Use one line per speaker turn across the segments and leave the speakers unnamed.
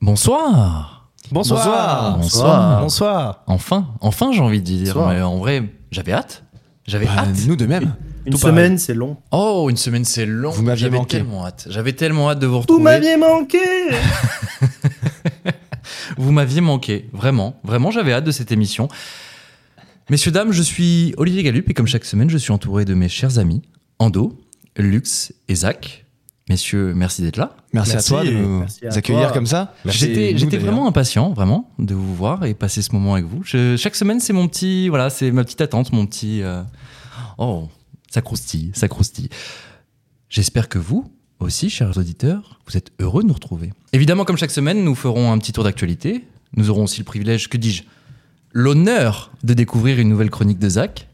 Bonsoir
Bonsoir.
Bonsoir.
Bonsoir.
Enfin, enfin j'ai envie de dire,
Bonsoir.
mais en vrai, j'avais hâte. J'avais
Bah,
hâte.
nous de même.
Une
Tout
semaine, c'est long.
Oh, une semaine c'est long.
Vous m'aviez
J'avais
manqué.
tellement hâte. J'avais tellement hâte de vous
Vous
retrouver.
m'aviez manqué
Vous m'aviez manqué, vraiment. Vraiment, j'avais hâte de cette émission. Messieurs, dames, je suis Olivier Gallup et comme chaque semaine, je suis entouré de mes chers amis Ando, Lux et Zach. Messieurs, merci d'être là.
Merci,
Merci.
à toi de nous
Merci à
accueillir
toi.
comme ça. Merci
J'étais
nous,
j'étais
d'ailleurs.
vraiment impatient, vraiment, de vous voir et passer ce moment avec vous. Je- chaque semaine, c'est mon petit, voilà, c'est ma petite attente, mon petit. euh, oh, ça croustille, ça croustille. J'espère que vous aussi, chers auditeurs, vous êtes heureux de nous retrouver. Évidemment, comme chaque semaine, nous ferons un petit tour d'actualité. Nous aurons aussi le privilège, que dis-je, l'honneur de découvrir une nouvelle chronique de Zach.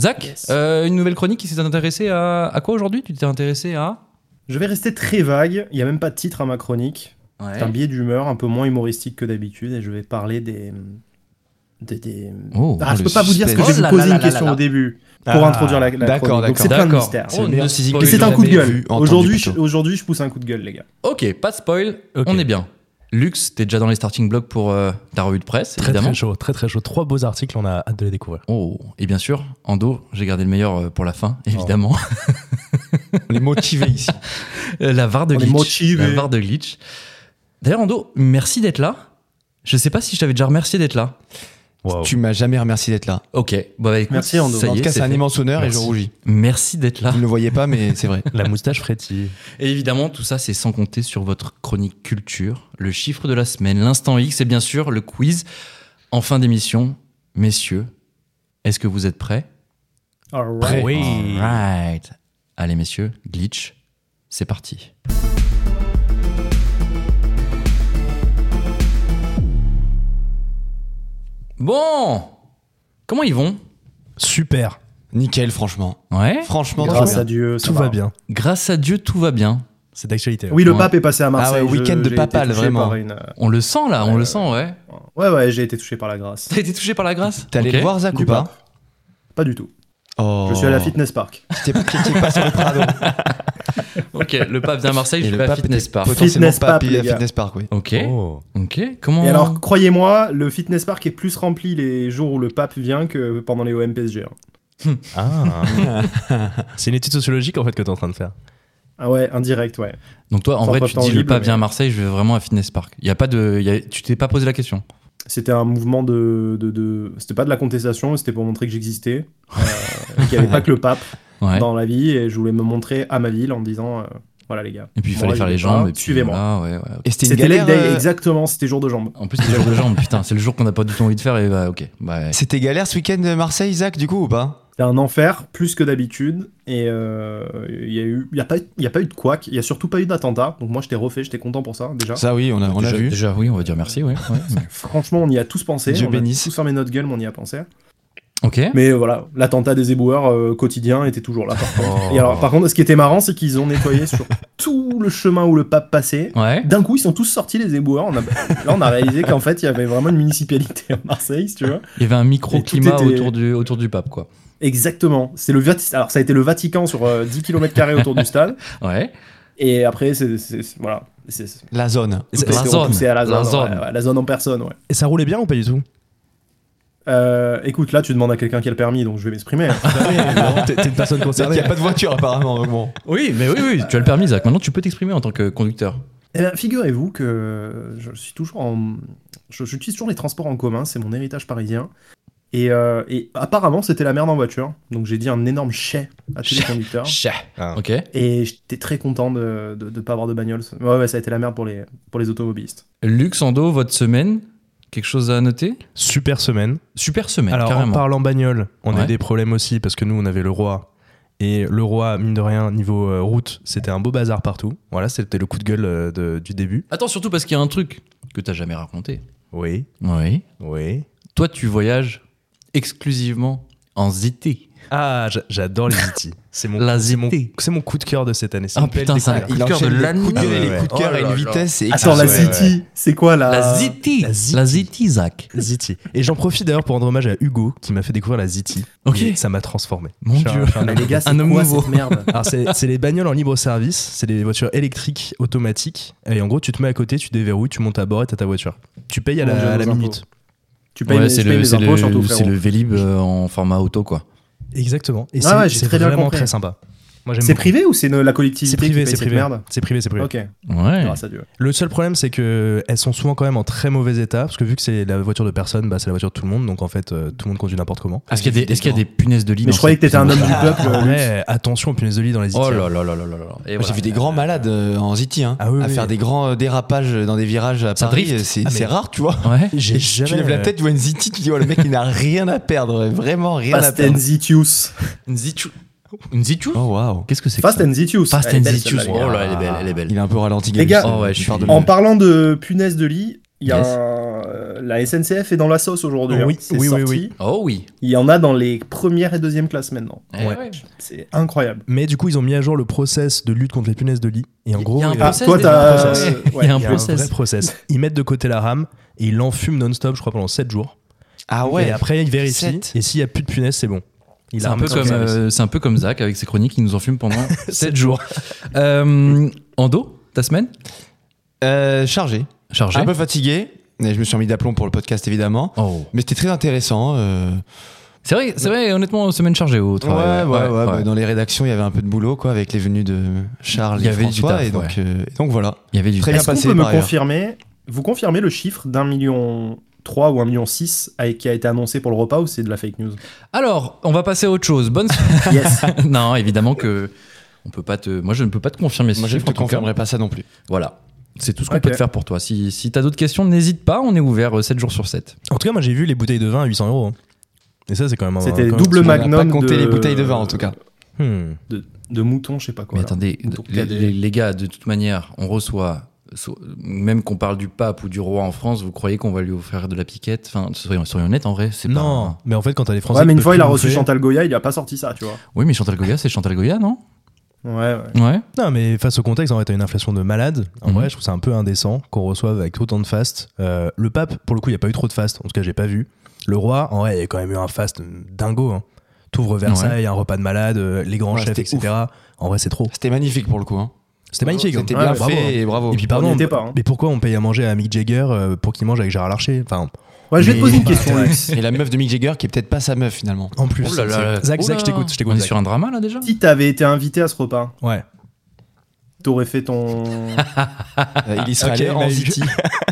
Zach,
Yes.
euh, une nouvelle chronique qui s'est intéressée à, à quoi aujourd'hui Tu t'es intéressé à
Je vais rester très vague, il n'y a même pas de titre à ma chronique. C'est un biais d'humeur un peu moins humoristique que d'habitude et je vais parler des. des, des-
Oh,
Ah, je
le
peux pas vous dire ce que
suspense.
je vais
Oh là
vous poser
là
une
là
question
là
au
là.
début pour
Ah,
introduire la, la
d'accord,
chronique. Donc
d'accord.
c'est plein de
D'accord.
mystères.
Oh, ne spoil
Et c'est un
jamais.
coup de gueule.
vu, entendu
Aujourd'hui, je,
plutôt.
aujourd'hui, je pousse un coup de gueule, les gars.
Ok, pas de spoil,
Ok.
on est bien. Lux, t'es déjà dans les starting blocks pour euh, ta revue de presse,
Très
évidemment.
très chaud, très très chaud. Trois beaux articles, on a hâte de les découvrir.
Oh, et bien sûr, en dos, j'ai gardé le meilleur euh, pour la fin, évidemment.
On est motivé ici.
la VAR de
On est
glitch.
motivé.
La VAR de glitch. D'ailleurs, Ando, merci d'être là. Je sais pas si je t'avais déjà remercié d'être là.
Waouh.
Tu m'as jamais remercié d'être là.
Ok, bah, bah, écoute,
Merci, Ando.
Ça
en
y
tout
est,
cas, c'est un
fait.
immense honneur
Merci.
et je rougis.
Merci d'être là.
Vous ne le voyez pas, mais c'est vrai.
La moustache frétille.
Et évidemment, tout ça, c'est sans compter sur votre chronique culture, le chiffre de la semaine, l'instant X et bien sûr le quiz. En fin d'émission, messieurs, est-ce que vous êtes prêts
Alright.
Prêt. Oui.
Alright. Allez messieurs, glitch, c'est parti. Bon, comment ils vont
Super.
Nickel, franchement.
Ouais.
Franchement, très
Grâce
bien.
à Dieu, ça
Tout va bien.
Grâce à Dieu, tout va bien.
C'est d'actualité. hein.
Oui, le
Ouais.
pape est passé à Marseille.
Ah ouais,
Je-
week-end de
j'ai été
papal,
touché
vraiment.
par une-
On le sent là, on le sent, ouais.
Ouais, ouais, j'ai été touché par la grâce.
T'as été touché par la grâce
T'es allé
Ok.
le voir, Zach,
Du
ou pas
Pas du tout.
oh.
Je suis à la fitness park.
T'es pas, t'es pas sur le Prado.
Ok, le pape vient à Marseille, je
Et
suis
le
pas
pape
fitness
était
park.
Potentiellement
Fitness
pape,
pape,
il est à
les gars.
Fitness Park, oui.
Ok,
Oh.
ok. Comment
Et alors, croyez-moi, le fitness park est plus rempli les jours où le pape vient que pendant les OMPSG. hein.
Ah. c'est une étude sociologique en fait que t'es en train de faire.
Ah ouais, indirect, ouais.
Donc toi, en
Sans
vrai,
pas
tu te
tant
dis le
libre,
pape
mais-
vient à Marseille, je vais vraiment à Fitness Park. Il y a pas de, il y a- tu t'es pas posé la question.
C'était un mouvement de. de, de- C'était pas de la contestation, c'était pour montrer que j'existais. euh, et qu'il n'y avait pas que le pape
Ouais.
dans la vie. Et je voulais me montrer à ma ville en disant euh, voilà, les gars.
Et puis il
Moi,
fallait faire
j'y
les
vais
jambes.
pas,
et puis
Suivez-moi.
voilà, ouais, ouais.
Et c'était une
C'était leg
galère.
day,
euh,
exactement, c'était jour de jambes.
En plus, le jour de jambes, putain, c'est le jour qu'on n'a pas du tout envie de faire. Et bah, ok. Bah, ouais.
C'était galère ce week-end euh, Marseille, Zach, du coup, ou pas
C'était un enfer, plus que d'habitude. Et euh, il y a eu. Il n'y a, pas- il y a pas eu de couac, il n'y a surtout pas eu d'attentat. Donc moi, j'étais refait, j'étais content pour ça, déjà.
Ça, oui, on a, on a
déjà,
vu.
déjà, oui, on va dire merci, ouais. ouais.
Franchement, on y a tous pensé.
Dieu
on
bénisse.
a tous fermé notre gueule, mais on y a pensé.
ok.
Mais euh, voilà, l'attentat des éboueurs euh, quotidien était toujours là. Par contre.
Oh.
Et alors, par contre, ce qui était marrant, c'est qu'ils ont nettoyé sur tout le chemin où le pape passait.
Ouais.
D'un coup, ils sont tous sortis les éboueurs. On a- Là, on a réalisé qu'en fait, il y avait vraiment une municipalité à Marseille, si tu veux.
Il y avait un micro climat
Et tout était-
autour du autour du pape, quoi.
Exactement. C'est le Vati- Alors, ça a été le Vatican sur euh, 10 km autour du stade.
Ouais.
Et après, c'est c'est- c'est- voilà, c'est ça
La zone.
a
La
été
zone.
repoussé à la zone,
La zone.
ouais, ouais, la zone en personne. Ouais.
Et ça roulait bien ou pas du tout
Euh, écoute, là, tu demandes à quelqu'un qui a le permis, donc je vais m'exprimer.
T'es t'es une personne
Il
concernée.
n'y a pas de voiture, apparemment. donc bon.
Oui, mais oui, oui. Tu as le permis, Zach. Maintenant, tu peux t'exprimer en tant que conducteur.
Eh bien, figurez-vous que je suis toujours en. je- J'utilise toujours les transports en commun, c'est mon héritage parisien. Et, euh, et apparemment, c'était la merde en voiture. Donc j'ai dit un énorme chais à tous les
Chais.
conducteurs.
Chais.
Ah.
Ok.
Et j'étais très content de ne pas avoir de bagnole. Ouais, ouais, ça a été la merde pour les, pour les automobilistes.
Lux, Ando, votre semaine. Quelque chose à noter
Super semaine.
Super semaine,
Alors en
carrément.
parlant bagnole, on a
Ouais.
eu des problèmes aussi parce que nous on avait le roi et le roi mine de rien niveau euh, route c'était un beau bazar partout. Voilà c'était le coup de gueule euh, de- du début.
Attends, surtout parce qu'il y a un truc que t'as jamais raconté.
Oui,
Oui.
oui.
Toi, tu voyages exclusivement en ZT.
Ah, j'a- j'adore les Ziti. C'est mon,
La
c'est mon,
Ziti.
c'est mon coup de cœur de cette année. C'est
Ah,
une belle
putain, ça-
découverte.
Coup de cœur de
les coups de gueule
l'année.
et les coups de cœur
Oh
à une
là là.
vitesse et
Attends, la
Ouais, ouais.
Ziti, c'est quoi la.
La Ziti. Euh, La Ziti, Zach.
Ziti. Et j'en profite d'ailleurs pour rendre hommage à Hugo qui m'a fait découvrir la Ziti.
Ok.
Et ça m'a transformé.
Mon
Je suis un-
Dieu.
je suis un
Mais les gars, c'est
Un homme
quoi
nouveau.
cette merde
Alors c'est c'est les bagnoles en libre service, c'est des voitures électriques automatiques. Et en gros, tu te mets à côté, tu déverrouilles, tu montes à bord et t'as ta voiture. Tu payes à
Mon Dieu,
la, à la
nos impôts.
minute.
Tu payes mes- je paye mes impôts surtout, frérot.
Vélib euh, en format auto, quoi.
Exactement. Et
Ah
c'est
ouais, j'ai
c'est
très bien
vraiment
compris.
très sympa. Moi, j'aime
C'est
beaucoup.
privé ou c'est ne- la
C'est
collectivité
privé,
qui paye
c'est
cette
privé.
merde
C'est privé, c'est privé.
Ok,
Ouais.
grâce à Dieu.
Le seul problème, c'est que elles sont souvent quand même en très mauvais état, parce que vu que c'est la voiture de personne, bah, c'est la voiture de tout le monde, donc en fait, euh, tout le monde conduit n'importe comment.
Est-ce qu'il y, a des- est-ce qu'il y a des punaises de lit
Mais
dans
je croyais
cette
que t'étais un homme
putain
du
de-
peuple. euh, Lux.
Ouais, attention aux punaises de lit dans les
Oh là
itinéraires.
là là là là là là. Et
Moi, J'ai
voilà.
vu des grands malades euh, en Ziti, hein,
Ah oui,
à
oui.
faire des grands euh, dérapages dans des virages à
Ça
Paris.
drift.
C'est
Ah, mais-
c'est rare, tu vois.
Ouais.
J'ai jamais.
Tu lèves la
euh,
tête, tu vois une Ziti, tu dis, oh le mec, il n'a rien à perdre, vraiment rien à
Fast and
perdre.
Zitius.
Une zichou. Une zichou
Oh waouh.
Qu'est-ce que c'est que
Fast
ça
and Zitius.
Fast
Elle est
and
belle,
Zitius.
celle-là, les
Oh
gars.
là, elle est belle, elle est belle.
Il a un peu ralenti.
Les
Galus,
gars,
euh,
Oh ouais, je suis-
pardonne-le.
En parlant de punaises de lit, il y a
Yes.
un- euh, la SNCF est dans la sauce aujourd'hui.
Oui,
hein. C'est
oui, oui,
sorti.
oui.
Oh oui.
Il y en a dans les premières et deuxièmes classes maintenant.
Eh
Ouais.
ouais.
C'est incroyable.
Mais du coup, ils ont mis à jour le process de lutte contre les punaises de lit. Et en gros,
Il y a un
euh,
process.
Ah, toi,
déjà.
t'as- euh,
Process.
ouais.
Il y a un
il y a un vrai
process.
process. Ils mettent de côté la rame et ils l'enfument non-stop, je crois, pendant 7 jours.
Ah ouais.
Et après, ils vérifient.
Sept.
Et s'il n'y a plus de punaises, c'est bon. Il
C'est
a
un, peu
remis son
comme,
service.
euh, c'est un peu comme Zach avec ses chroniques qui nous enfument pendant 7
Sept
jours. Euh, Ando, ta semaine
Euh, chargé.
Chargée
Un peu fatigué. Mais je me suis remis d'aplomb pour le podcast, évidemment.
Oh.
Mais c'était très intéressant. euh,
C'est vrai, c'est vrai, honnêtement, semaine chargée au
Ouais, ouais,
travail.
ouais,
ouais.
bah, dans les rédactions, il y avait un peu de boulot, quoi, avec les venues de Charles
Il y
et
avait du
François.
taf,
et donc, euh, donc voilà.
Il y avait du
Très bien
Est-ce qu'on
passé,
peut me
par ailleurs.
confirmer Vous confirmez le chiffre d'un million trois ou un million six avec- qui a été annoncé pour le repas ou c'est de la fake news
Alors, on va passer à autre chose. Bonne
Yes.
non, évidemment que on peut pas te. Moi, je ne peux pas te confirmer. ce
Moi, je ne
chiffre,
te
en tout cas.
confirmerai pas ça non plus.
Voilà. C'est tout ce qu'on
Ok.
peut te faire pour toi. Si, si t'as d'autres questions, n'hésite pas. On est ouvert 7 jours sur 7.
En tout cas, moi, j'ai vu les bouteilles de vin à 800 euros. hein. Et ça, c'est quand même un-
C'était
quand même-
double
on n'a
magnum.
pas compté
de-
les bouteilles de vin, en tout cas.
Hmm.
De, de mouton, je sais pas quoi.
Mais
là.
attendez,
En tout cas,
les,
des-
les- les gars, de toute manière, on reçoit. so- même qu'on parle du pape ou du roi en France, vous croyez qu'on va lui offrir de la piquette Enfin, soyons, soyons honnêtes, en vrai, c'est
Non,
pas.
mais en fait, quand t'as les Français.
Ouais, mais une
qui peuvent
fois, il
plus
a reçu
bouffer-
Chantal Goya, il a pas sorti ça, tu vois.
Oui, mais Chantal Goya, c'est Chantal Goya, non
Ouais, ouais.
Ouais.
Non, mais face au contexte, en fait, t'as une inflation de malade. En
Mhm.
vrai, je trouve ça un peu indécent qu'on reçoive avec autant de fast. Euh, le pape, pour le coup, il n'y a pas eu trop de fast. En tout cas, j'ai pas vu. Le roi, en vrai, il y a quand même eu un fast dingo. Hein. T'ouvres Versailles, un repas de malade, euh, les grands
Ouais,
chefs,
c'était
etc. En vrai, c'est trop.
C'était magnifique pour le coup. hein.
C'était magnifique.
C'était
hein.
bien
Ouais, bravo,
fait
hein.
et bravo.
Et puis,
On y
pardon,
était pas, hein.
mais pourquoi on paye à manger à Mick Jagger euh, pour qu'il mange avec Gérard Larcher Enfin,
Ouais, je vais te
Mais-
poser une question, Lux.
Et la meuf de Mick Jagger qui est peut-être pas sa meuf finalement.
en plus.
Oh là là.
Zach,
Oh là.
Zach, je t'écoute, je
On
t'écoute.
est
Zach.
sur un drama là déjà
Si t'avais été invité à ce repas,
Ouais.
t'aurais fait ton.
Euh, il y serait
Ok,
allé
il
en
m'a eu.
Ziti.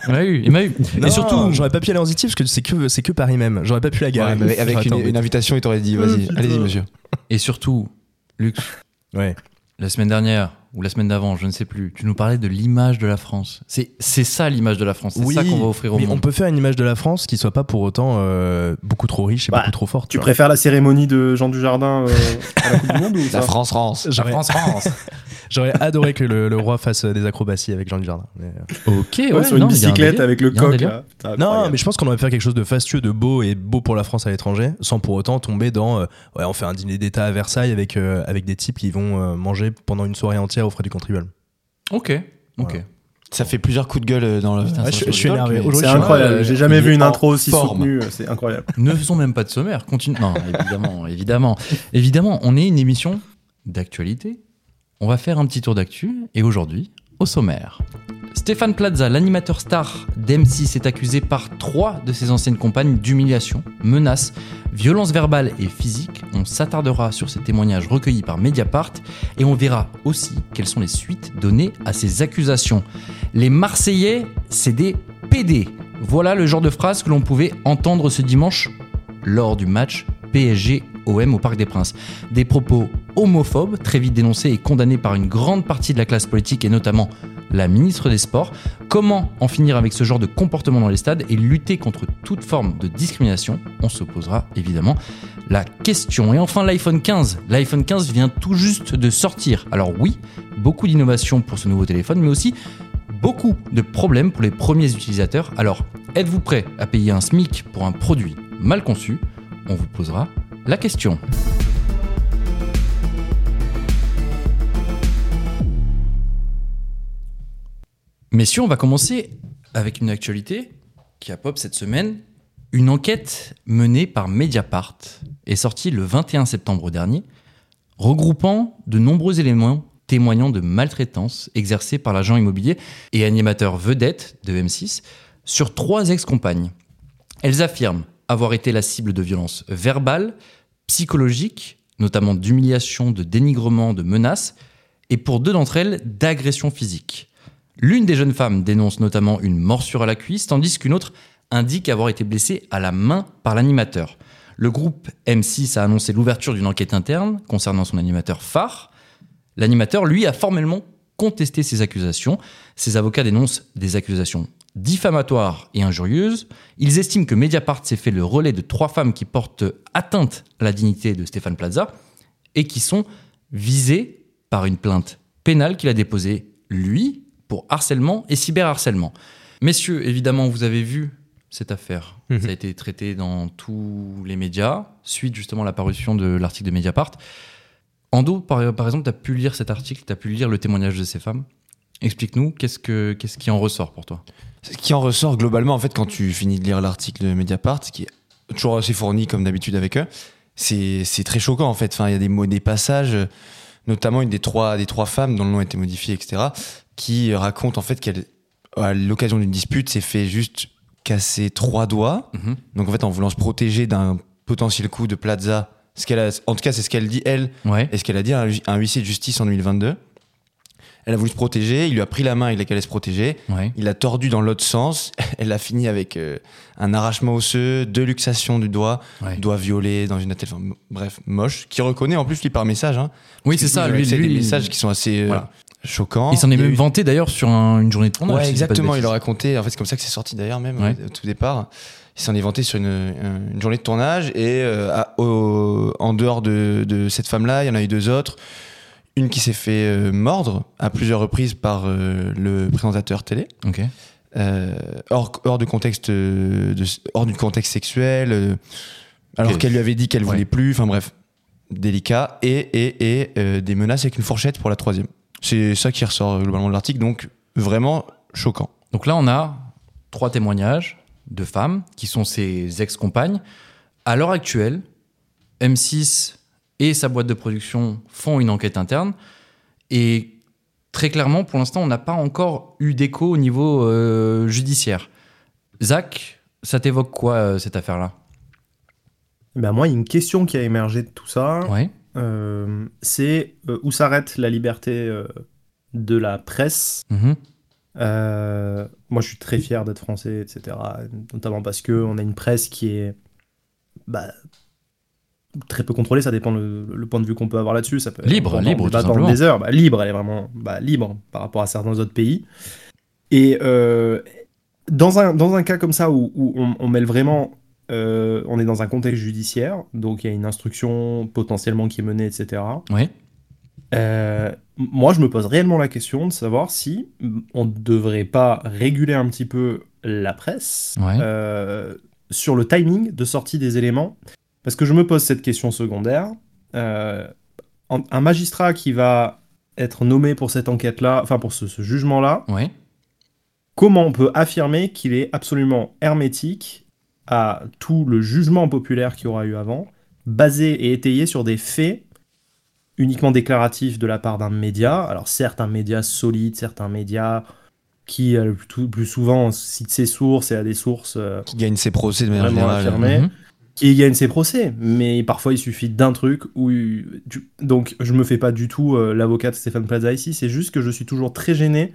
Il m'a eu, il m'a eu.
Et surtout, j'aurais pas pu aller en Ziti parce que c'est que, c'est que Paris même. J'aurais pas pu la garer.
Ouais, mais avec
Attends,
une, une invitation, il t'aurait dit vas-y,
putain.
allez-y monsieur.
Et surtout, Lux,
Ouais.
la semaine dernière ou la semaine d'avant, je ne sais plus, tu nous parlais de l'image de la France. C'est c'est ça l'image de la France. C'est
Oui,
ça qu'on va offrir au
Mais on
monde.
peut faire une image de la France qui soit pas pour autant euh, beaucoup trop riche et
Bah,
beaucoup trop forte.
Tu
vois.
préfères la cérémonie de Jean Dujardin euh, à la Coupe du Monde ou ça
La France, France.
La
J'aurais,
France, France.
j'aurais adoré que le, le roi fasse euh, des acrobaties avec Jean Dujardin. Mais, euh,
ok, ouais,
Ouais, sur
non,
une
mais il y a un
bicyclette
délire.
avec le
Il y a un
coq
délire.
là. Putain,
Non,
incroyable.
mais je pense qu'on aurait faire quelque chose de fastueux, de beau et beau pour la France à l'étranger, sans pour autant tomber dans euh, ouais, on fait un dîner d'État à Versailles avec, euh, avec des types qui vont euh, manger pendant une soirée entière aux frais du contribuable.
Ok, ok.
Voilà.
Ça fait plusieurs coups de gueule euh, dans le.
Putain,
dans
je-
le
je
suis
talk,
énervé.
mais-
Aujourd'hui,
C'est
je suis
incroyable,
euh,
j'ai jamais
il
vu
est
une
en
intro aussi
forme.
soutenue, euh, c'est incroyable.
Ne faisons même pas de sommaire. Continue. Non, évidemment, évidemment, évidemment. On est une émission d'actualité. On va faire un petit tour d'actu et aujourd'hui, au sommaire. Stéphane Plaza, l'animateur star d'M6, est accusé par trois de ses anciennes compagnes d'humiliation, menaces, violences verbales et physiques. On s'attardera sur ces témoignages recueillis par Mediapart et on verra aussi quelles sont les suites données à ces accusations. Les Marseillais, c'est des PD. Voilà le genre de phrase que l'on pouvait entendre ce dimanche lors du match PSG-OM au Parc des Princes. Des propos homophobes, très vite dénoncés et condamnés par une grande partie de la classe politique et notamment la ministre des Sports. Comment en finir avec ce genre de comportement dans les stades et lutter contre toute forme de discrimination On se posera évidemment la question. Et enfin l'iPhone 15. L'iPhone 15 vient tout juste de sortir. Alors oui, beaucoup d'innovations pour ce nouveau téléphone, mais aussi beaucoup de problèmes pour les premiers utilisateurs. Alors, êtes-vous prêt à payer un SMIC pour un produit mal conçu On vous posera la question. Messieurs, on va commencer avec une actualité qui a pop cette semaine. Une enquête menée par Mediapart est sortie le 21 septembre dernier, regroupant de nombreux éléments témoignant de maltraitance exercée par l'agent immobilier et animateur vedette de M6 sur trois ex-compagnes. Elles affirment avoir été la cible de violences verbales, psychologiques, notamment d'humiliation, de dénigrement, de menaces, et pour deux d'entre elles, d'agressions physiques. L'une des jeunes femmes dénonce notamment une morsure à la cuisse, tandis qu'une autre indique avoir été blessée à la main par l'animateur. Le groupe M6 a annoncé l'ouverture d'une enquête interne concernant son animateur phare. L'animateur, lui, a formellement contesté ces accusations. Ses avocats dénoncent des accusations diffamatoires et injurieuses. Ils estiment que Mediapart s'est fait le relais de trois femmes qui portent atteinte à la dignité de Stéphane Plaza et qui sont visées par une plainte pénale qu'il a déposée, lui, pour harcèlement et cyberharcèlement. Messieurs, évidemment, vous avez vu cette affaire.
Mhm.
Ça a été traité dans tous les médias, suite justement à la parution de l'article de Mediapart. Ando, par, par exemple, tu as pu lire cet article, tu as pu lire le témoignage de ces femmes. Explique-nous, qu'est-ce, que, qu'est-ce qui en ressort pour toi
Ce qui en ressort globalement, en fait, quand tu finis de lire l'article de Mediapart, qui est toujours assez fourni comme d'habitude avec eux, c'est c'est très choquant en fait. Enfin, il y a des mots, des passages, euh, notamment une des trois, des trois femmes dont le nom a été modifié, etc., qui raconte en fait qu'elle, à l'occasion d'une dispute, s'est fait juste casser trois doigts. Donc en fait, en voulant se protéger d'un potentiel coup de Plaza, ce qu'elle a, en tout cas, c'est ce qu'elle dit elle
Ouais.
et ce qu'elle a dit à un ju- un huissier de justice en 2022. Elle a voulu se protéger, il lui a pris la main avec laquelle elle se protégeait,
ouais.
il a tordu dans l'autre sens. Elle a fini avec euh, un arrachement osseux, deux luxations du doigt,
Ouais.
doigt violé dans une attelle. enfin, mo- bref, moche. Qui reconnaît en plus lui par message. Hein,
Oui,
Parce
c'est
que
ça.
vous avez
Lui,
accès à
lui,
des messages qui sont assez euh,
Voilà.
choquants.
il s'en est
Il y a
même
eu-
vanté d'ailleurs sur un- une journée de tournage.
Ouais,
si je dis pas de
exactement. Il
bêtises.
leur a raconté. En fait, c'est comme ça que c'est sorti d'ailleurs, même
Ouais.
euh, au tout départ. Il s'en est vanté sur une, une journée de tournage. Et euh, à- au- en dehors de, de cette femme-là, il y en a eu deux autres. Une qui s'est fait euh, mordre à plusieurs reprises par euh, le présentateur télé.
Ok.
Euh, hors, hors de contexte euh, de- hors du contexte sexuel euh, alors
Ok.
qu'elle lui avait dit qu'elle
Ouais.
voulait plus enfin bref délicat et et, et euh, des menaces avec une fourchette pour la troisième c'est ça qui ressort euh, globalement de l'article donc vraiment choquant
Donc là, on a trois témoignages de femmes qui sont ses ex-compagnes. À l'heure actuelle, M6 et sa boîte de production font une enquête interne. Et très clairement, pour l'instant, on n'a pas encore eu d'écho au niveau euh, judiciaire. Zach, ça t'évoque quoi euh, cette affaire-là
Ben moi, il y a une question qui a émergé de tout ça.
Ouais.
Euh, c'est euh, où s'arrête la liberté euh, de la presse.
Mhm.
Euh, moi, je suis très fier d'être français, etc. Notamment parce que on a une presse qui est bah, très peu contrôlée. Ça dépend le, le point de vue qu'on peut avoir là-dessus. Ça peut
Libre,
on peut en
libre, tout
débattre
simplement.
pendant des heures. Bah, libre, elle est vraiment bah, libre par rapport à certains autres pays. Et euh, dans un, dans un cas comme ça où, où on, on mêle vraiment, euh, on est dans un contexte judiciaire, donc il y a une instruction potentiellement qui est menée, etc.
Ouais.
Euh, m- moi, je me pose réellement la question de savoir si m- on ne devrait pas réguler un petit peu la presse
Ouais.
euh, sur le timing de sortie des éléments. Parce que je me pose cette question secondaire. Euh, en- un magistrat qui va être nommé pour cette enquête-là, enfin pour ce- ce jugement-là,
Ouais.
comment on peut affirmer qu'il est absolument hermétique à tout le jugement populaire qu'il y aura eu avant, basé et étayé sur des faits uniquement déclaratifs de la part d'un média. Alors certes, un média solide, certains médias qui, euh, le plus, plus souvent, cite ses sources et a des sources euh,
qui gagne ses procès de manière
Vraiment
générale
affirmé. Mais-
Mhm.
qui gagne ses procès, mais parfois il suffit d'un truc où tu- donc je me fais pas du tout euh, l'avocat de Stéphane Plaza ici, c'est juste que je suis toujours très gêné,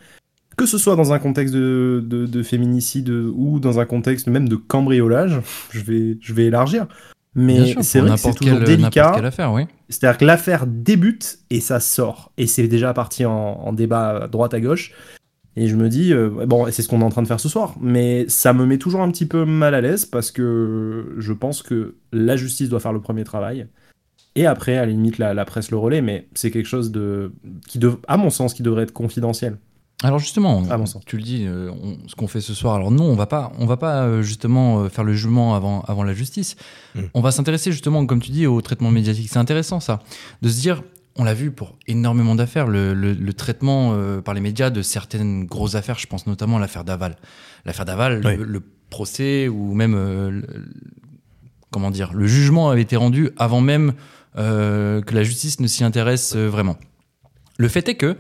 que ce soit dans un contexte de, de- de féminicide ou dans un contexte même de cambriolage, je vais, je vais élargir,
Bien
mais
sûr,
c'est
pour
vrai que c'est
n'importe
toujours
quelle- n'importe
délicat,
quelle affaire, oui.
c'est-à-dire que l'affaire débute et ça sort, et c'est déjà parti en, en débat à droite à gauche. Et je me dis, euh, bon, c'est ce qu'on est en train de faire ce soir, mais ça me met toujours un petit peu mal à l'aise parce que je pense que la justice doit faire le premier travail. Et après, à la limite, la, la presse le relais, mais c'est quelque chose de, qui, dev- à mon sens, qui devrait être confidentiel.
Alors justement,
Ah,
À mon sens.
tu le dis, euh, on- ce qu'on fait ce soir. Alors non, on va pas, on va pas euh, justement euh, faire le jugement avant, avant la justice.
Mm.
On va s'intéresser justement, comme tu dis, au traitement médiatique. C'est intéressant ça, de se dire, on l'a vu pour énormément d'affaires, le, le- le traitement euh, par les médias de certaines grosses affaires, je pense notamment à l'affaire Daval. L'affaire Daval, le,
Oui.
le procès ou même euh, le- le- comment dire, le jugement avait été rendu avant même euh, que la justice ne s'y intéresse euh, vraiment. Le fait est que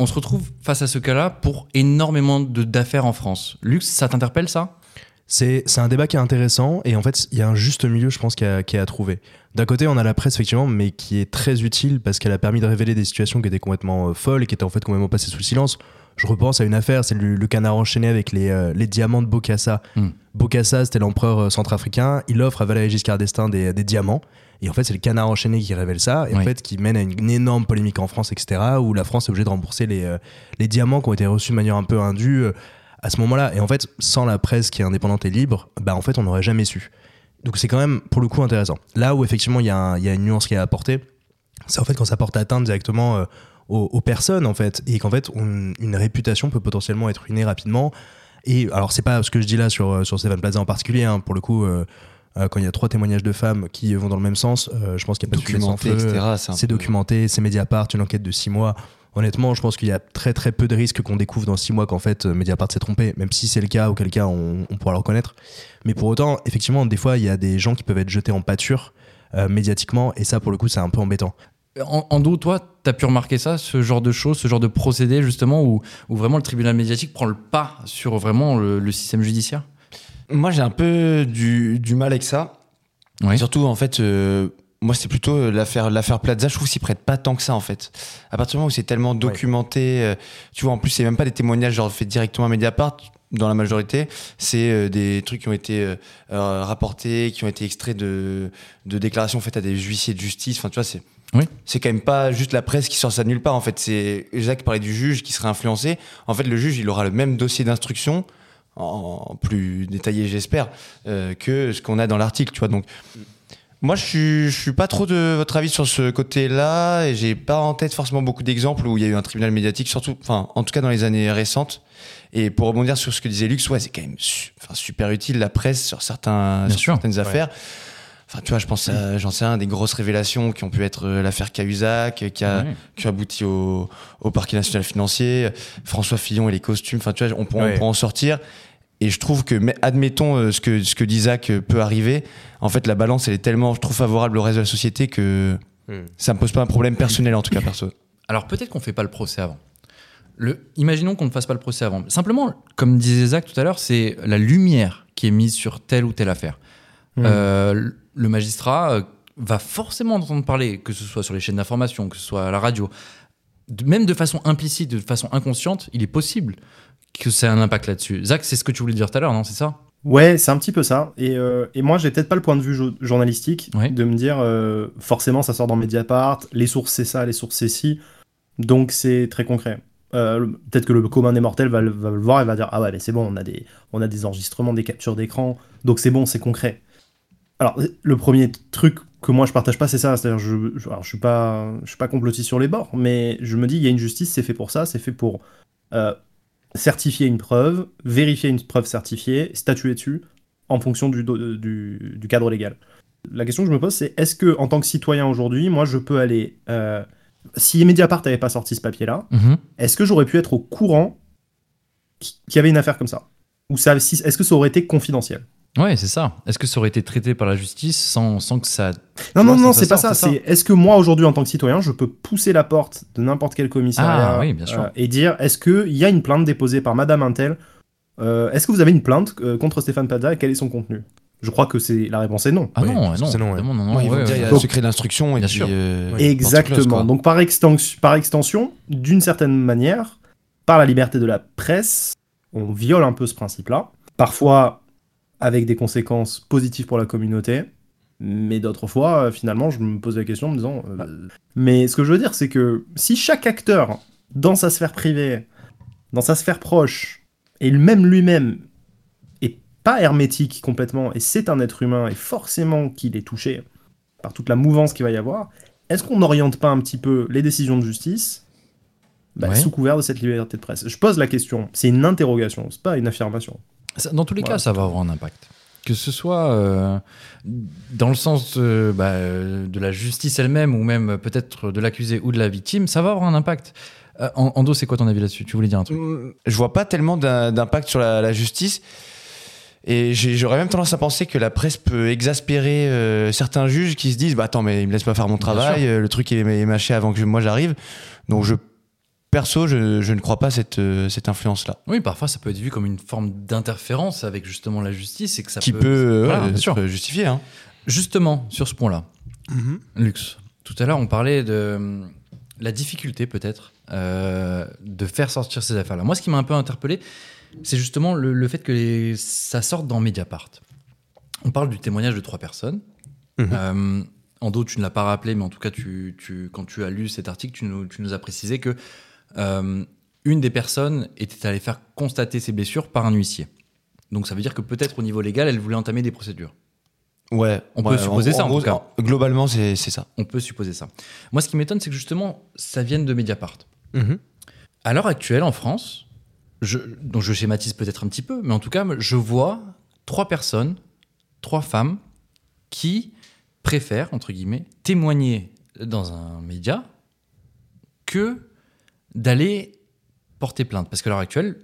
on se retrouve face à ce cas-là pour énormément de- d'affaires en France. Lux, ça t'interpelle ça
C'est c'est un débat qui est intéressant et en fait, il y a un juste milieu, je pense, qui a- qui est à trouver. D'un côté, on a la presse, effectivement, mais qui est très utile parce qu'elle a permis de révéler des situations qui étaient complètement euh, folles et qui étaient en fait complètement passées sous le silence. Je repense à une affaire, c'est le, le canard enchaîné avec les, euh, les diamants de Bokassa.
Hmm.
Bokassa, c'était l'empereur euh, centrafricain. Il offre à Valéry Giscard d'Estaing des, des diamants. Et en fait, c'est le canard enchaîné qui révèle ça et en
Oui.
fait qui mène à une, une énorme polémique en France, etc., où la France est obligée de rembourser les, euh, les diamants qui ont été reçus de manière un peu indue euh, à ce moment-là. Et en fait, sans la presse qui est indépendante et libre, bah en fait, on n'aurait jamais su. Donc c'est quand même pour le coup intéressant. Là où effectivement il y, a un- il y a une nuance qui est apportée, c'est en fait quand ça porte atteinte directement euh, aux, aux personnes en fait, et qu'en fait on- une réputation peut potentiellement être ruinée rapidement. Et alors c'est pas ce que je dis là sur euh, sur Stéphane Plaza en particulier, hein, pour le coup. euh, euh, quand il y a trois témoignages de femmes qui vont dans le même sens, euh, je pense qu'il n'y a pas de fumée sans
documenté,
feu.
etc. un
C'est
peu-
documenté, c'est Mediapart, une enquête de six mois. Honnêtement, je pense qu'il y a très très peu de risques qu'on découvre dans six mois qu'en fait euh, Mediapart s'est trompé, même si c'est le cas, auquel cas on, on pourra le reconnaître. Mais pour autant, effectivement, des fois, il y a des gens qui peuvent être jetés en pâture euh, médiatiquement, et ça, pour le coup, c'est un peu embêtant.
En- Ando, toi, t'as pu remarquer ça, ce genre de choses, ce genre de procédé justement où, où vraiment le tribunal médiatique prend le pas sur vraiment le, le système judiciaire
Moi, j'ai un peu du, du mal avec ça.
Oui.
Surtout, en fait, euh, moi, c'est plutôt euh, l'affaire l'affaire Plaza. Je trouve s'y prête pas tant que ça, en fait. À partir du moment où c'est tellement documenté, euh, tu vois, en plus, c'est même pas des témoignages genre faits directement à Mediapart. Dans la majorité, c'est euh, des trucs qui ont été euh, euh, rapportés, qui ont été extraits de, de déclarations faites à des huissiers de justice. Enfin, tu vois, c'est
Oui.
c'est quand même pas juste la presse qui sort ça de nulle part. En fait, c'est Jacques parlait du juge qui serait influencé. En fait, le juge, il aura le même dossier d'instruction en plus détaillé, j'espère, euh, que ce qu'on a dans l'article, tu vois. Donc, moi, je suis, je suis pas trop de votre avis sur ce côté-là, et j'ai pas en tête forcément beaucoup d'exemples où il y a eu un tribunal médiatique, surtout, enfin, en tout cas dans les années récentes. Et pour rebondir sur ce que disait Lux, ouais, c'est quand même su- enfin, super utile la presse sur certains,
Bien
sur
sûr,
certaines affaires. Enfin, tu vois, je pense, à- j'en sais un, des grosses révélations qui ont pu être euh, l'affaire Cahuzac, euh, qui a,
Ouais.
qui a abouti au, au parquet national financier, euh, François Fillon et les costumes. Enfin, tu vois, on, peut- on
Ouais.
peut en sortir. Et je trouve que, mais admettons euh, ce que, ce que dit Zach euh, peut arriver, en fait, la balance, elle est tellement, je trouve, favorable au reste de la société que
Hmm.
ça me pose pas un problème personnel, en tout cas, perso.
Alors peut-être qu'on ne fait pas le procès avant. Le, imaginons qu'on ne fasse pas le procès avant. Simplement, comme disait Zach tout à l'heure, c'est la lumière qui est mise sur telle ou telle affaire.
Hmm.
Mhm.
Euh, le magistrat euh, va forcément en entendre parler, que ce soit sur les chaînes d'information, que ce soit à la radio. De- même de façon implicite, de façon inconsciente, il est possible que ça ait un impact là-dessus. Zach, c'est ce que tu voulais dire tout à l'heure, non C'est ça
Ouais, c'est un petit peu ça. Et, euh, et moi, j'ai peut-être pas le point de vue jo- journalistique
Ouais.
de me dire euh, forcément ça sort dans Mediapart, les sources c'est ça, les sources c'est ci. Donc c'est très concret. Euh, le- peut-être que le commun des mortels va le, va le voir et va dire ah ouais mais c'est bon on a des on a des enregistrements, des captures d'écran, donc c'est bon, c'est concret. Alors le premier truc que moi je partage pas c'est ça, c'est-à-dire je je, alors, je suis pas je suis pas complotiste sur les bords, mais je me dis il y a une justice, c'est fait pour ça, c'est fait pour euh, certifier une preuve, vérifier une preuve certifiée, statuer dessus en fonction du, do- euh, du, du cadre légal. La question que je me pose, c'est est-ce que en tant que citoyen aujourd'hui, moi, je peux aller euh, si Mediapart n'avait pas sorti ce papier-là,
Mm-hmm.
est-ce que j'aurais pu être au courant qui- qu'il y avait une affaire comme ça Ou ça, si- est-ce que ça aurait été confidentiel
Ouais, c'est ça. Est-ce que ça aurait été traité par la justice sans, sans que ça.
Non,
Ouais,
non,
ça,
non,
ça
c'est pas
sort,
ça.
c'est ça.
C'est est-ce que moi aujourd'hui en tant que citoyen, je peux pousser la porte de n'importe quel commissariat euh,
Ah, oui, bien sûr.
et dire est-ce qu'il y a une plainte déposée par Madame Intel Est-ce que vous avez une plainte euh, contre Stéphane Plaza et quel est son contenu Je crois que c'est la réponse est non.
Ah
Oui,
non,
c'est
non,
non, ouais.
vraiment, non, non,
Moi, ils
ouais,
vont dire,
ouais.
il y a le
Donc-
secret d'instruction, et
Bien
puis,
sûr.
euh,
Ouais.
Exactement.
porte close, quoi.
Donc par extension, par extension, d'une certaine manière, par la liberté de la presse, on viole un peu ce principe-là. Parfois avec des conséquences positives pour la communauté, mais d'autres fois, euh, finalement, je me pose la question en me disant.
Bah.
euh, Mais ce que je veux dire, c'est que si chaque acteur, dans sa sphère privée, dans sa sphère proche, et même lui-même, est pas hermétique complètement, et c'est un être humain, et forcément qu'il est touché par toute la mouvance qu'il va y avoir, est-ce qu'on n'oriente pas un petit peu les décisions de justice bah,
Ouais.
sous couvert de cette liberté de presse Je pose la question, c'est une interrogation, c'est pas une affirmation.
Ça- dans tous les
Voilà,
cas, ça va avoir un impact. que ce soit euh, dans le sens euh, bah, euh, de la justice elle-même ou même euh, peut-être de l'accusé ou de la victime, ça va avoir un impact. Euh, En Ando, c'est quoi ton avis là-dessus Tu voulais dire un truc
Mm, Je vois pas tellement d'im- d'impact sur la, la justice. Et j'ai- j'aurais même tendance à penser que la presse peut exaspérer euh, certains juges qui se disent bah attends mais il me laisse pas faire mon travail, euh, le truc est, est mâché avant que je- moi j'arrive. Donc je perso je, je ne crois pas cette euh, cette influence là
Oui, parfois ça peut être vu comme une forme d'interférence avec justement la justice et que ça
qui peut, euh,
Voilà,
ouais,
bien sûr.
être justifiée. hein.
Justement, sur ce point-là, Mm-hmm. Lux, tout à l'heure on parlait de hum, la difficulté peut-être euh, de faire sortir ces affaires-là. Moi, ce qui m'a un peu interpellé, c'est justement le, le fait que les- ça sorte dans Mediapart. On parle du témoignage de trois personnes.
Mhm.
Euh, Ando, tu ne l'as pas rappelé, mais en tout cas, tu, tu- quand tu as lu cet article, tu nous, tu nous as précisé que euh, une des personnes était allée faire constater ses blessures par un huissier. Donc ça veut dire que peut-être au niveau légal, elle voulait entamer des procédures.
Ouais.
On peut
Ouais,
supposer ça, en tout cas.
Globalement c'est c'est ça.
On peut supposer ça. Moi, ce qui m'étonne, c'est que justement, ça vienne de Mediapart. Mm-hmm.
Mhm.
À l'heure actuelle, en France, je, dont je schématise peut-être un petit peu, mais en tout cas, je vois trois personnes, trois femmes, qui préfèrent, entre guillemets, témoigner dans un média que d'aller porter plainte. Parce qu'à l'heure actuelle,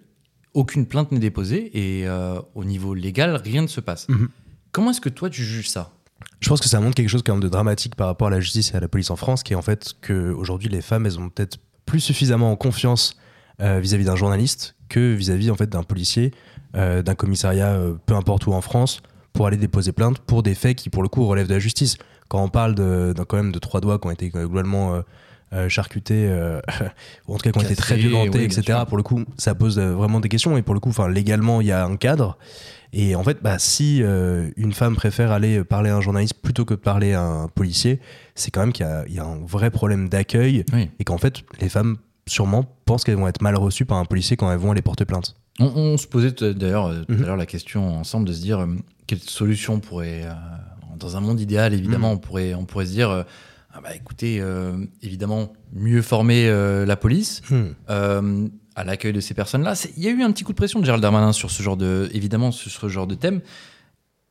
aucune plainte n'est déposée et euh, au niveau légal, rien ne se passe.
Mhm.
Comment est-ce que toi, tu juges ça
Je pense que ça montre quelque chose quand même de dramatique par rapport à la justice et à la police en France, qui est en fait que aujourd'hui les femmes, elles ont peut-être plus suffisamment en confiance euh, vis-à-vis d'un journaliste que vis-à-vis en fait d'un policier, euh, d'un commissariat, euh, peu importe où en France, pour aller déposer plainte pour des faits qui pour le coup relèvent de la justice. Quand on parle de, d'un- quand même de trois doigts qui ont été euh, globalement euh, euh, charcutés, euh, ou en tout cas qui ont été très
Cassés,
violentés,
oui, bien
etc.
sûr.
Pour le coup, ça pose euh, vraiment des questions. Et pour le coup, enfin légalement, il y a un cadre. Et en fait, bah, si euh, une femme préfère aller parler à un journaliste plutôt que de parler à un policier, c'est quand même qu'il y a- il y, a un vrai problème d'accueil
Oui.
et qu'en fait, les femmes sûrement pensent qu'elles vont être mal reçues par un policier quand elles vont aller porter plainte.
On, on se posait t- d'ailleurs euh, tout
Mhm.
à l'heure la question ensemble de se dire euh, quelle solution pourrait, euh, dans un monde idéal évidemment, on, pourrait, on pourrait se dire, euh, ah bah, écoutez, euh, évidemment, mieux former euh, la police euh, à l'accueil de ces personnes-là. C'est- Il y a eu un petit coup de pression de Gérald Darmanin sur ce genre de, évidemment, sur ce genre de thème,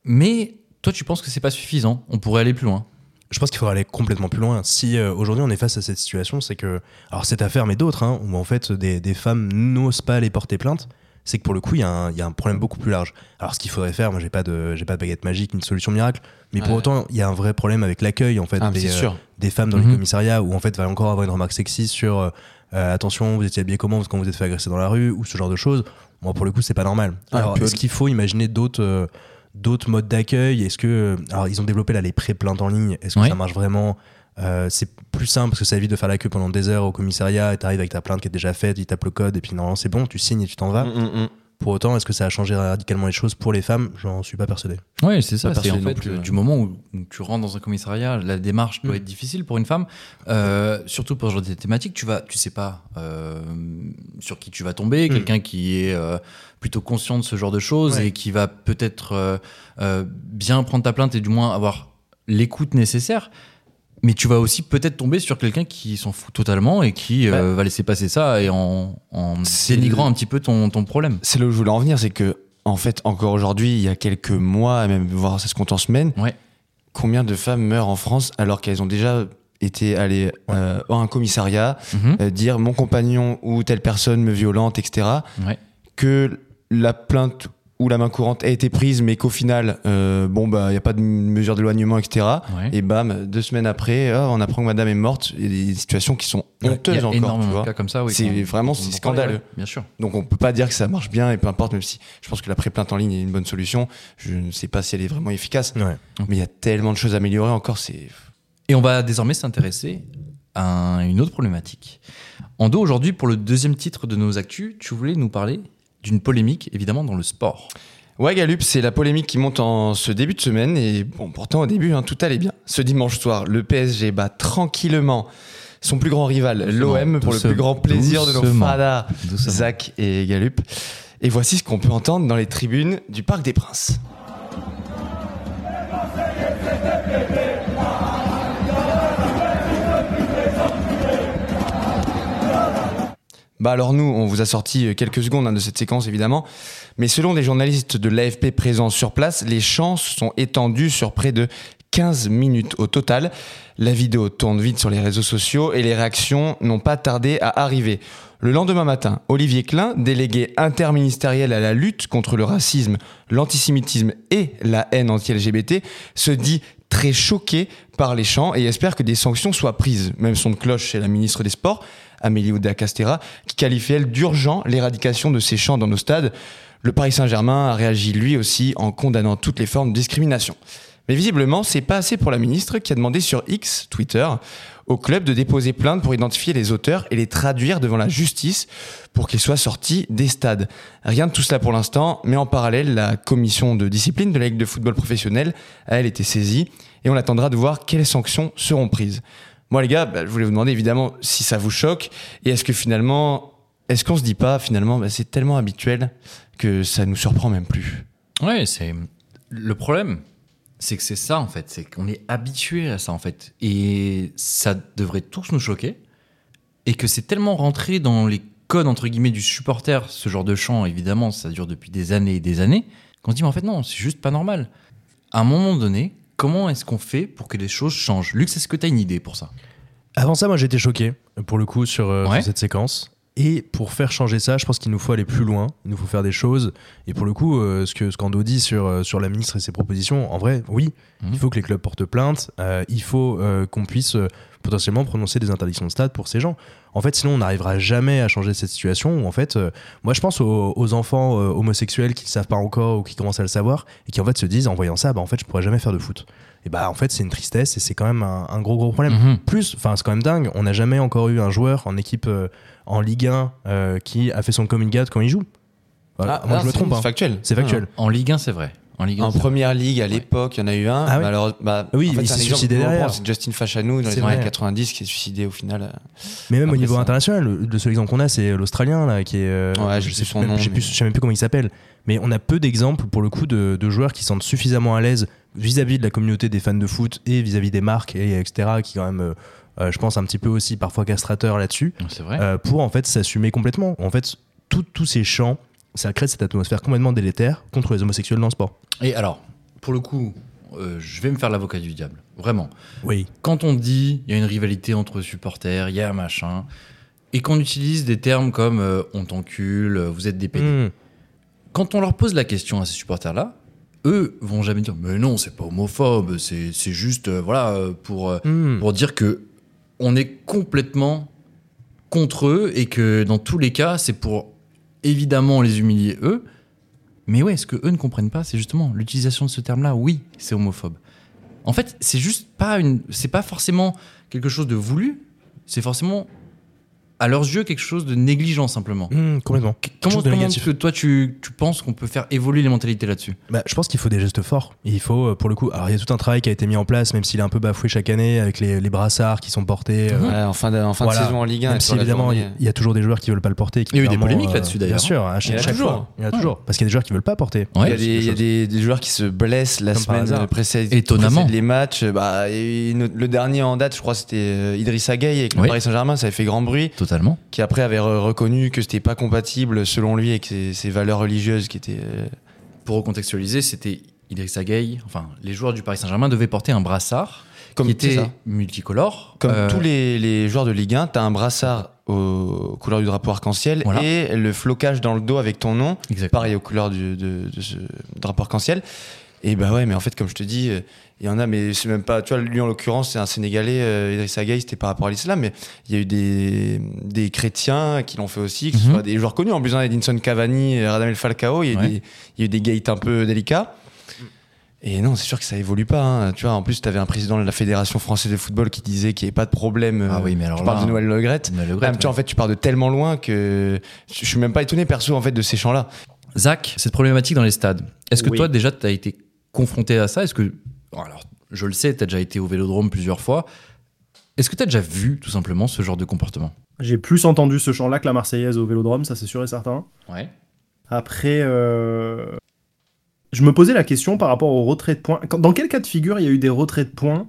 mais toi tu penses que c'est pas suffisant, on pourrait aller plus loin.
Je pense qu'il faudrait aller complètement plus loin. Si euh, aujourd'hui on est face à cette situation, c'est que. Alors cette affaire, mais d'autres, hein, où en fait des, des femmes n'osent pas aller porter plainte, c'est que pour le coup, il y, a un- il y a un problème beaucoup plus large. Alors ce qu'il faudrait faire, moi j'ai pas, de- j'ai pas de baguette magique, ni de solution miracle, mais pour
Ouais.
autant, il y a un vrai problème avec l'accueil en fait.
Ah, mais
des,
c'est
euh,
sûr.
des femmes dans
Mhm.
les commissariats où en fait va encore avoir une remarque sexiste sur euh, euh, attention vous étiez habillé comment quand vous êtes fait agresser dans la rue ou ce genre de choses moi pour le coup c'est pas normal
Ah,
alors
puis-
est-ce qu'il faut imaginer d'autres euh, d'autres modes d'accueil est-ce que euh, alors ils ont développé là les pré-plaintes en ligne est-ce que
Oui.
ça marche vraiment Euh, c'est plus simple parce que ça évite de faire la queue pendant des heures au commissariat et t'arrives avec ta plainte qui est déjà faite ils tapent le code et puis normalement c'est bon tu signes et tu t'en vas
Mm, mm, mm.
pour autant est-ce que ça a changé radicalement les choses pour les femmes j'en suis pas persuadé
Oui, c'est ça.
Pas
C'est en
persuadé non
fait
plus,
euh,
ouais.
du moment où, où tu rentres dans un commissariat, la démarche doit
Mm.
être difficile pour une femme, Euh, surtout pour ce genre de thématiques. Tu vas, tu sais pas euh, sur qui tu vas tomber. Quelqu'un qui est euh, plutôt conscient de ce genre de choses
Ouais.
et qui va peut-être euh, euh, bien prendre ta plainte et du moins avoir l'écoute nécessaire. Mais tu vas aussi peut-être tomber sur quelqu'un qui s'en fout totalement et qui euh, va laisser passer ça et en, en
C'est
dénigrant
le-
un petit peu ton, ton problème.
C'est là où je voulais en venir, c'est que, en fait, encore aujourd'hui, il y a quelques mois, et même voir ça se compte en semaines,
Ouais.
combien de femmes meurent en France alors qu'elles ont déjà été allées euh, à un commissariat,
Mhm.
euh, dire mon compagnon ou telle personne me violente, etc.
Ouais.
Que la plainte ou la main courante a été prise, mais qu'au final, euh, bon, bah, il n'y a pas de mesure d'éloignement, etc.
Ouais.
Et bam, deux semaines après, oh, on apprend que madame est morte. Il y a des situations qui sont honteuses
Il y a
encore.
énormément
tu vois.
de cas comme ça. oui, Mm.
C'est
qu'on-
vraiment,
qu'on
c'est
en parlait,
scandaleux.
ouais, bien sûr.
Donc on peut pas dire que ça marche bien et peu importe, même si je pense que la pré-plainte en ligne est une bonne solution. Je ne sais pas si elle est vraiment efficace,
ouais
mais il y a tellement de choses à améliorer encore. C'est
Et on va désormais s'intéresser à une autre problématique. Ando, aujourd'hui, pour le deuxième titre de nos actus, tu voulais nous parler d'une polémique, évidemment, dans le sport.
ouais, Galup, c'est la polémique qui monte en ce début de semaine et bon, pourtant au début hein, tout allait bien. Ce dimanche soir, le PSG bat tranquillement son plus grand rival,
Doucement,
l'OM, pour le
doucement,
plus grand plaisir de nos
doucement.
fadas, Zach et Galup. Et voici ce qu'on peut entendre dans les tribunes du Parc des Princes. Bah alors nous, on vous a sorti quelques secondes hein, de cette séquence évidemment, mais selon des journalistes de l'AFP présents sur place, les chances sont étendues sur près de 15 minutes au total. La vidéo tourne vite sur les réseaux sociaux et les réactions n'ont pas tardé à arriver. Le lendemain matin, Olivier Klein, délégué interministériel à la lutte contre le racisme, l'antisémitisme et la haine anti-LGBT, se dit très choqué par les chants et espère que des sanctions soient prises. Même son de cloche chez la ministre des Sports, Amélie Oudéa-Castéra, qui qualifie elle d'urgent l'éradication de ces chants dans nos stades. Le Paris Saint-Germain a réagi lui aussi en condamnant toutes les formes de discrimination. Mais visiblement, c'est pas assez pour la ministre qui a demandé sur X, Twitter, au club de déposer plainte pour identifier les auteurs et les traduire devant la justice pour qu'ils soient sortis des stades. Rien de tout cela pour l'instant, mais en parallèle, la commission de discipline de la Ligue de football professionnel a, elle, été saisie et on attendra de voir quelles sanctions seront prises. Moi, les gars, bah, je voulais vous demander évidemment si ça vous choque et est-ce que finalement, est-ce qu'on se dit pas finalement, bah, c'est tellement habituel que ça nous surprend même plus
Ouais, c'est le problème, c'est que c'est ça en fait, c'est qu'on est habitué à ça en fait, et ça devrait tous nous choquer, et que c'est tellement rentré dans les codes entre guillemets du supporter, ce genre de chant évidemment, ça dure depuis des années et des années, qu'on se dit mais en fait non, c'est juste pas normal. À un moment donné, comment est-ce qu'on fait pour que les choses changent Lux, est-ce que t'as une idée pour ça
Avant ça, moi j'étais choqué, pour le coup, sur, euh,
Ouais.
sur cette séquence. Et pour faire changer ça, je pense qu'il nous faut aller plus loin, il nous faut faire des choses. Et pour le coup, euh, ce que ce qu'Ando dit sur, euh, sur la ministre et ses propositions, en vrai, oui,
Mhm.
il faut que les clubs portent plainte, euh, il faut euh, qu'on puisse euh, potentiellement prononcer des interdictions de stade pour ces gens. En fait, sinon, on n'arrivera jamais à changer cette situation où, en fait, euh, moi je pense aux, aux enfants euh, homosexuels qui ne savent pas encore ou qui commencent à le savoir et qui, en fait, se disent en voyant ça, bah en fait, je pourrais jamais faire de foot. Et bah, en fait, c'est une tristesse et c'est quand même un, un gros, gros problème
Mhm.
plus, enfin c'est quand même dingue, on n'a jamais encore eu un joueur en équipe euh, en Ligue 1 euh, qui a fait son coming out quand il joue. Voilà.
Ah,
Moi je me trompe, hein.
C'est factuel.
c'est factuel.
En Ligue 1, c'est vrai. En Ligue 1,
En
c'est vrai.
première ligue, à l'époque, il y en a eu un.
Ah oui.
Alors, bah,
Oui,
en fait,
il
c'est un
s'est
exemple
suicidé
qu'on
derrière.
reprend, C'est Justin Fachanou dans
C'est
les années
vrai.
90 qui est suicidé au final.
Mais même
Après,
au niveau
ça-
international, le, le seul exemple qu'on a c'est l'Australien là qui est. euh,
Ouais, je
je
sais
sais
son
même-
nom,
je sais
mais-
plus- je sais même plus comment il s'appelle. Mais on a peu d'exemples pour le coup de, de joueurs qui se sentent suffisamment à l'aise vis-à-vis de la communauté des fans de foot et vis-à-vis des marques et etc. qui quand même, euh, euh, je pense un petit peu aussi parfois castrateurs là-dessus.
C'est vrai.
euh, pour en fait s'assumer complètement. En fait, tout- tous ces chants, ça crée cette atmosphère complètement délétère contre les homosexuels dans le sport.
Et alors, pour le coup, euh, je vais me faire l'avocat du diable. Vraiment.
Oui.
Quand on dit il y a une rivalité entre supporters, il y a un machin, et qu'on utilise des termes comme euh, on t'encule, euh, vous êtes des
Mm.
pédés.
Mmh.
Quand on leur pose la question à ces supporters-là, eux vont jamais dire mais non, c'est pas homophobe, c'est c'est juste euh, voilà euh, pour euh,
Mm. Mmh.
pour dire que on est complètement contre eux et que dans tous les cas, c'est pour évidemment les humilier eux. Mais ouais, ce que eux ne comprennent pas, c'est justement l'utilisation de ce terme-là. Oui, c'est homophobe. En fait, c'est juste pas une, c'est pas forcément quelque chose de voulu. C'est forcément à leurs yeux quelque chose de négligent simplement.
Mmh, complètement.
Qu- Comment,
Mm. chose de
comment
négatif.
que toi tu, tu penses qu'on peut faire évoluer les mentalités là-dessus
Bah, je pense qu'il faut des gestes forts. Il faut, euh, pour le coup, alors il y a tout un travail qui a été mis en place, même s'il est un peu bafoué chaque année avec les, les brassards qui sont portés. euh,
Voilà, en fin de, en fin de
Voilà.
saison en Ligue 1.
Même
et
si
sur la
évidemment il y
journée,
a- il y a toujours des joueurs qui veulent pas le porter. qui,
Il y a eu des
clairement,
polémiques
euh,
là-dessus, d'ailleurs. hein.
Bien sûr, à
Il y en
chaque,
a
chaque
toujours.
fois. Il y en a
Ouais.
toujours. Parce qu'il y a des joueurs qui veulent pas porter.
Il y a
Ouais.
des- il y a, des, des joueurs qui se blessent la
Comme par
semaine
hasard.
précède,
Étonnamment.
précède les matchs. Bah, et no- le dernier en date, je crois, c'était euh, Idrissa Gueye avec le
Oui.
Paris Saint-Germain. Ça avait fait grand bruit.
Totalement.
Qui après avait re- reconnu que c'était pas compatible selon lui avec ses, ses valeurs religieuses qui étaient. euh,
Pour recontextualiser, c'était Idrissa Gueye. Enfin, les joueurs du Paris Saint-Germain devaient porter un brassard
comme
qui
c'est
était
ça.
multicolore.
Comme
Euh,
tous les, les joueurs de Ligue 1, t'as un brassard aux couleurs du drapeau arc-en-ciel
Voilà.
et le flocage dans le dos avec ton nom.
Exactement.
pareil aux couleurs du- de, de ce drapeau arc-en-ciel. Et bah ouais, mais en fait, comme je te dis, euh, il y en a, mais c'est même pas. Tu vois, lui en l'occurrence, c'est un Sénégalais, euh, Idrissa Gueye, c'était par rapport à l'islam, mais il y a eu des, des chrétiens qui l'ont fait aussi, que ce
Mhm.
soit des joueurs connus, en plus, hein, Edinson Cavani, euh, Radamel Falcao, il y a eu
Ouais.
des, il y a eu des gates un peu délicats. Et non, c'est sûr que ça évolue pas. hein. Tu vois, en plus, tu avais un président de la Fédération française de football qui disait qu'il n'y avait pas de problème. euh,
Ah oui, mais alors
je
là,
parle de Noël Le Gret.
Noël Le
Ah,
Gret,
mais tu vois, en fait, tu pars de tellement loin que je je suis même pas étonné perso en fait de ces champs-là.
ouais. Zach, cette problématique dans les stades, est-ce que
Oui.
toi déjà tu as été confronté à ça Est-ce que bon, alors je le sais, tu as déjà été au Vélodrome plusieurs fois. Est-ce que tu as déjà vu tout simplement ce genre de comportement
J'ai plus entendu ce chant-là que la Marseillaise au Vélodrome, ça c'est sûr et certain.
Ouais.
Après, euh, je me posais la question par rapport au retrait de points. Quand- Dans quel cas de figure il y a eu des retraits de points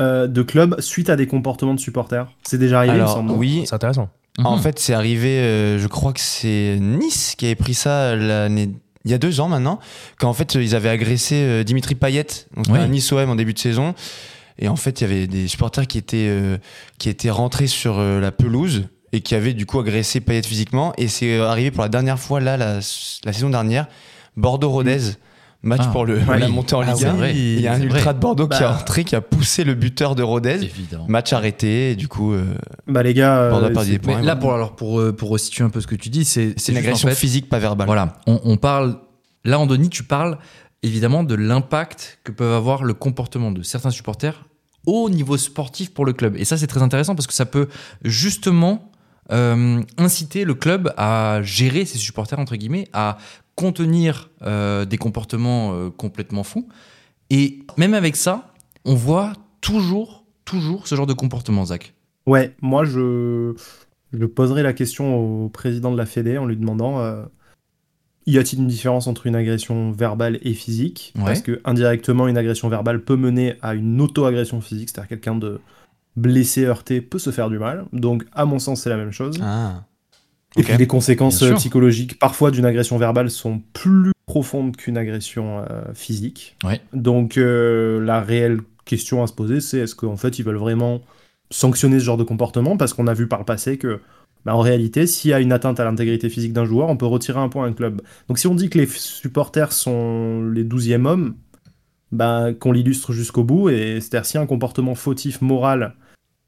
euh, de clubs suite à des comportements de supporters C'est déjà arrivé, il me
Alors
semble.
oui,
C'est intéressant.
En
Mhm.
fait, c'est arrivé, euh, je crois que c'est Nice qui avait pris ça l'année. Il y a deux ans maintenant, quand en fait ils avaient agressé euh, Dimitri Payet, donc
Oui.
un Nice OM en début de saison, et en fait il y avait des supporters qui étaient euh, qui étaient rentrés sur euh, la pelouse et qui avaient du coup agressé Payet physiquement, et c'est euh, arrivé pour la dernière fois là la, la saison dernière, Bordeaux Rodez, match
Ah,
pour le
oui.
la montée en
Ah,
Ligue
c'est
1.
vrai.
Il y a un
C'est
ultra
vrai.
de Bordeaux qui est
Bah.
rentré, qui a poussé le buteur de Rodez.
Évidemment.
Match arrêté, et du coup, euh,
Bah les gars, euh,
Bordeaux a perdu
c'est-
des
Mais
points.
là,
ouais.
pour, alors, pour, euh, pour restituer un peu ce que tu dis, c'est
C'est
juste, en
une agression
fait,
physique, pas verbale.
Voilà, on, on parle. Là, Andoni, tu parles évidemment de l'impact que peuvent avoir le comportement de certains supporters au niveau sportif pour le club. Et ça, c'est très intéressant parce que ça peut justement euh, inciter le club à gérer ses supporters, entre guillemets, à contenir euh, des comportements euh, complètement fous. Et même avec ça, on voit toujours, toujours ce genre de comportement, Zach.
Ouais, moi je, je poserai la question au président de la Fédé en lui demandant euh, y a-t-il une différence entre une agression verbale et physique?
Ouais.
Parce que indirectement, une agression verbale peut mener à une auto-agression physique, c'est-à-dire quelqu'un de blessé, heurté peut se faire du mal. Donc, à mon sens, c'est la même chose.
Ah.
Et
Ok.
puis les conséquences
Bien
euh,
sûr.
psychologiques, parfois d'une agression verbale, sont plus profondes qu'une agression euh, physique.
Ouais.
Donc euh, la réelle question à se poser, c'est est-ce qu'en fait ils veulent vraiment sanctionner ce genre de comportement Parce qu'on a vu par le passé que, bah, en réalité, s'il y a une atteinte à l'intégrité physique d'un joueur, on peut retirer un point à un club. Donc si on dit que les supporters sont les 12e hommes, bah, qu'on l'illustre jusqu'au bout, et c'est-à-dire s'il y a un comportement fautif, moral,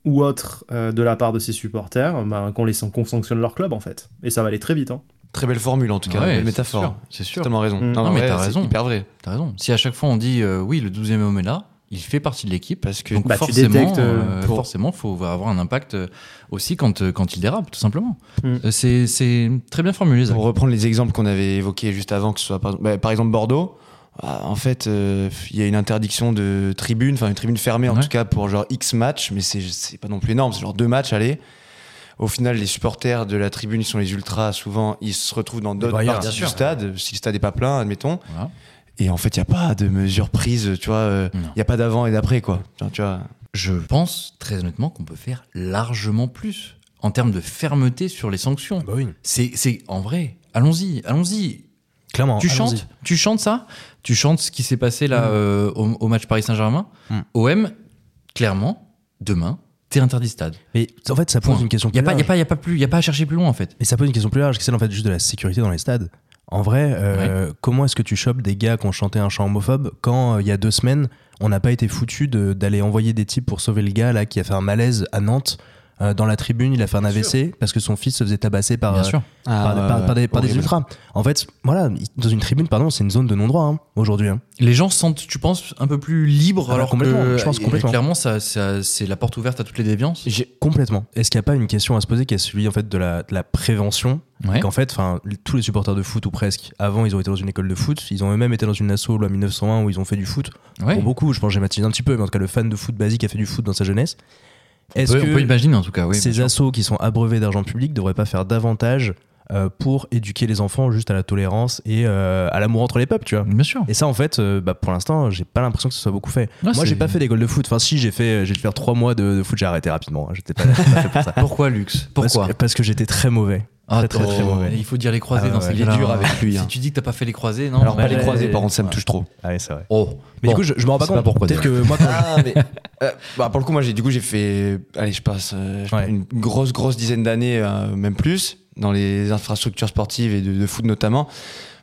ou autre euh, de la part de ses supporters, ben, qu'on les qu'on sanctionne leur club en fait. Et ça va aller très vite. Hein.
Très belle formule en tout cas,
Ouais,
belle
c'est
métaphore.
sûr, C'est
Tu as
sûr.
tellement raison.
Mm.
Non,
en
mais
vrai,
t'as
c'est
raison.
hyper vrai.
T'as raison. Si à chaque fois on dit euh, oui, le 12e homme est là, il fait partie de l'équipe.
Parce que
Donc
Bah, tu
forcément,
détectes, euh,
euh,
pour-
forcément, faut avoir un impact euh, aussi quand, euh, quand il dérape, tout simplement.
Mm.
Euh, C'est c'est très bien formulé. Zach.
pour reprendre les exemples qu'on avait évoqués juste avant, que ce soit par, bah, par exemple Bordeaux, ah, en fait, euh, il y a une interdiction de tribune, enfin une tribune fermée en
Ouais.
tout cas pour genre X matchs, mais c'est- c'est pas non plus énorme, c'est genre deux matchs, allez. Au final, les supporters de la tribune, ils sont les ultras, souvent, ils se retrouvent dans d'autres
barrières,
parties
bien
du
sûr.
stade, si le stade n'est pas plein, admettons.
Voilà.
Et en fait, il n'y a pas de mesures prises, tu vois, euh, il
Non.
n'y a pas d'avant et d'après, quoi. Enfin, tu vois.
Je pense très honnêtement qu'on peut faire largement plus en termes de fermeté sur les sanctions.
Bah oui,
C'est c'est- en vrai. Allons-y, allons-y.
clairement.
Tu
allons-y.
chantes, tu chantes ça, tu chantes ce qui s'est passé là euh, au, au match Paris Saint-Germain.
Mm.
OM, clairement, demain, t'es interdit stade.
Mais en fait, ça pose une question
Il y
plus
a pas, y a
large.
pas, y a pas plus, y a pas à chercher plus loin en fait.
Mais ça pose une question plus large, qui est celle en fait juste de la sécurité dans les stades. En vrai, euh, comment est-ce que tu chopes des gars qui ont chanté un chant homophobe quand euh, il y a deux semaines, on n'a pas été foutu de- d'aller envoyer des types pour sauver le gars là qui a fait un malaise à Nantes euh, dans la tribune, il a fait un AVC parce que son fils se faisait tabasser par,
Bien
euh,
sûr.
par,
Ah,
par-
ouais,
par des, par des
horrible.
ultras. En fait, voilà, dans une tribune, pardon, c'est une zone de non-droit hein, aujourd'hui. hein.
Les gens se sentent, tu penses, un peu plus libres
Ah,
alors
complètement,
que
je pense complètement.
clairement ça, ça- c'est la porte ouverte à toutes les déviances.
J'ai- Complètement. Est-ce qu'il n'y a pas une question à se poser qui est celui en fait de la, de la prévention
Ouais.
Qu'en fait, enfin, tous les supporters de foot ou presque, avant ils ont été dans une école de foot, ils ont eux-mêmes été dans une asso loi 1901 où ils ont fait du foot.
Ouais.
Pour beaucoup, je pense que j'ai matisé un petit peu, mais en tout cas le fan de foot basique a fait du foot dans sa jeunesse. Est-ce
On peut-
que
on peut imaginer en tout cas, oui. bien
ces
sûr.
assos qui sont abreuvés d'argent public devraient pas faire davantage euh, pour éduquer les enfants juste à la tolérance et euh, à l'amour entre les peuples, tu vois
Bien sûr.
et ça, en fait, euh, bah, pour l'instant, j'ai pas l'impression que ce soit beaucoup fait.
Ouais,
Moi, j'ai
Ah, c'est-
pas fait d'école de foot. Enfin, si, j'ai fait, j'ai dû faire trois mois de, de foot, j'ai arrêté rapidement. hein. J'étais pas, pas fait pour ça.
Pourquoi luxe Pourquoi
Parce que, parce que j'étais très mauvais.
Ah,
très, très, très
oh,
mauvais.
Il faut dire les croisés
Ah,
dans
ouais,
ces
il
est
cas-là.
dur avec lui,
Si
hein.
tu dis que t'as pas fait les croisés, non
Alors, pas
ouais.
les croisés, par contre, ça me
bah, Ouais.
touche trop.
Ah oui, c'est vrai.
Oh.
Mais
Bon.
du coup, je, je me rends pas
c'est pas
compte.
pourquoi,
Peut-être que moi, quand
Ah, mais, euh, bah, pour le coup, moi, j'ai du coup, j'ai fait, allez, je passe, euh, je
Ouais.
passe une grosse, grosse dizaine d'années, euh, même plus, dans les infrastructures sportives et de, de foot notamment.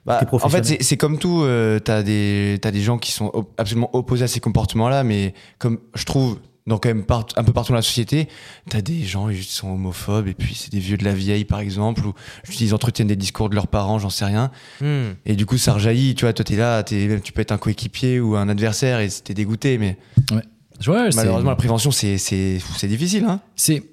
Bah,
T'es
en fait,
professionnel.
c'est- c'est comme tout, euh, t'as des, t'as des gens qui sont op- absolument opposés à ces comportements-là, mais comme je trouve, dans quand même part- un peu partout dans la société, t'as des gens qui sont homophobes et puis c'est des vieux de la vieille, par exemple, ou juste, ils entretiennent des discours de leurs parents, j'en sais rien.
je- Hmm.
Et du coup, ça rejaillit, tu vois, toi, t'es là, t'es- tu peux être un coéquipier ou un adversaire et t'es dégoûté, mais
Ouais, c'est-
Malheureusement, la prévention, c'est, c'est, c'est difficile. Hein
C'est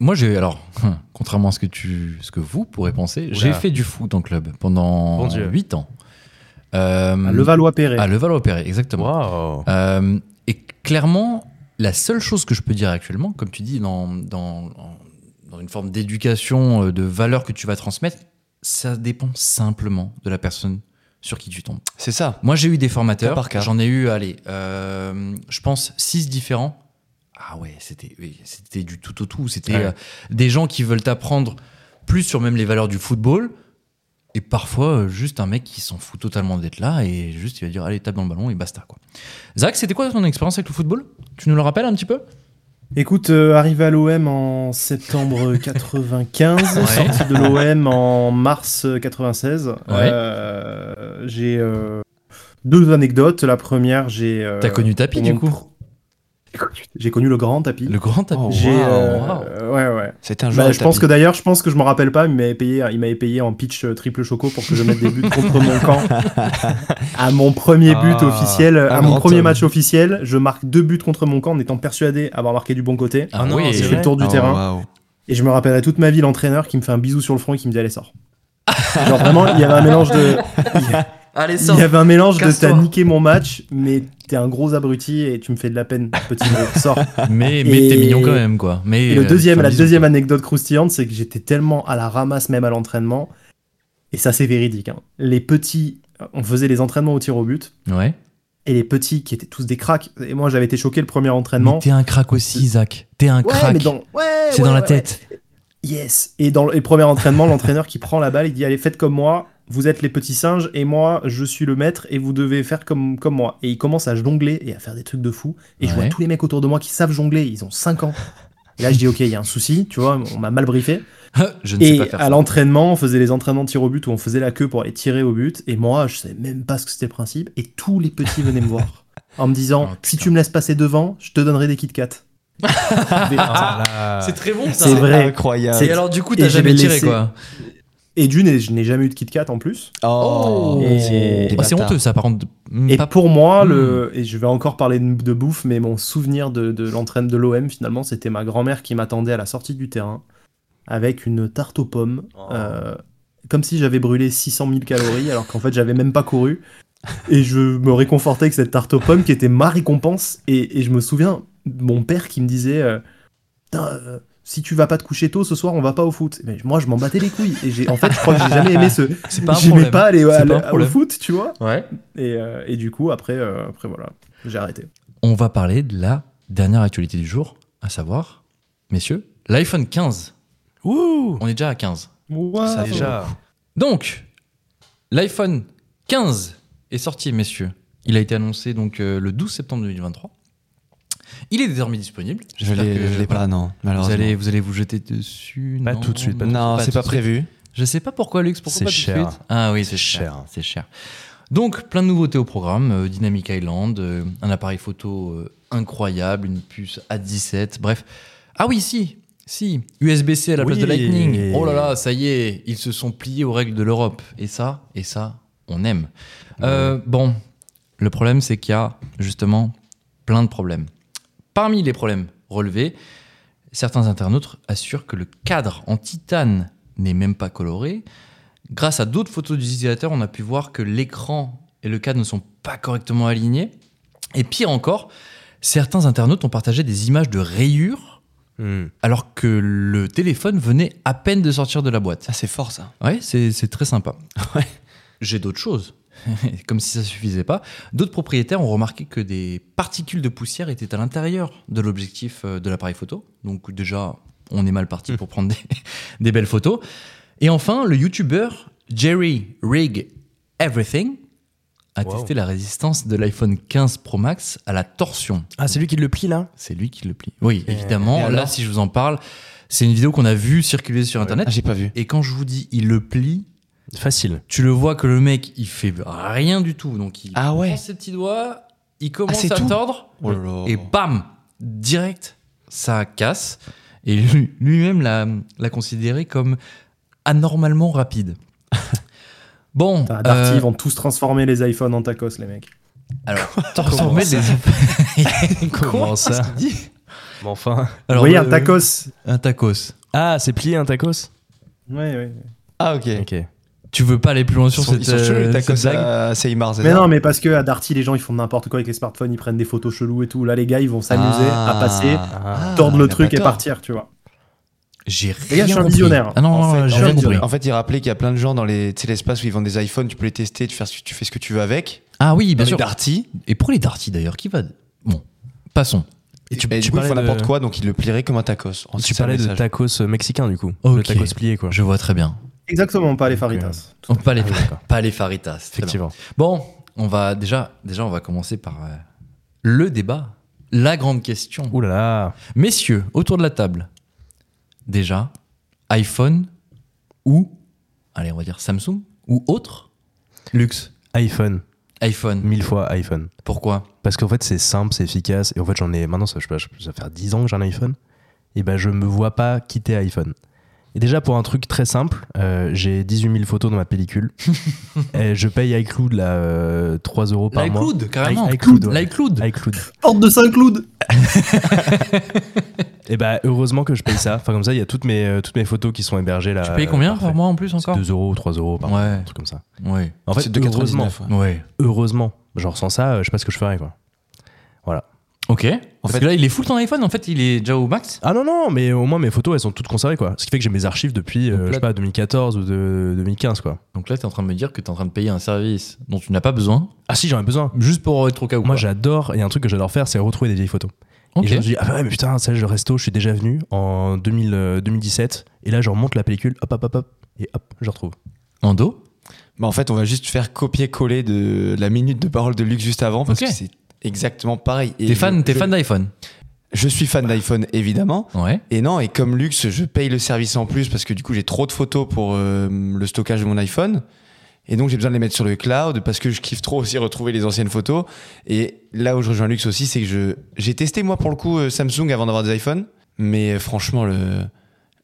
moi j'ai alors hum, contrairement à ce que tu ce que vous pourrez penser,
Oula.
j'ai fait du foot en club pendant
Bon Dieu.
8 ans. Euh,
À Levallois-Perret.
à Levallois-Perret exactement.
Wow.
Euh, et clairement, la seule chose que je peux dire actuellement, comme tu dis, dans, dans, en- dans une forme d'éducation, euh, de valeur que tu vas transmettre, ça dépend simplement de la personne sur qui tu tombes.
c'est ça.
Moi, j'ai eu des
Cas
formateurs,
par cas.
j'en ai eu, allez, euh, je pense, six différents ah ouais, c'était oui, c'était du tout au tout. C'était
Ouais.
euh, des gens qui veulent apprendre plus sur même les valeurs du football. Et parfois, euh, juste un mec qui s'en fout totalement d'être là et juste il va dire allez, tape dans le ballon et basta. quoi. Zach, c'était quoi ton expérience avec le football Tu nous le rappelles un petit peu
Écoute, euh, arrivé à l'OM en septembre 95,
Ouais.
sorti de l'OM en mars 96. Euh, j'ai euh, deux anecdotes. La première, j'ai. euh,
T'as connu Tapi
mon
du coup
pr- J'ai connu le grand tapis.
Le grand Tapi.
Oh,
J'ai,
wow,
euh,
wow.
euh, ouais, ouais.
C'était un
Bah,
joueur. de
je pense que
tapis.
d'ailleurs, je pense que je me rappelle pas, mais il m'avait payé, il m'avait payé en pitch euh, triple choco pour que je mette des buts contre mon camp. À mon premier but
Ah,
officiel,
un
à mon
grand
premier
homme.
match officiel, je marque deux buts contre mon camp en étant persuadé avoir marqué du bon côté.
Ah
Ah non,
oui,
Et
c'est
je
vrai.
fais le tour du
Oh,
terrain.
waouh.
Et je me rappellerai toute ma vie l'entraîneur qui me fait un bisou sur le front et qui me dit allez sors. Genre vraiment, il y avait un mélange de,
Allez,
il y avait un mélange de
Casse-toi.
t'as niqué mon match, mais t'es un gros abruti et tu me fais de la peine, petit gros, sors.
Mais, mais t'es
Et-
mignon quand même, quoi. Mais,
Et le
euh,
deuxième,
enfin,
la
disons-
deuxième anecdote croustillante, c'est que j'étais tellement à la ramasse même à l'entraînement, et ça c'est véridique. hein. Les petits, on faisait les entraînements au tir au but,
Ouais.
et les petits qui étaient tous des cracks. Et moi j'avais été choqué le premier
Mais
entraînement.
t'es un crack aussi, Zach. T'es un
Ouais,
crack.
mais dans, ouais,
C'est
ouais,
dans la
ouais,
tête.
Yes. Et dans le, et le premier entraînement, l'entraîneur qui prend la balle, il dit allez faites comme moi. Vous êtes les petits singes et moi je suis le maître et vous devez faire comme, comme moi. Et il commence à jongler et à faire des trucs de fou. Et je vois
Ouais.
tous les mecs autour de moi qui savent jongler, ils ont 5 ans. Et là je dis ok il y a un souci, tu vois, on m'a mal briefé.
Je ne sais
Et
pas faire
à
ça.
l'entraînement, on faisait les entraînements de tir au but où on faisait la queue pour aller tirer au but. Et moi, je savais même pas ce que c'était le principe. Et tous les petits venaient me voir en me disant
Oh,
si
putain.
tu me laisses passer devant, je te donnerai des Kit Kat.
Ah,
C'est très bon, ça.
C'est vrai.
Incroyable.
Et alors, du coup,
Et
t'as
je
jamais
vais
tiré,
laisser-
quoi.
Et d'une, et je n'ai jamais eu de Kit Kat en plus.
Oh.
Et-
Des
Oh, c'est
bâtards.
honteux, ça, par contre. Hmm,
Et
pas-
pour moi,
Hmm.
le et je vais encore parler de, de bouffe, mais mon souvenir de, de l'entraîne de l'OM finalement, c'était ma grand-mère qui m'attendait à la sortie du terrain avec une tarte aux pommes, euh, comme si j'avais brûlé 600 000 calories alors qu'en fait j'avais même pas couru. Et je me réconfortais avec cette tarte aux pommes qui était ma récompense. Et, et je me souviens, mon père qui me disait euh, Putain, euh, si tu vas pas te coucher tôt ce soir, on va pas au foot. Mais moi, je m'en battais les couilles. Et j'ai- en fait, je crois que j'ai jamais aimé ce.
C'est pas un
J'aimais
problème.
pas aller,
C'est
aller
pas un
au
problème.
foot, tu vois.
Ouais.
Et, euh, et du coup, après, euh, après voilà, j'ai arrêté.
On va parler de la dernière actualité du jour, à savoir, messieurs, l'iPhone 15.
Ouh
On est déjà à 15.
Ça
Wow.
déjà.
Donc, l'iPhone 15 est sorti, messieurs. Il a été annoncé donc euh, le 12 septembre 2023. Il est désormais disponible.
Je
J'espère
l'ai
que-
je l'ai pas,
voilà.
non.
Vous
Malheureusement.
allez, vous allez vous jeter dessus
Pas
non,
tout de suite, pas
Non, c'est
tout
pas
de suite.
prévu.
Je sais pas pourquoi, Lux. Pourquoi
C'est
pas tout de
cher.
suite Ah oui,
C'est
c'est cher.
cher.
C'est cher. Donc, plein de nouveautés au programme. euh, Dynamic Island, euh, un appareil photo euh, incroyable, une puce A17. Bref. Ah oui, si. Si. USB-C à la place de
Oui.
Lightning. Oh là là, ça y est. Ils se sont pliés aux règles de l'Europe. Et ça, et ça, on aime. Euh, bon. Le problème, c'est qu'il y a justement plein de problèmes. Parmi les problèmes relevés, certains internautes assurent que le cadre en titane n'est même pas coloré. Grâce à d'autres photos d'utilisateurs, on a pu voir que l'écran et le cadre ne sont pas correctement alignés. Et pire encore, certains internautes ont partagé des images de rayures
Hmm.
alors que le téléphone venait à peine de sortir de la boîte.
Ah, c'est fort ça.
Ouais, c'est c'est très sympa. J'ai d'autres choses. Comme si ça suffisait pas. D'autres propriétaires ont remarqué que des particules de poussière étaient à l'intérieur de l'objectif euh, de l'appareil photo. Donc déjà, on est mal parti pour prendre des, des belles photos. Et enfin, le youtubeur Jerry Rig Everything a
Wow.
testé la résistance de l'iPhone 15 Pro Max à la torsion.
Ah, c'est lui qui le plie là
C'est lui qui le plie. Oui,
Et-
évidemment.
et alors
Là, si je vous en parle, c'est une vidéo qu'on a vue circuler sur Internet.
Ah, j'ai pas vu.
Et quand je vous dis il le plie,
Facile.
tu le vois que le mec, il fait rien du tout. Donc il
Ah ouais. Ah,
prend ses petits doigts, il commence
c'est
à
tout
tordre,
Oh là là.
et bam Direct, ça casse. Et lui- lui-même l'a l'a considéré comme anormalement rapide. bon,
Putain, à Darty,
euh,
ils vont tous transformer les iPhones en tacos, les mecs.
alors, transformer
ça
les...
Comment ça
Qu'est-ce qu'il dit
Mais enfin.
Alors,
Vous voyez,
euh,
un tacos
Un tacos.
Ah, c'est plié un tacos
Ouais, ouais.
Ah, ok.
Ok.
Tu veux pas aller plus loin sur
Ils sont-
cette,
ils sont chelous, les
euh,
tacos
cette blague
à Seymar, Ah, c'est
Mais
ça
non, mais parce que à Darty, les gens ils font n'importe quoi avec les smartphones, ils prennent des photos cheloues et tout. Là, les gars, ils vont s'amuser
Ah.
à passer,
Ah.
tordre
il a
le
pas
truc et
tort.
partir, tu vois.
J'ai
Les
rien
gars, je suis un
compris.
visionnaire.
Ah non, non,
en,
j'ai
fait,
rien compris.
en fait, il rappelait qu'il y a plein de gens dans les, tu sais, l'espace où ils vendent des iPhones, tu peux les tester, tu fais ce que tu, fais ce que tu veux avec.
Ah oui, bien
Avec
sûr.
Darty.
Et pour les Darty d'ailleurs, qui va Bon, passons.
Et tu,
Et du
tu
coup, il
parlais
faut
de-
n'importe quoi, donc il le plierait comme un tacos. Oh, En
Tu
super
parlais de
message.
tacos mexicain du coup.
Ok.
Le tacos plié quoi.
Je vois très bien.
Ah Exactement, pas les faritas.
Oh, pas, les,
Ah oui, d'accord.
pas les faritas. très bien.
Effectivement.
Bon, on va déjà, déjà, on va commencer par euh, le débat, la grande question.
Ouh là là.
Messieurs, autour de la table, déjà, iPhone ou, allez, on va dire Samsung ou autre luxe
iPhone.
iPhone.
Mille fois iPhone.
Pourquoi
Parce qu'en fait, c'est simple, c'est efficace. Et en fait, j'en ai. Maintenant, ça, je sais pas, ça fait 10 ans que j'ai un iPhone. Et ben, je me vois pas quitter iPhone. Et déjà, pour un truc très simple, euh, j'ai 18 000 photos dans ma pellicule. et je paye iCloud là, euh, 3 euros par mois.
L'iCloud, carrément.
I- iCloud, ouais.
L'iCloud.
iCloud.
Porte de Saint-Cloud
Et bah, heureusement que je paye ça. Enfin, comme ça, il y a toutes mes, euh, toutes mes photos qui sont hébergées là.
Tu payes combien par mois en plus encore
2 euros ou 3 euros par mois.
Ouais,
Un truc comme ça.
ouais,
En fait,
C'est 2,99,
heureusement,
ouais.
ouais.
heureusement. Genre, sans ça, euh, je sais pas ce que je ferais quoi.
Ok. Parce
fait-
que là, il est full ton iPhone. En fait, il est déjà au max.
Ah non, non, mais au moins mes photos elles sont toutes conservées quoi. Ce qui fait que j'ai mes archives depuis, euh,
Donc là-
je sais pas, 2014 ou de, 2015 quoi.
Donc là, t'es en train de me dire que t'es en train de payer un service dont tu n'as pas besoin,
Ah si, j'en ai besoin.
juste pour être au cas où.
Moi
quoi.
j'adore, il y a un truc que j'adore faire, c'est retrouver des vieilles photos.
Ok.
Et je me dis, ah bah ouais, mais putain, ça, le resto, je suis déjà venu en 2000, euh, 2017. Et là, je remonte la pellicule, hop, hop, hop, hop, et hop, je retrouve.
En dos
Bah, en fait, on va juste faire copier-coller de la minute de parole de Luc juste avant parce
Ok.
que c'est exactement pareil. Et
T'es
je-
fan, t'es
je-
fan d'iPhone
Je suis fan d'iPhone évidemment.
Ouais.
Et non, et comme luxe, je paye le service en plus parce que du coup, j'ai trop de photos pour euh, le stockage de mon iPhone. Et donc, j'ai besoin de les mettre sur le cloud parce que je kiffe trop aussi retrouver les anciennes photos. Et là où je rejoins luxe aussi, c'est que je j'ai testé moi pour le coup euh, Samsung avant d'avoir des iPhones. Mais euh, franchement, le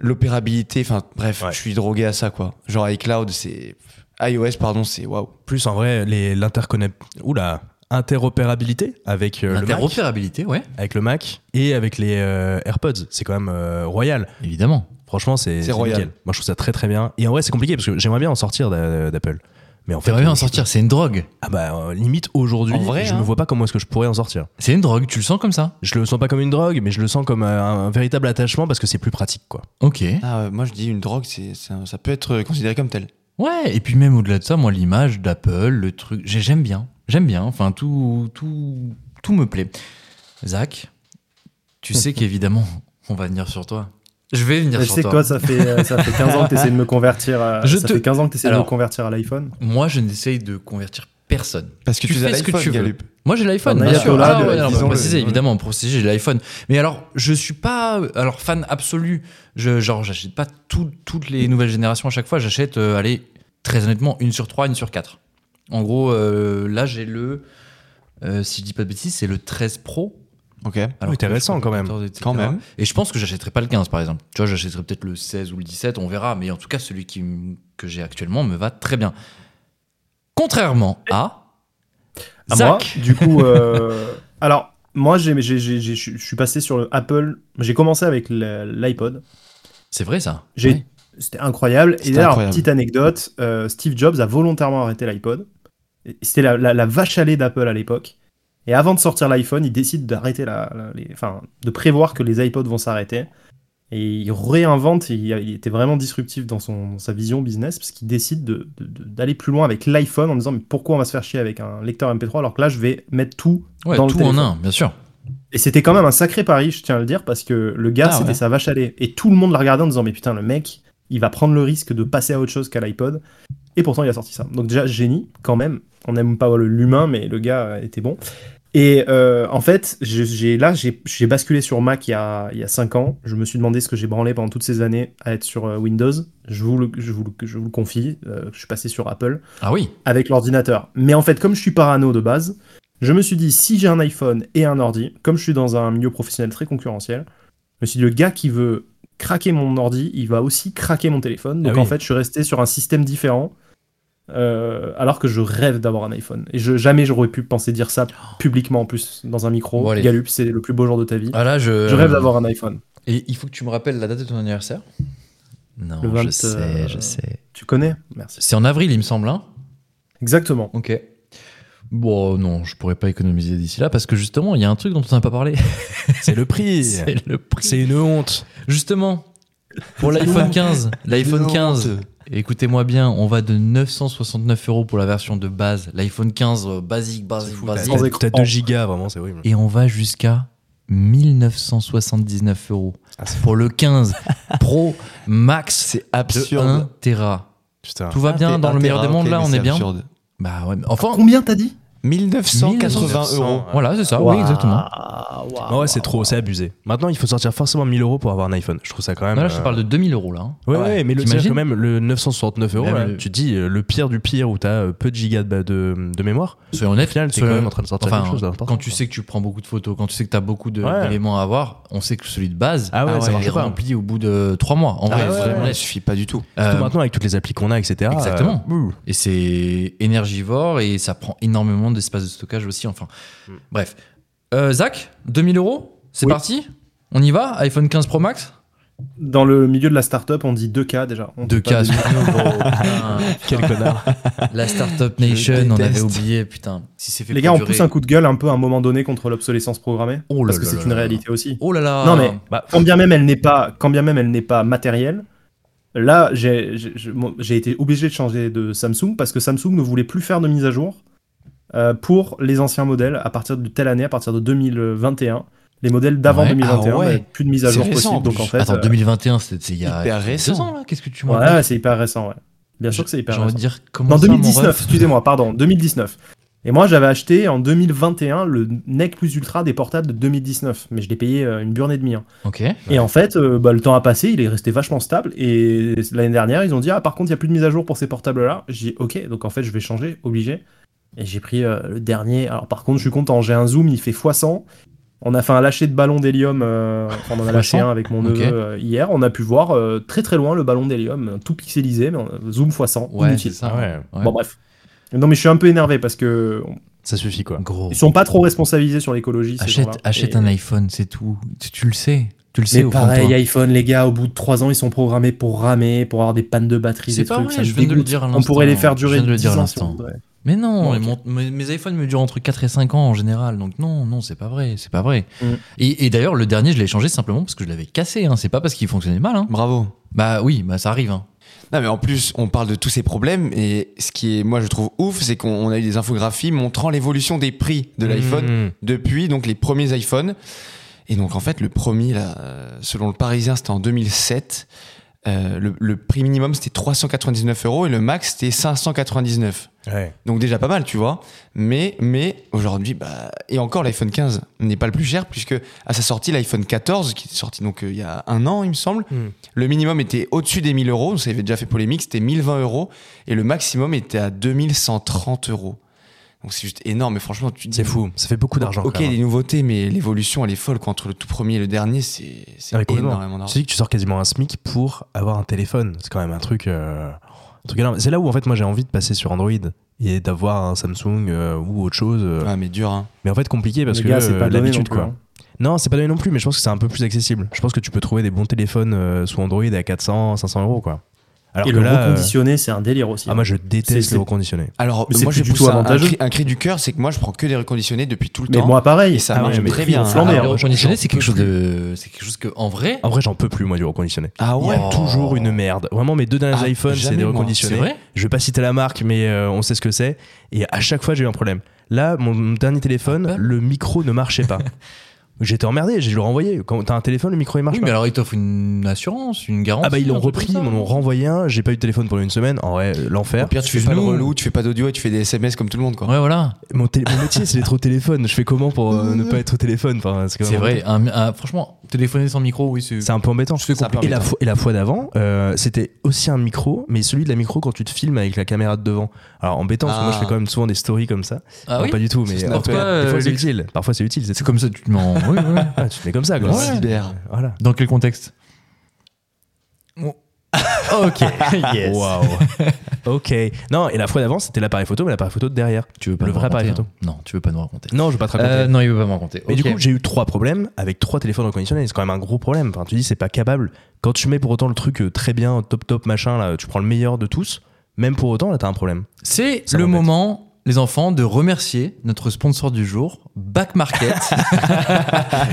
l'opérabilité, enfin bref,
Ouais.
je suis drogué à ça quoi. Genre iCloud, c'est iOS, pardon, c'est waouh.
Plus en vrai, les- l'interconnect. Oula, interopérabilité avec, euh, le Mac,
L'interopérabilité, ouais.
avec le Mac et avec les euh, AirPods. C'est quand même euh, royal.
Évidemment.
Franchement, c'est
C'est
c'est
royal.
nickel. Moi, je trouve ça très très bien. Et en vrai, c'est compliqué parce que j'aimerais bien en sortir d'a- d'Apple. Mais en fait,
T'aimerais bien en
je-
sortir, c'est une drogue.
Ah bah euh, limite aujourd'hui,
En vrai,
je
hein.
me vois pas comment est-ce que je pourrais en sortir.
C'est une drogue, tu le sens comme ça.
Je le sens pas comme une drogue, mais je le sens comme euh, un, un véritable attachement parce que c'est plus pratique quoi.
Ok.
Ah, euh, moi je dis une drogue, c'est c'est un- ça peut être considéré comme tel.
Ouais, et puis même au-delà de ça, moi, l'image d'Apple, le truc, j'ai- j'aime bien. J'aime bien. Enfin, tout, tout, tout me plaît. Zach, tu sais qu'évidemment, on va venir sur toi. Je vais venir
Je
sur
sais que
toi.
toi, ça fait, euh, ça fait 15 ans que t'essaies de me convertir à,
Je
ça
te-
fait 15 ans que t'essaies de me
Alors-
convertir à l'iPhone.
Moi, je n'essaye de convertir personne.
Parce que
Tu
tu, as
fais ce que
l'iPhone,
tu veux.
Galup.
Moi j'ai l'iPhone,
Un
bien sûr.
ayatollah
Ah
de la
ouais, alors,
disons-le.
pour préciser,
Ouais.
évidemment, pour préciser, j'ai l'iPhone. Mais alors, je suis pas euh, alors fan absolu. Je, genre, j'achète pas tout- toutes les nouvelles générations à chaque fois. J'achète, euh, allez, très honnêtement, une sur trois, une sur quatre. En gros, euh, là j'ai le, euh, si je dis pas de bêtises, c'est le 13 Pro.
Ok.
Oui,
que je crois
intéressant,
que
quand
le
même.
14, etc.
Quand même.
Et je pense que j'achèterai pas le 15 par exemple. Tu vois, j'achèterai peut-être le 16 ou le 17, on verra. Mais en tout cas, celui qui, m- que j'ai actuellement me va très bien. Contrairement à.
À moi,
Zach
du coup, euh, alors, moi, j'ai- j'ai- j'ai- j'ai- je suis passé sur le Apple. J'ai commencé avec le- l'iPod.
C'est vrai ça
J'ai-
Ouais.
C'était incroyable. Et
C'était
d'ailleurs,
incroyable.
petite anecdote, euh, Steve Jobs a volontairement arrêté l'iPod. Et C'était la, la- la vache à lait d'Apple à l'époque. Et avant de sortir l'iPhone, il décide d'arrêter la, la- les- enfin, de prévoir que les iPods vont s'arrêter. Et il réinvente, et il, a- il était vraiment disruptif dans, son, dans sa vision business, parce qu'il décide de- de- de- d'aller plus loin avec l'iPhone en disant mais pourquoi on va se faire chier avec un lecteur MP3 alors que là je vais mettre tout
Ouais,
dans le
tout en
téléphone.
un, bien sûr.
Et c'était quand même un sacré pari, je tiens à le dire, parce que le gars,
Ah ouais.
c'était sa vache à lait. Et tout le monde la regardait en disant, mais putain, le mec, il va prendre le risque de passer à autre chose qu'à l'iPod. Et pourtant, il a sorti ça. Donc déjà, génie, quand même. On n'aime pas le- l'humain, mais le gars euh, était bon. Et euh, en fait, je- j'ai là, j'ai j'ai basculé sur Mac il y, a, il y a 5 ans. Je me suis demandé ce que j'ai branlé pendant toutes ces années à être sur euh, Windows. Je vous le, je vous le- je vous le confie, euh, je suis passé sur Apple
Ah oui,
avec l'ordinateur. Mais en fait, comme je suis parano de base, je me suis dit, si j'ai un iPhone et un ordi, comme je suis dans un milieu professionnel très concurrentiel, je me suis dit, le gars qui veut craquer mon ordi, il va aussi craquer mon téléphone. Donc
Ah oui.
en fait, je suis resté sur un système différent, euh, alors que je rêve d'avoir un iPhone. Et je, jamais j'aurais pu penser dire ça publiquement, en plus, dans un micro.
Bon, allez.
Galup, c'est le plus beau jour de ta vie.
ah là, je,
Je rêve d'avoir un iPhone.
Et il faut que tu me rappelles la date de ton anniversaire Non,
Le 20,
je sais,
euh,
je sais.
Tu connais Merci.
C'est en avril, il me semble, hein
Exactement.
Ok. Bon, non, je pourrais pas économiser d'ici là parce que justement, il y a un truc dont on n'a pas parlé.
C'est le prix.
C'est le prix.
C'est une honte.
Justement, pour l'iPhone 15, l'iPhone 15, écoutez-moi bien, on va de 969 euros pour la version de base. L'iPhone 15, euh, basique, basique,
T'as
basique.
Sans
t'as
écran.
2 gigas, vraiment, c'est horrible.
Et on va jusqu'à 1979 euros
Ah,
pour le 15 Pro Max
C'est
de
absurde.
1 Tera.
Putain.
Tout va bien dans le meilleur des
Intera,
mondes,
ok,
là,
mais
on
c'est
est bien.
absurde.
Bah ouais, mais enfin,
Combien t'as dit
1980 euros.
voilà, c'est ça, Ah, oui,
Waouh,
exactement.
waouh,
Ah ouais, c'est trop, c'est abusé. Maintenant, il faut sortir forcément 1000 euros pour avoir un iPhone. Je trouve ça quand même.
Bah là, je te
euh,
parle de 2000 euros là. hein.
Ouais, ouais, mais le
T'imagines
c'est quand même le 969 euros,
Mais
là,
le-
tu te dis euh, le pire du pire où t'as euh, peu de gigas de, de, de mémoire.
Soyons honnêtes,
Au final, t'es
soyons-
quand même en train de sortir
enfin,
quelque chose d'important,
Quand tu
quoi.
sais que tu prends beaucoup de photos, quand tu sais que tu as beaucoup de-
Ouais.
d'éléments à avoir, on sait que celui de base euh,
Ah ouais, ça marche
est
pas.
rempli au bout de 3 mois. En
Ah
vrai,
ouais,
soyons
vraiment,
honnêtes.
ça suffit pas du tout.
Euh,
Surtout maintenant avec toutes les applis qu'on a, etc.
Exactement.
euh, ouh.
et c'est énergivore et ça prend énormément d'espace de stockage aussi. Enfin, bref. Euh, Zach, 2000 euros, c'est
Oui.
parti On y va iPhone 15 Pro Max
Dans le milieu de la startup, on dit 2K déjà. On peut
2
pas
cas,
dire- Oh,
Quel connard.
la Startup Nation, on avait
déteste.
oublié, putain. Si c'est fait
Les
pour
gars, on
durer-
pousse un coup de gueule un peu à un moment donné contre l'obsolescence programmée.
Oh là
parce que
là
c'est
là
une
là là.
réalité aussi.
Oh là là
Non, mais-
Bah,
Quand bien même elle n'est pas, quand bien même elle n'est pas matérielle, là j'ai- j'ai je- moi, j'ai été obligé de changer de Samsung parce que Samsung ne voulait plus faire de mise à jour euh, pour les anciens modèles à partir de telle année, à partir de 2021. Les modèles d'avant
Ouais, ah
2021,
ouais.
n'avaient plus de mise à
C'est
jour
récent, en
possible. Donc
plus.
en fait,
Attends,
euh,
2021, c'est c'est il y a
hyper
deux
récent.
ans, là Qu'est-ce que tu me
ouais,
racontes
c'est hyper récent. ouais. Bien sûr que c'est hyper
J'ai
récent.
envie de dire comment
Non,
ça, mon ref
2019, excusez-moi, pardon, 2019. Et moi, j'avais acheté en 2021 le NEC Plus Ultra des portables de 2019, mais je l'ai payé euh, une burne et demie. hein.
Ok.
Et en fait, euh, bah, le temps a passé, il est resté vachement stable. Et l'année dernière, ils ont dit Ah, par contre, il n'y a plus de mise à jour pour ces portables-là. J'ai dit Ok, donc en fait, je vais changer, obligé. Et j'ai pris euh, le dernier. Alors, par contre, je suis content, j'ai un zoom, il fait x100. On a fait un lâcher de ballon d'hélium. euh, enfin, on en a lâché
100,
un avec mon
ok.
neveu euh, hier. On a pu voir euh, très très loin le ballon d'hélium, euh, tout pixelisé, mais on- zoom x100.
Ouais,
inutile.
c'est ça.
ouais,
Ah Ouais.
Bon bah. bref. Non mais je suis un peu énervé parce que
ça suffit quoi.
Gros.
ils sont pas trop responsabilisés sur l'écologie. ces
Achète,
gens-là.
achète
Et-
un iPhone, c'est tout. Tu, tu le sais. Tu le sais
Mais
au fond de
pareil,
toi.
iPhone, les gars, au bout de 3 ans, ils sont programmés pour ramer, pour avoir des pannes de batterie,
C'est
des
pas
trucs.
vrai,
ça me
je viens de le
dégoûte.
dire à
On pourrait les
l'instant.
faire durer.
Je viens de le
10
dire à
ans, si on
l'instant.
voudrait.
Mais non,
Bon,
les
ok.
mon- mes, mes iPhones me durent entre 4 et 5 ans en général. Donc non, non, c'est pas vrai. C'est pas vrai.
Mm.
Et, et d'ailleurs, le dernier, je l'ai changé simplement parce que je l'avais cassé. hein. C'est pas parce qu'il fonctionnait mal. hein.
Bravo.
Bah oui, bah ça arrive. hein.
Ah
Non, mais en plus, on parle de tous ces problèmes et ce qui est, moi, je trouve ouf, c'est qu'on on a eu des infographies montrant l'évolution des prix de l'iPhone
Mmh.
depuis donc les premiers iPhones. Et donc, en fait, le premier, là, euh, selon le Parisien, c'était en 2007. Euh, le, le prix minimum, c'était 399 euros et le max, c'était 599.
Ouais.
Donc, déjà pas mal, tu vois. Mais, mais aujourd'hui, bah, et encore, l'iPhone 15 n'est pas le plus cher puisque à sa sortie, l'iPhone 14, qui est sorti donc euh, il y a un an, il me semble,
Hmm.
Mmh.
le minimum était au-dessus des 1000 euros, ça avait déjà fait polémique, c'était 1020 euros, et le maximum était à 2130 euros. Donc c'est juste énorme, mais franchement, tu te dis-
C'est fou, ça fait beaucoup d'argent.
Ok,
quand même. hein.
les nouveautés, mais l'évolution, elle est folle. quoi. Entre le tout premier et le dernier, c'est c'est
Ah, mais complètement.
énormément
Tu
d'argent.
sais que tu sors quasiment un SMIC pour avoir un téléphone. C'est quand même un truc, euh, un truc énorme. C'est là où en fait moi j'ai envie de passer sur Android et d'avoir un Samsung euh, ou autre chose. euh,
Ouais, mais dur, hein.
Mais en fait compliqué parce
les
que
gars, c'est
euh,
pas donné non
l'habitude
plus,
quoi.
hein.
Non, c'est pas donné non plus, mais je pense que c'est un peu plus accessible. Je pense que tu peux trouver des bons téléphones euh, sous Android à 400, 500 euros quoi. Alors
Et
que
le
là, euh,
reconditionné, hein. c'est un délire aussi.
ah moi je
C'est-
déteste
c'est-
le reconditionné.
Alors,
Mais c'est
moi,
plus
je
du
pousse
tout
un, un
avantageux.
cri, un cri du cœur, c'est que moi, je prends que des reconditionnés depuis tout le
mais
temps.
moi, pareil.
et ça
Ah
marche
ouais, mais
très
ils
bien.
ont
hein.
flambé,
Le
hein.
reconditionné, c'est
j'en
quelque
peux
chose de, c'est quelque chose que, en vrai,
En vrai, j'en peux plus moi du reconditionné.
Ah
Il y
ouais
Oh.
a toujours une merde. Vraiment, mes deux derniers
Ah,
iPhones, c'est
jamais,
des
moi.
c'est
reconditionnés.
vrai.
Je vais pas citer la marque, mais euh, on sait ce que c'est. Et à chaque fois, j'ai eu un problème. Là, mon mon dernier téléphone,
Apple
le micro ne marchait pas. J'étais emmerdé, j'ai dû le renvoyer. Quand t'as un téléphone, le micro il marche
Oui,
pas.
mais alors ils t'offrent une assurance, une garantie.
ah bah ils
un
l'ont
truc
repris, ils
comme ça. hein.
m'en ont renvoyé un. J'ai pas eu de téléphone pendant une semaine. En vrai, euh, l'enfer.
Au pire, tu fais pas le
Excuse-nous.
relou, tu fais pas d'audio et tu fais des SMS comme tout le monde, quoi.
Ouais, voilà.
Mon, télé- mon métier, c'est d'être au téléphone. Je fais comment pour euh, ne pas être au téléphone Enfin, quand
C'est
même-
vrai. un- un- franchement, téléphoner sans micro, oui, c'est.
C'est un peu embêtant.
Je fais
C'est un peu
Et la,
embêtant.
fois, et la fois d'avant, euh, c'était aussi un micro, mais celui de la micro quand tu te filmes avec la caméra de devant. Alors embêtant, parce que moi
Ah.
je fais quand même souvent des stories comme ça.
Ah
Non,
oui
pas du tout, mais
C'est
euh,
Snapchat.
des fois c'est
Pourquoi, euh,
utile. Parfois c'est utile, c'est
C'est comme ça, tu te mens. Oui, oui.
Ah, tu te mets comme ça, quoi.
Ouais.
Cyber.
Voilà.
Dans quel contexte Ok. yes.
Waouh. ok. Non, et la fois d'avant, c'était l'appareil photo, mais l'appareil photo de derrière.
Tu veux pas
Le
nous
vrai appareil
raconter, hein. Non, tu veux pas nous raconter.
Non, je veux pas te raconter.
Euh, non, il veut pas me raconter.
mais
Ok.
du coup, j'ai eu trois problèmes avec trois téléphones reconditionnés. C'est quand même un gros problème. Enfin, tu dis, c'est pas capable. Quand tu mets pour autant le truc euh, très bien, top top machin, là, tu prends le meilleur de tous. Même pour autant, là, t'as un problème.
c'est
ça
le
m'embête.
moment, les enfants, de remercier notre sponsor du jour, Back Market.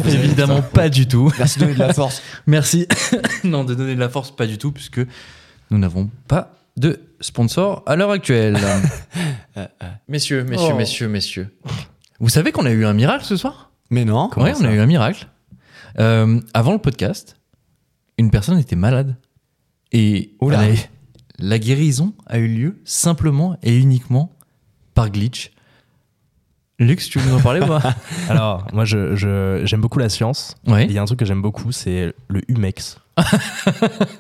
Évidemment, pas du tout.
Merci de donner de la force.
Merci. non, de donner de la force, pas du tout, puisque nous n'avons pas de sponsor à l'heure actuelle. Euh, messieurs, messieurs,
Oh.
messieurs, messieurs. Vous savez qu'on a eu un miracle ce soir
Mais non.
Ouais, on a eu un miracle. Euh, avant le podcast, une personne était malade. Et
Oula.
elle a- la guérison a eu lieu simplement et uniquement par glitch. Lux, tu veux nous en parler ou pas
Alors, moi, je- je- j'aime beaucoup la science. Et
Ouais.
Il y a un truc que j'aime beaucoup, c'est le Humex.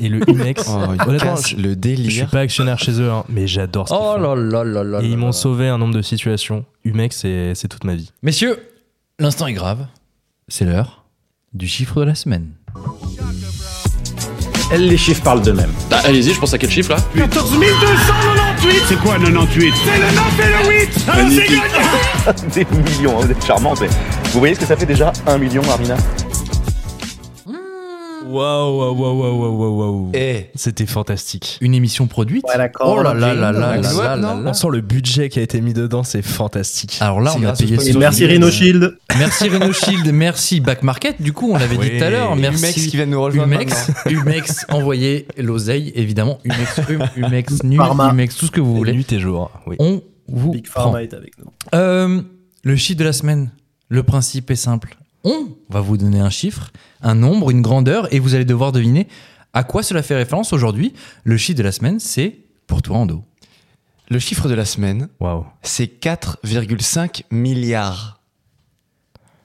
et le Humex,
Oh, il
honnêtement,
casse
je,
le
je suis
délire.
pas actionnaire chez eux, hein, mais j'adore ce qu'ils
Oh
font.
là là là là.
Et ils
là
m'ont
là.
sauvé un nombre de situations. Humex, c'est c'est toute ma vie.
Messieurs, l'instant est grave. C'est l'heure du chiffre de la semaine.
Les chiffres parlent d'eux-mêmes.
Allez-y, je pense à quel chiffre là
14 298 C'est quoi 98 C'est le 9 et le 8 Alors c'est gagné
Des millions, hein, vous êtes charmants. mais Vous voyez ce que ça fait déjà Un million, Armina
Waouh, waouh, waouh, waouh, waouh, waouh.
Eh,
C'était fantastique.
Une émission produite.
Ouais, d'accord.
oh là là là là là
Max
là
Watt,
là
non
là.
On sent le budget qui a été mis dedans, c'est fantastique.
Alors là,
C'est
on a
grâce au
payé.
sponsor.
Et merci Rhino Shield.
Merci Renault Shield, merci Back Market. Du coup, on l'avait dit
Oui.
tout à l'heure.
et
Merci
Humex qui vient de nous rejoindre.
Humex, Humex, envoyez l'oseille, évidemment. Humex, hum, Humex, nu,
Pharma.
Humex, tout ce que vous voulez.
Nuit et jour, hein. oui.
On vous
Big
prend.
Pharma est avec nous.
Euh, le chiffre de la semaine. Le principe est simple. On va vous donner un chiffre, un nombre, une grandeur, et vous allez devoir deviner à quoi cela fait référence aujourd'hui. Le chiffre de la semaine, c'est pour toi en dos.
Le chiffre de la semaine,
Waouh.
c'est 4,5 milliards.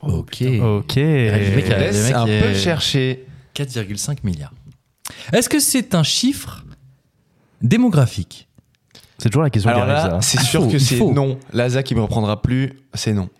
Oh,
Ok.
Ok.
Le mec a- le
Laisse
mec
un
est-
peu chercher.
4,5 milliards. Est-ce que c'est un chiffre démographique
C'est toujours la question qui
Alors
arrive, ça. hein.
là, c'est
Il
sûr
faut,
que
il
c'est
faut.
non. Laza qui me reprendra plus, c'est non.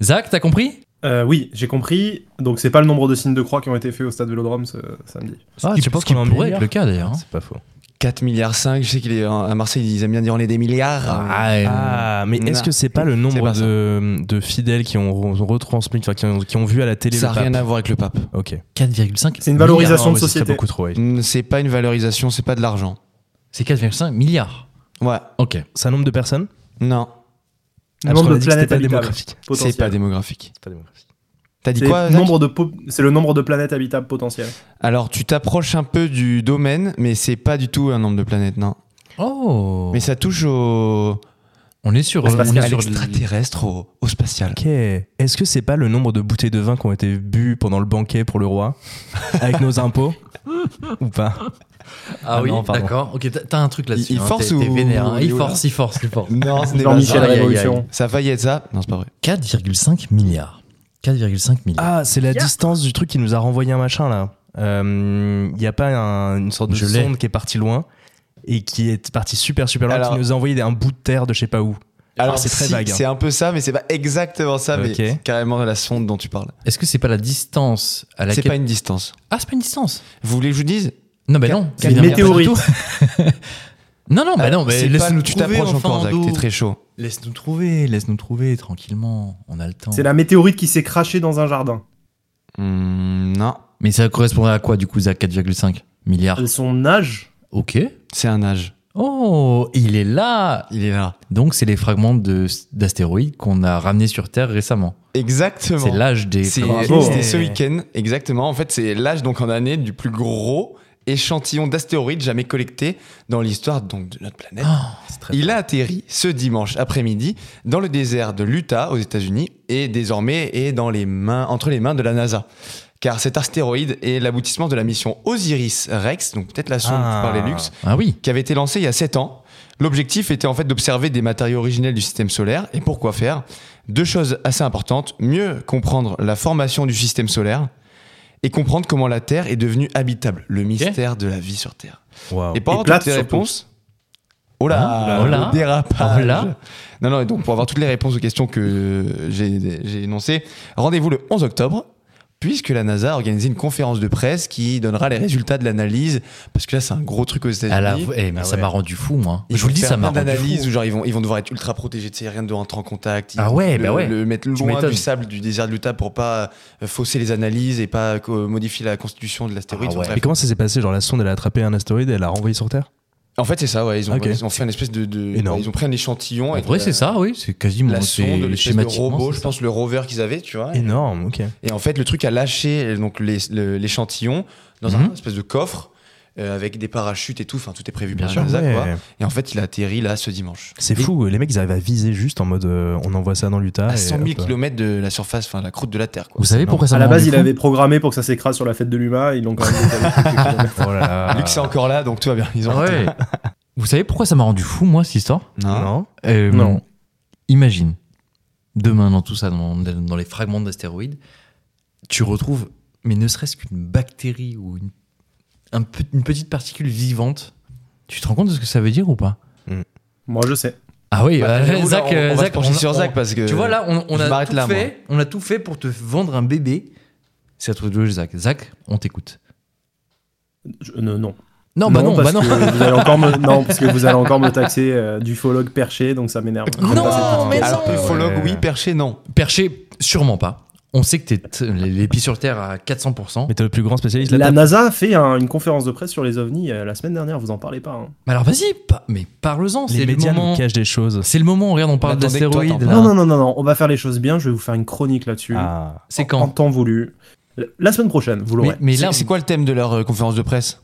Zach, t'as compris
Euh, oui, j'ai compris. Donc c'est pas le nombre de signes de croix qui ont été faits au stade Vélodrome ce samedi.
Ah,
Ce qui-
tu penses
ce qui
qu'on est en
pourrait
milliard
être le cas d'ailleurs. hein.
C'est pas faux.
4 milliards 5, je sais qu'il est à Marseille, ils aiment bien dire on est des milliards.
Ah, euh,
Ah, mais est-ce
Non.
que c'est pas le nombre
pas ça.
de, de fidèles qui ont re- retransmis, enfin, qui ont, qui ont vu à la télé
ça
le
n'a rien
pape
à voir avec le pape.
Ok.
4,5.
C'est une
milliards.
valorisation
ah, Non,
de
mais ce serait
société.
beaucoup trop, oui.
Mm, C'est pas une valorisation, c'est pas de l'argent.
C'est 4,5 milliards.
Ouais,
Ok.
C'est un nombre de personnes
non,
Le
Parce qu'on
nombre
a
de
dit que c'était
planètes
pas
habitables.
démographique.
c'est pas
potentielles.
démographique.
C'est pas démographique.
T'as dit
C'est
quoi
le
Zach
nombre de po- C'est le nombre de planètes habitables potentielles.
Alors tu t'approches un peu du domaine, mais c'est pas du tout un nombre de planètes, non.
Oh.
Mais ça touche au.
on est sur.
on est
on est
à
sur
l'extraterrestre, au, au spatial.
Ok. Est-ce que c'est pas le nombre de bouteilles de vin qui ont été bues pendant le banquet pour le roi Avec nos impôts Ou pas
Ah oui,
non, pardon.
d'accord. Ok, t'as- t'as un truc là-dessus.
Il- il
hein.
force
T'es- t'es
ou-
vénère, hein. Il
ou-
force, il force, il force.
Non, ce n'est pas
Jean-Michel
ça.
aïe, aïe, aïe.
Révolution.
Ça va y être ça Non, c'est pas vrai.
4,5 milliards. 4,5 milliards.
Ah, c'est la distance du truc qui nous a renvoyé un machin là. Il n'y a pas un- une sorte de
Je l'ai.
sonde qui est partie loin et qui est partie super super loin,
Alors-
qui nous a envoyé des- un bout de terre de je sais pas où.
Alors
c'est très
si,
vague, hein.
Ah, C'est un peu ça, mais c'est pas exactement ça, mais
Ok.
c'est carrément la sonde dont tu parles.
Est-ce que c'est pas la distance à
C'est
laquelle.
pas une distance.
Ah, c'est pas une distance.
Vous voulez que je vous dise
Non, bah
Quatre-
non.
C'est une
évidemment,
météorite.
pas du tout. Non, non, bah
Ah,
non, mais
c'est pas-
laisse-nous
Tu
trouver.
t'approches
enfin,
encore, Zach,
Ando.
t'es très chaud.
Laisse-nous trouver, laisse-nous trouver tranquillement. On a le temps.
C'est la météorite qui s'est crachée dans un jardin.
Hmm, non,
Mais ça correspondrait à quoi du coup, Zach 4,5 milliards
Son âge
Ok.
c'est un âge.
Oh, il est là
Il est là.
Donc, c'est les fragments de- d'astéroïdes qu'on a ramenés sur Terre récemment.
Exactement.
C'est l'âge des.
C'est-
fragments.
Bravo.
C'était ce week-end, exactement. En fait, c'est l'âge, donc en année, du plus gros échantillon d'astéroïdes jamais collecté dans l'histoire donc de notre planète.
Ah,
Il a atterri ce dimanche après-midi dans le désert de l'Utah aux États-Unis et désormais est dans les mains, entre les mains de la NASA. Car cet astéroïde est l'aboutissement de la mission Osiris-Rex, donc peut-être la sonde
Ah.
par les luxe,
Ah oui.
qui avait été lancée il y a 7 ans. L'objectif était en fait d'observer des matériaux originels du système solaire. Et pourquoi faire Deux choses assez importantes. Mieux comprendre la formation du système solaire et comprendre comment la Terre est devenue habitable. Le mystère de la vie sur Terre.
Waouh.
Et pour
Et
avoir
plate,
toutes les
surtout.
réponses. Oh là,
Ah, oh là.
le dérapage.
Oh là.
Non, non, et donc pour avoir toutes les réponses aux questions que j'ai j'ai énoncées, rendez-vous le 11 octobre, puisque la NASA a organisé une conférence de presse qui donnera les résultats de l'analyse, parce que là, c'est un gros truc aux
À la-
États-Unis.
eh, mais
Ah
ça
ouais.
m'a rendu fou, moi.
Ils
Je vous le dis, ça m'a rendu
d'analyse
fou.
où genre ils vont, ils vont devoir être ultra protégés, tu sais, rien de rentrer en contact. Ils
Ah
vont
ouais,
le,
bah ouais.
Le mettre loin
m'étonnes.
du sable du désert de l'Utah pour pas euh, fausser les analyses et pas euh, modifier la constitution de l'astéroïde.
Ah
Enfin,
ouais.
bref.
Mais comment ça s'est passé Genre la sonde elle a attrapé un astéroïde et elle l'a renvoyé sur Terre
En fait, c'est ça, ouais. Ils ont,
Ok.
ils ont fait une espèce de. de-
Énorme.
ils ont pris un échantillon.
En
avec
vrai,
la-
c'est ça, oui. C'est quasiment
la sonde,
c'est
l'espèce de
schématiquement.
robot,
c'est
je
ça.
pense le rover qu'ils avaient, tu vois.
Énorme, ok.
Et en fait, le truc a lâché donc les- le- l'échantillon dans
Mhm.
un espèce de coffre. euh, avec des parachutes et tout. Enfin, tout est prévu
Bien
par
sûr,
la NASA,
ouais.
Ah, quoi. Et en fait, il a atterri là ce dimanche.
C'est
Et
fou, les mecs ils arrivent à viser juste en mode euh, on envoie ça dans l'Utah.
À
et
100 000
hop.
km de la surface, enfin la croûte de la Terre. Quoi.
Vous savez
Non.
pourquoi ça
À
m'a
la base,
rendu
il
fou
avait programmé pour que ça s'écrase sur la fête de l'UMA. Ils l'ont quand même décalé.
Oh là là.
Luc, c'est encore là, donc tout va bien. Ils ont
Ah. Ouais. Vous savez pourquoi ça m'a rendu fou, moi, cette histoire
Non.
Non.
Euh,
Non.
Imagine, demain, dans tout ça, dans, dans les fragments d'astéroïdes, tu retrouves, mais ne serait-ce qu'une bactérie ou une, un pe- une petite particule vivante. Tu te rends compte de ce que ça veut dire ou pas
Moi, je sais.
Ah oui,
Bah,
euh,
j'avoue, là,
Zach,
on, on
euh,
va se
Zach,
pencher
on-
sur
on-
Zach parce que.
Tu vois, là, on, on
je
a
m'arrête
tout
là, moi.
fait, on a tout fait pour te vendre un bébé. C'est à toi de jouer, Zach. Zach, on t'écoute.
Je- ne- non.
Non, bah non, bah
parce
non.
que vous allez encore me... non, parce que vous allez encore me taxer euh, d'ufologue perché, donc ça m'énerve.
Oh Non,
Comme ça, c'est-
mais
Alors,
non.
ufologue,
Ouais.
oui, perché, non.
Perché, sûrement pas. On sait que t'es t- les les pieds sur terre à 400%.
Mais t'es le plus grand spécialiste
La
là-dedans.
NASA a fait un- une conférence de presse sur les ovnis euh, la semaine dernière, vous en parlez pas. hein.
Mais alors vas-y, pa- mais parle-en.
Les
C'est le
médias
moment.
nous cachent des choses.
C'est le moment. Regarde, on parle
attendait que toi, t'en
d'astéroïdes. là.
parles.
Non, non, non, non, non, on va faire les choses bien, je vais vous faire une chronique là-dessus.
Ah.
C'est
En
quand
temps voulu. La- La semaine prochaine, vous
mais,
l'aurez.
mais
C'est-
là,
c'est quoi le thème de leur euh, conférence de presse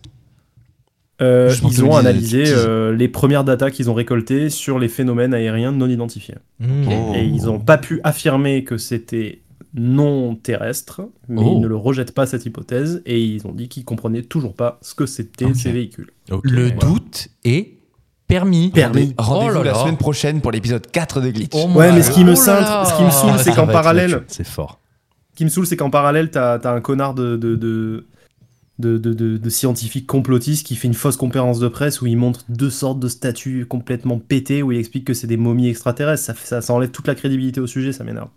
Euh,
je pense que
ils ont
Louise,
analysé
tu-
euh, les premières datas qu'ils ont récoltées sur les phénomènes aériens non identifiés.
Mmh.
Oh.
Et ils n'ont pas pu affirmer que c'était non terrestre, mais
Oh.
ils ne le rejettent pas cette hypothèse, et ils ont dit qu'ils comprenaient toujours pas ce que c'était ces véhicules.
Ok.
le
Voilà.
doute est permis.
Permis.
Oh
Rendez-vous
là
la
là.
semaine prochaine pour l'épisode 4 de Glitch.
Oh mon
Ouais, mais
Dieu.
ce qui me
Oh là là.
cintre- ce qui me saoule, c'est
Ça
qu'en
va être
parallèle-
là-dessus.
C'est fort.
Ce qui me saoule, c'est qu'en parallèle, t'as as un connard de... de, de... De, de, de- de scientifique complotiste qui fait une fausse conférence de presse où il montre deux sortes de statues complètement pétées où il explique que c'est des momies extraterrestres. Ça, fait- ça, ça enlève toute la crédibilité au sujet, ça m'énerve.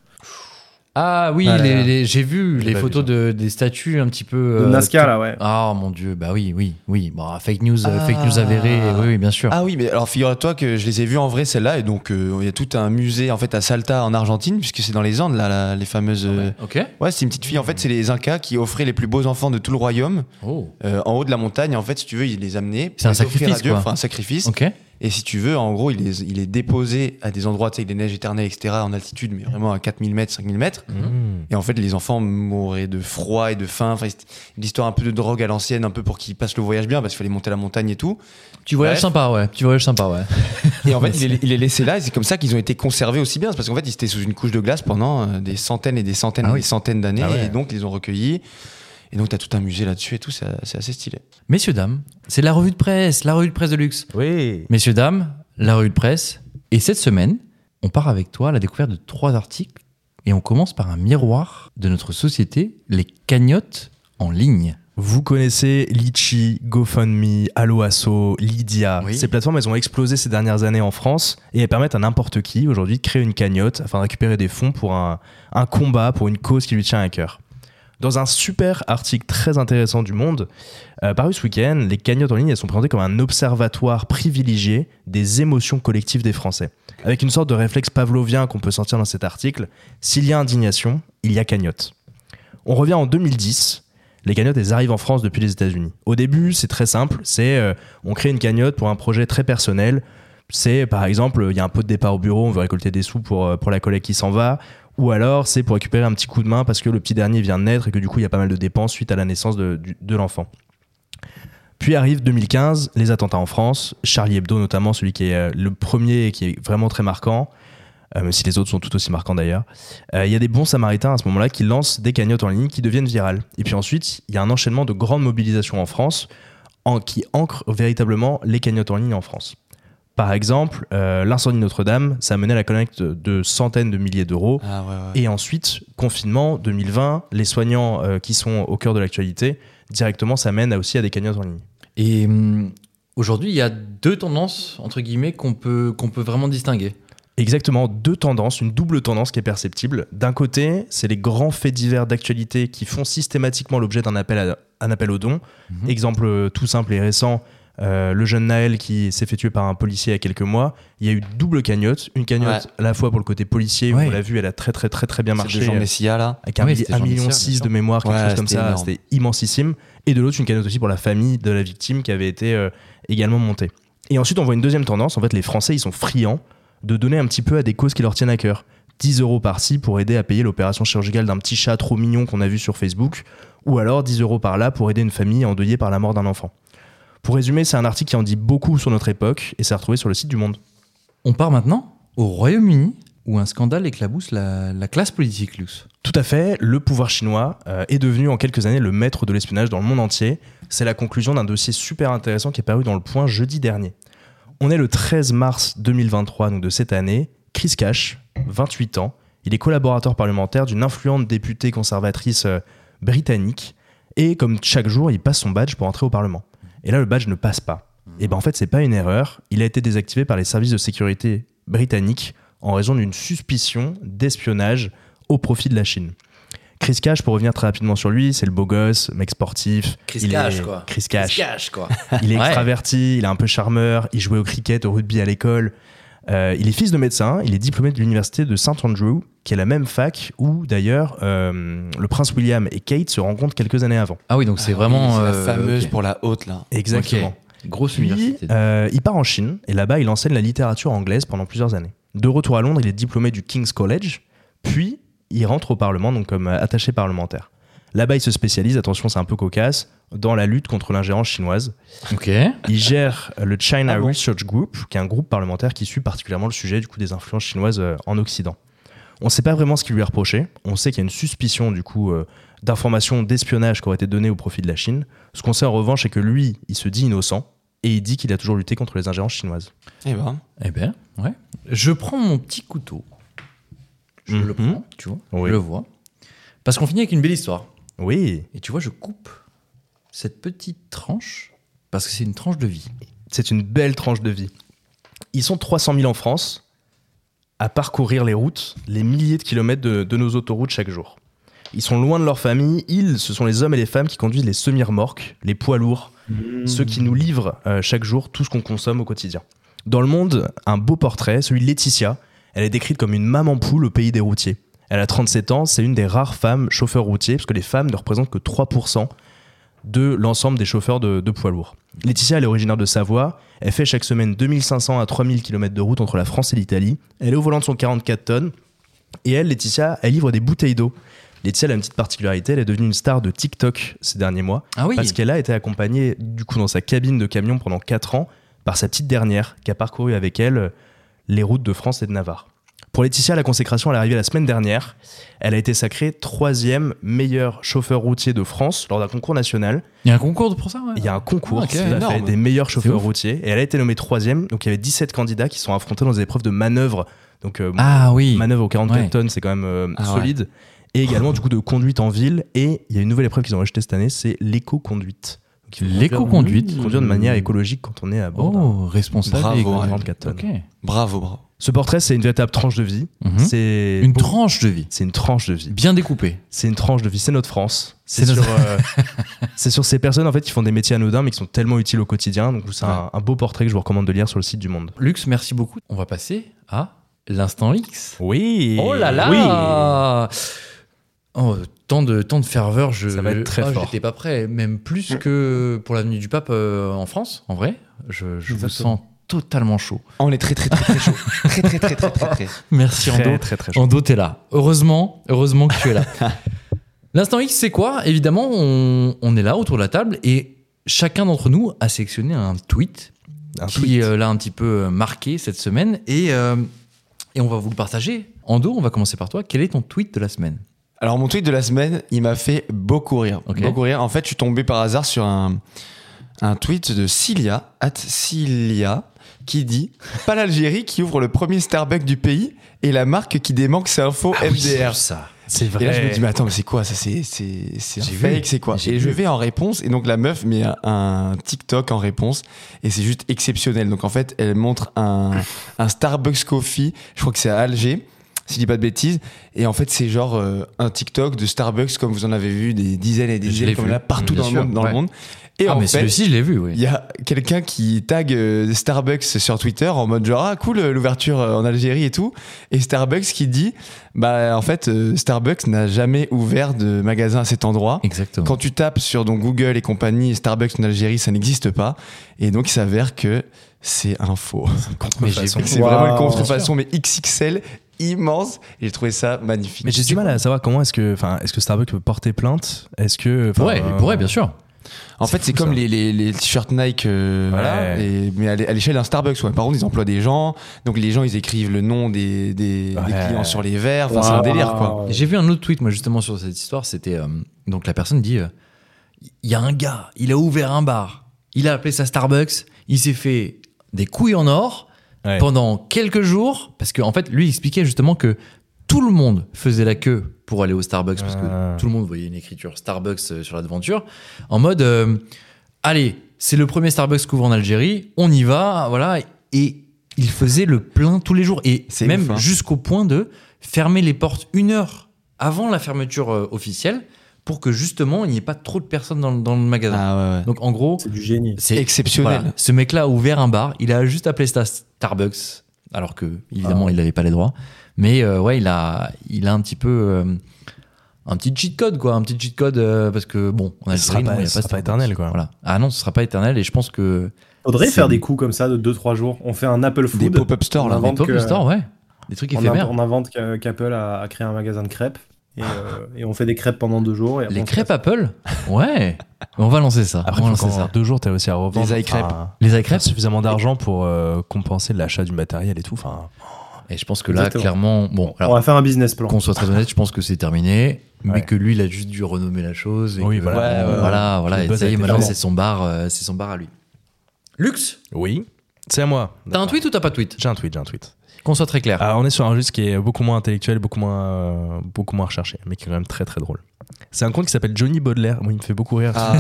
Ah oui,
Ah là
les-
là.
les- j'ai vu
J'ai
les
pas vu
photos
ça.
de, des statues un petit peu.
De
euh,
Nazca,
tout-
là, ouais.
Ah mon dieu, bah oui, oui, oui. Bon, fake news, euh, fake
Ah.
news avérée, oui, oui, bien sûr.
Ah oui, mais alors figure-toi que je les ai vus en vrai celles-là et donc euh, il y a tout un musée en fait à Salta en Argentine puisque c'est dans les Andes là, la- les fameuses. euh,
Ok.
Ouais, c'est une petite fille en fait, c'est les Incas qui offraient les plus beaux enfants de tout le royaume
Oh.
euh, en haut de la montagne. En fait, si tu veux, ils les amenaient. pour
C'est un
les offrir
sacrifice,
à Dieu,
quoi.
enfin un sacrifice.
Ok.
Et si tu veux, en gros, il les, il les déposait à des endroits, tu sais, avec des neiges éternelles, etc., en altitude, mais vraiment à 4000 mètres, 5000 mètres.
Mhm.
Mmh.
Et en fait, les enfants mouraient de froid et de faim. Enfin, c'était une histoire un peu de drogue à l'ancienne, un peu pour qu'ils passent le voyage bien, parce qu'il fallait monter la montagne et tout.
Tu voyages
Bref.
sympa, ouais. Tu voyages sympa, ouais.
Et en fait, il est, il est laissé là, et c'est comme ça qu'ils ont été conservés aussi bien. C'est parce qu'en fait, ils étaient sous une couche de glace pendant euh, des centaines et des centaines
Ah
et
oui.
des centaines d'années,
Ah ouais.
et donc ils les ont recueillis. Et donc, t'as tout un musée là-dessus et tout, c'est c'est assez stylé.
Messieurs, dames, c'est la revue de presse, la revue de presse de luxe.
Oui.
Messieurs, dames, la revue de presse. Et cette semaine, on part avec toi à la découverte de trois articles et on commence par un miroir de notre société, les cagnottes en ligne.
Vous connaissez Litchi, GoFundMe, Alloasso, Lydia.
Oui.
Ces plateformes, elles ont explosé ces dernières années en France et elles permettent à n'importe qui aujourd'hui de créer une cagnotte afin de récupérer des fonds pour un, un combat, pour une cause qui lui tient à cœur. Dans un super article très intéressant du Monde, euh, paru ce week-end, les cagnottes en ligne elles sont présentées comme un observatoire privilégié des émotions collectives des Français. Avec une sorte de réflexe pavlovien qu'on peut sentir dans cet article, s'il y a indignation, il y a cagnotte. On revient en 2010. Les cagnottes, elles arrivent en France depuis les États-Unis. Au début, c'est très simple. C'est euh, on crée une cagnotte pour un projet très personnel. C'est par exemple, il y a un pot de départ au bureau, on veut récolter des sous pour, euh, pour la collègue qui s'en va. Ou alors, c'est pour récupérer un petit coup de main parce que le petit dernier vient de naître et que du coup, il y a pas mal de dépenses suite à la naissance de, du- de l'enfant. Puis arrive 2015, les attentats en France, Charlie Hebdo notamment, celui qui est euh, le premier et qui est vraiment très marquant, euh, même si les autres sont tout aussi marquants d'ailleurs. Euh, Il y a des bons samaritains à ce moment-là qui lancent des cagnottes en ligne qui deviennent virales. Et puis ensuite, il y a un enchaînement de grandes mobilisations en France en, qui ancrent véritablement les cagnottes en ligne en France. Par exemple, euh, l'incendie de Notre-Dame, ça a mené à la collecte de centaines de milliers d'euros
Ah ouais, ouais.
et ensuite, confinement 2020, les soignants euh, qui sont au cœur de l'actualité, directement, ça mène à- aussi à des cagnottes en ligne.
Et hum, aujourd'hui, il y a deux tendances, entre guillemets, qu'on peut, qu'on peut vraiment distinguer.
Exactement, deux tendances, une double tendance qui est perceptible. D'un côté, c'est les grands faits divers d'actualité qui font systématiquement l'objet d'un appel, à- un appel au don.
Mhm.
Exemple euh, tout simple et récent, euh, le jeune Naël qui s'est fait tuer par un policier il y a quelques mois. Il y a eu double cagnotte, une cagnotte à la fois pour le côté policier, où
Ouais.
on l'a vu, elle a très très très très bien
C'est
marché.
de Jean Messia là.
avec un,
Oui,
mi-
c'était
un
Jean
million
Messia,
six
bien
de mémoire, quelque
Ouais,
chose comme
c'était
ça,
énorme.
c'était immensissime. Et de l'autre, une cagnotte aussi pour la famille de la victime qui avait été euh, également montée. Et ensuite, on voit une deuxième tendance, en fait, les Français, ils sont friands de donner un petit peu à des causes qui leur tiennent à cœur. 10 euros par-ci pour aider à payer l'opération chirurgicale d'un petit chat trop mignon qu'on a vu sur Facebook, ou alors 10 euros par-là pour aider une famille endeuillée par la mort d'un enfant. Pour résumer, c'est un article qui en dit beaucoup sur notre époque et c'est retrouvé sur le site du Monde.
On part maintenant au Royaume-Uni, où un scandale éclabousse la, la classe politique luxe.
Tout à fait, le pouvoir chinois euh, est devenu en quelques années le maître de l'espionnage dans le monde entier. C'est la conclusion d'un dossier super intéressant qui est paru dans le point jeudi dernier. On est le 13 mars 2023, donc de cette année. Chris Cash, 28 ans, il est collaborateur parlementaire d'une influente députée conservatrice euh, britannique. Et comme chaque jour, il passe son badge pour entrer au Parlement. Et là, le badge ne passe pas. Et ben en fait, c'est pas une erreur. Il a été désactivé par les services de sécurité britanniques en raison d'une suspicion d'espionnage au profit de la Chine. Chris Cash, pour revenir très rapidement sur lui, c'est le beau gosse, mec sportif.
Chris
Il
Cash,
est-
quoi.
Chris Cash.
quoi.
Il est
Ouais.
extraverti, il est un peu charmeur, il jouait au cricket, au rugby à l'école. Euh, il est fils de médecin, il est diplômé de l'université de St Andrew, qui est la même fac où d'ailleurs euh, le prince William et Kate se rencontrent quelques années avant.
Ah oui, donc c'est vraiment.
la
euh,
fameuse
ok.
pour la haute, là.
Exactement.
Ok. Grosse
Puis,
université.
euh, il part en Chine et là-bas, il enseigne la littérature anglaise pendant plusieurs années. De retour à Londres, il est diplômé du King's College, puis il rentre au Parlement, donc comme euh, attaché parlementaire. Là-bas, il se spécialise, attention, c'est un peu cocasse, dans la lutte contre l'ingérence chinoise.
Ok.
Il gère euh, le China
Ah bon
Research Group, qui est un groupe parlementaire qui suit particulièrement le sujet du coup des influences chinoises euh, en Occident. On ne sait pas vraiment ce qui lui est reproché. On sait qu'il y a une suspicion du coup euh, d'informations d'espionnage qui auraient été données au profit de la Chine. Ce qu'on sait en revanche, c'est que lui, il se dit innocent et il dit qu'il a toujours lutté contre les ingérences chinoises.
Eh ben.
Eh bien, ouais. Je prends mon petit couteau. Je le
Mhm.
prends, tu vois.
Oui.
Je le vois. Parce qu'on finit avec une belle histoire.
Oui,
Et tu vois, je coupe cette petite tranche parce que c'est une tranche de vie.
c'est une belle tranche de vie. Ils sont 300 000 en France à parcourir les routes, les milliers de kilomètres de, de nos autoroutes chaque jour. Ils sont loin de leur famille. Ils, ce sont les hommes et les femmes qui conduisent les semi-remorques, les poids lourds, ceux qui nous livrent euh, chaque jour tout ce qu'on consomme au quotidien. Dans le monde, un beau portrait, celui de Laetitia. Elle est décrite comme une maman poule au pays des routiers. Elle a 37 ans, c'est une des rares femmes chauffeurs routiers, parce que les femmes ne représentent que 3% de l'ensemble des chauffeurs de, de poids lourds. Laetitia, elle est originaire de Savoie. Elle fait chaque semaine 2500 à 3000 km de route entre la France et l'Italie. Elle est au volant de son 44 tonnes. Et elle, Laetitia, elle livre des bouteilles d'eau. Laetitia, elle a une petite particularité, elle est devenue une star de TikTok ces derniers mois.
Ah oui.
Parce qu'elle a été accompagnée, du coup, dans sa cabine de camion pendant 4 ans par sa petite dernière qui a parcouru avec elle euh, les routes de France et de Navarre. Pour Laetitia, la consécration, elle est arrivée la semaine dernière. Elle a été sacrée troisième meilleur chauffeur routier de France lors d'un concours national.
Il y a un concours pour ça, ouais.
Il y a un concours
Ah, ok,
tout à fait,
énorme.
des meilleurs chauffeurs
ouf.
routiers et elle a été nommée troisième. Donc il y avait 17 candidats qui sont affrontés dans des épreuves de manœuvre. Donc euh,
Ah oui.
manœuvre aux 44
Ouais.
tonnes, c'est quand même euh,
Ah ouais.
solide. Et également, du coup, de conduite en ville. Et il y a une nouvelle épreuve qu'ils ont ajoutée cette année, c'est l'éco-conduite. Donc, il faut conduire-
L'éco-conduite.
Conduire de manière écologique quand on est à bord d'un
Oh, responsable. et
Bravo, ouais.
écologique.
44 tonnes.
Ok.
Bravo, bravo.
Ce portrait, c'est une véritable tranche de vie.
Mhm.
C'est
Une tranche de vie.
C'est une tranche de vie.
Bien découpée.
C'est une tranche de vie. C'est notre France. C'est
C'est
sur,
notre-
euh, c'est sur ces personnes en fait qui font des métiers anodins mais qui sont tellement utiles au quotidien. Donc c'est un, un beau portrait que je vous recommande de lire sur le site du Monde.
Lux, merci beaucoup. On va passer à l'instant X.
Oui.
Oh là là Oh, tant de, tant de ferveur, je.
Ça va être très
ah,
fort.
J'étais pas prêt, même
Mm.
plus que pour l'avenue du Pape euh, en France, en vrai. Je, je vous
Exactement.
sens totalement chaud.
Ah, On est très, très, très, très chaud. très, très, très, très, très, très.
Merci
Très,
Ando.
très très très.
Ando, t'es là. Heureusement, heureusement que tu es là. L'instant X, c'est quoi Évidemment, on, on est là autour de la table et chacun d'entre nous a sélectionné un tweet
Un
qui
tweet.
euh, l'a un petit peu euh, marqué cette semaine et, euh, et on va vous le partager. Ando, on va commencer par toi. Quel est ton tweet de la semaine
Alors mon tweet de la semaine, il m'a fait beaucoup rire.
Ok.
Beaucoup rire. En fait, je suis tombé par hasard sur un, un tweet de Cilia, at Cilia, qui dit « Pas l'Algérie qui ouvre le premier Starbucks du pays et la marque qui démanque ses infos MDR.
ça.
C'est
Et
vrai.
là, je me dis, mais attends, mais c'est quoi ça C'est c'est- c'est un
J'ai
fake,
vu.
c'est quoi
J'ai
Et je
vu.
vais en réponse, et donc la meuf met un, un TikTok en réponse, et c'est juste exceptionnel. Donc en fait, elle montre un, un Starbucks Coffee, je crois que c'est à Alger, si je dis pas de bêtises, et en fait, c'est genre euh, un TikTok de Starbucks, comme vous en avez vu des dizaines et des
Je
dizaines,
l'ai
comme
vu.
là, partout
Bien
dans,
sûr,
le monde, dans
ouais.
le monde. Et
ah,
en
mais
fait,
celui-ci, je l'ai vu, oui.
il y a quelqu'un qui tag euh, Starbucks sur Twitter en mode genre ah cool euh, l'ouverture euh, en Algérie et tout et Starbucks qui dit bah en fait euh, Starbucks n'a jamais ouvert de magasin à cet endroit.
Exactement.
Quand tu tapes sur donc Google et compagnie Starbucks en Algérie ça n'existe pas et donc il s'avère que c'est un faux.
Mais j'ai vu.
C'est
Wow.
vraiment une contrefaçon mais XXL immense et j'ai trouvé ça magnifique.
Mais j'ai du mal à savoir comment est-ce que, enfin, est-ce que Starbucks peut porter plainte Est-ce que,
Il pourrait, il pourrait, bien sûr.
En
C'est
fait, c'est
fou,
comme
ça.
les, les, les t-shirts Nike, euh, voilà,
Ouais.
et- mais à l'é- à l'échelle d'un Starbucks. Ouais. Par contre, ils emploient des gens. Donc, les gens, ils écrivent le nom des, des, des
Ouais.
clients sur les verres. Enfin, c'est un délire, quoi.
J'ai vu un autre tweet, moi, justement, sur cette histoire. C'était. euh, donc, la personne dit euh, il y a un gars, il a ouvert un bar, il a appelé ça Starbucks, il s'est fait des couilles en or
Ouais.
pendant quelques jours. Parce qu'en en fait, lui, il expliquait justement que tout le monde faisait la queue pour aller au Starbucks, parce
Ah.
que tout le monde voyait une écriture Starbucks euh, sur l'aventure, en mode euh, allez, c'est le premier Starbucks qu'ouvre en Algérie, on y va, voilà. Et il faisait le plein tous les jours. Et
C'est
même
ouf, hein.
jusqu'au point de fermer les portes une heure avant la fermeture euh, officielle pour que justement il n'y ait pas trop de personnes dans, le- dans le magasin.
Ah, ouais, ouais.
Donc en gros,
C'est du génie.
c'est
exceptionnel.
voilà, ce mec-là a ouvert un bar, il a juste appelé ça Starbucks, alors que évidemment
Ah.
il n'avait pas les droits. Mais euh, ouais, il a, il a un petit peu euh, un petit cheat code quoi, un petit cheat code euh, parce que bon, on a
sera pas- ce sera pas éternel, quoi.
Voilà. Ah non, ce sera pas éternel et je pense que
Faudrait
C'est-
faire des coups comme ça de 2-3 jours. On fait un Apple
Des
Food.
pop-up stores,
On
là.
invente
les pop-up
que-
stores, ouais, des trucs
on,
éphémères.
invente- on invente qu'a- qu'Apple a, a créé un magasin de crêpes. Et, euh, et on fait des crêpes pendant deux jours. et après
Les
on se
crêpes Apple, ouais. On va lancer ça. on
Après,
va
faut
lancer
qu'en
ça.
deux jours, t'as réussi à revendre.
Des iCrêpes.
enfin,
Les crêpes.
suffisamment d'argent pour euh, compenser l'achat du matériel et tout. Enfin,
Et je pense que là,
Exactement.
clairement, bon,
On
alors,
va faire un business plan.
qu'on soit très honnête, je pense que c'est terminé,
Ouais.
mais que lui, il a juste dû renommer la chose. et
Oui,
que,
voilà.
euh,
Ouais, ouais,
voilà, voilà,
Le
et
buzz
ça
a
y est,
été
maintenant,
fait.
c'est son bar, euh, c'est son bar à lui. Lux,
oui. C'est à moi.
t'as un
D'accord.
tweet ou t'as pas de tweet
J'ai un tweet, j'ai un tweet.
Qu'on soit très clair.
Ah, on est sur un juste qui est beaucoup moins intellectuel, beaucoup moins, euh, beaucoup moins recherché, mais qui est quand même très très drôle. C'est un conte qui s'appelle Johnny Baudelaire. Moi, il me fait beaucoup rire.
Ah,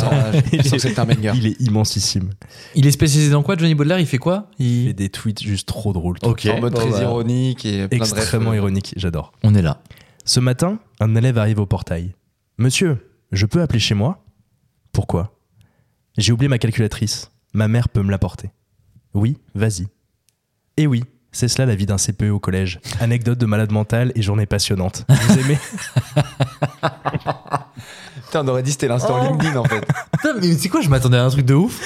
je sens que c'est un banger.
il est immensissime.
Il est spécialisé dans quoi, Johnny Baudelaire Il fait quoi
Il
Il-
fait des tweets juste trop drôles. tout
Ok.
en mode
Bon,
très
bah,
ironique et plein de euh. refs.
Extrêmement ironique, j'adore.
On est là.
Ce matin, un élève arrive au portail. Monsieur, je peux appeler chez moi Pourquoi J'ai oublié ma calculatrice. Ma mère peut me l'apporter. Oui, vas-y. Et oui, c'est cela la vie d'un CPE au collège. Anecdote de malade mental et journée passionnante. Vous aimez
Putain, on aurait dit c'était l'instant
Oh.
LinkedIn, en fait.
Putain, mais c'est quoi Je m'attendais à un truc de ouf.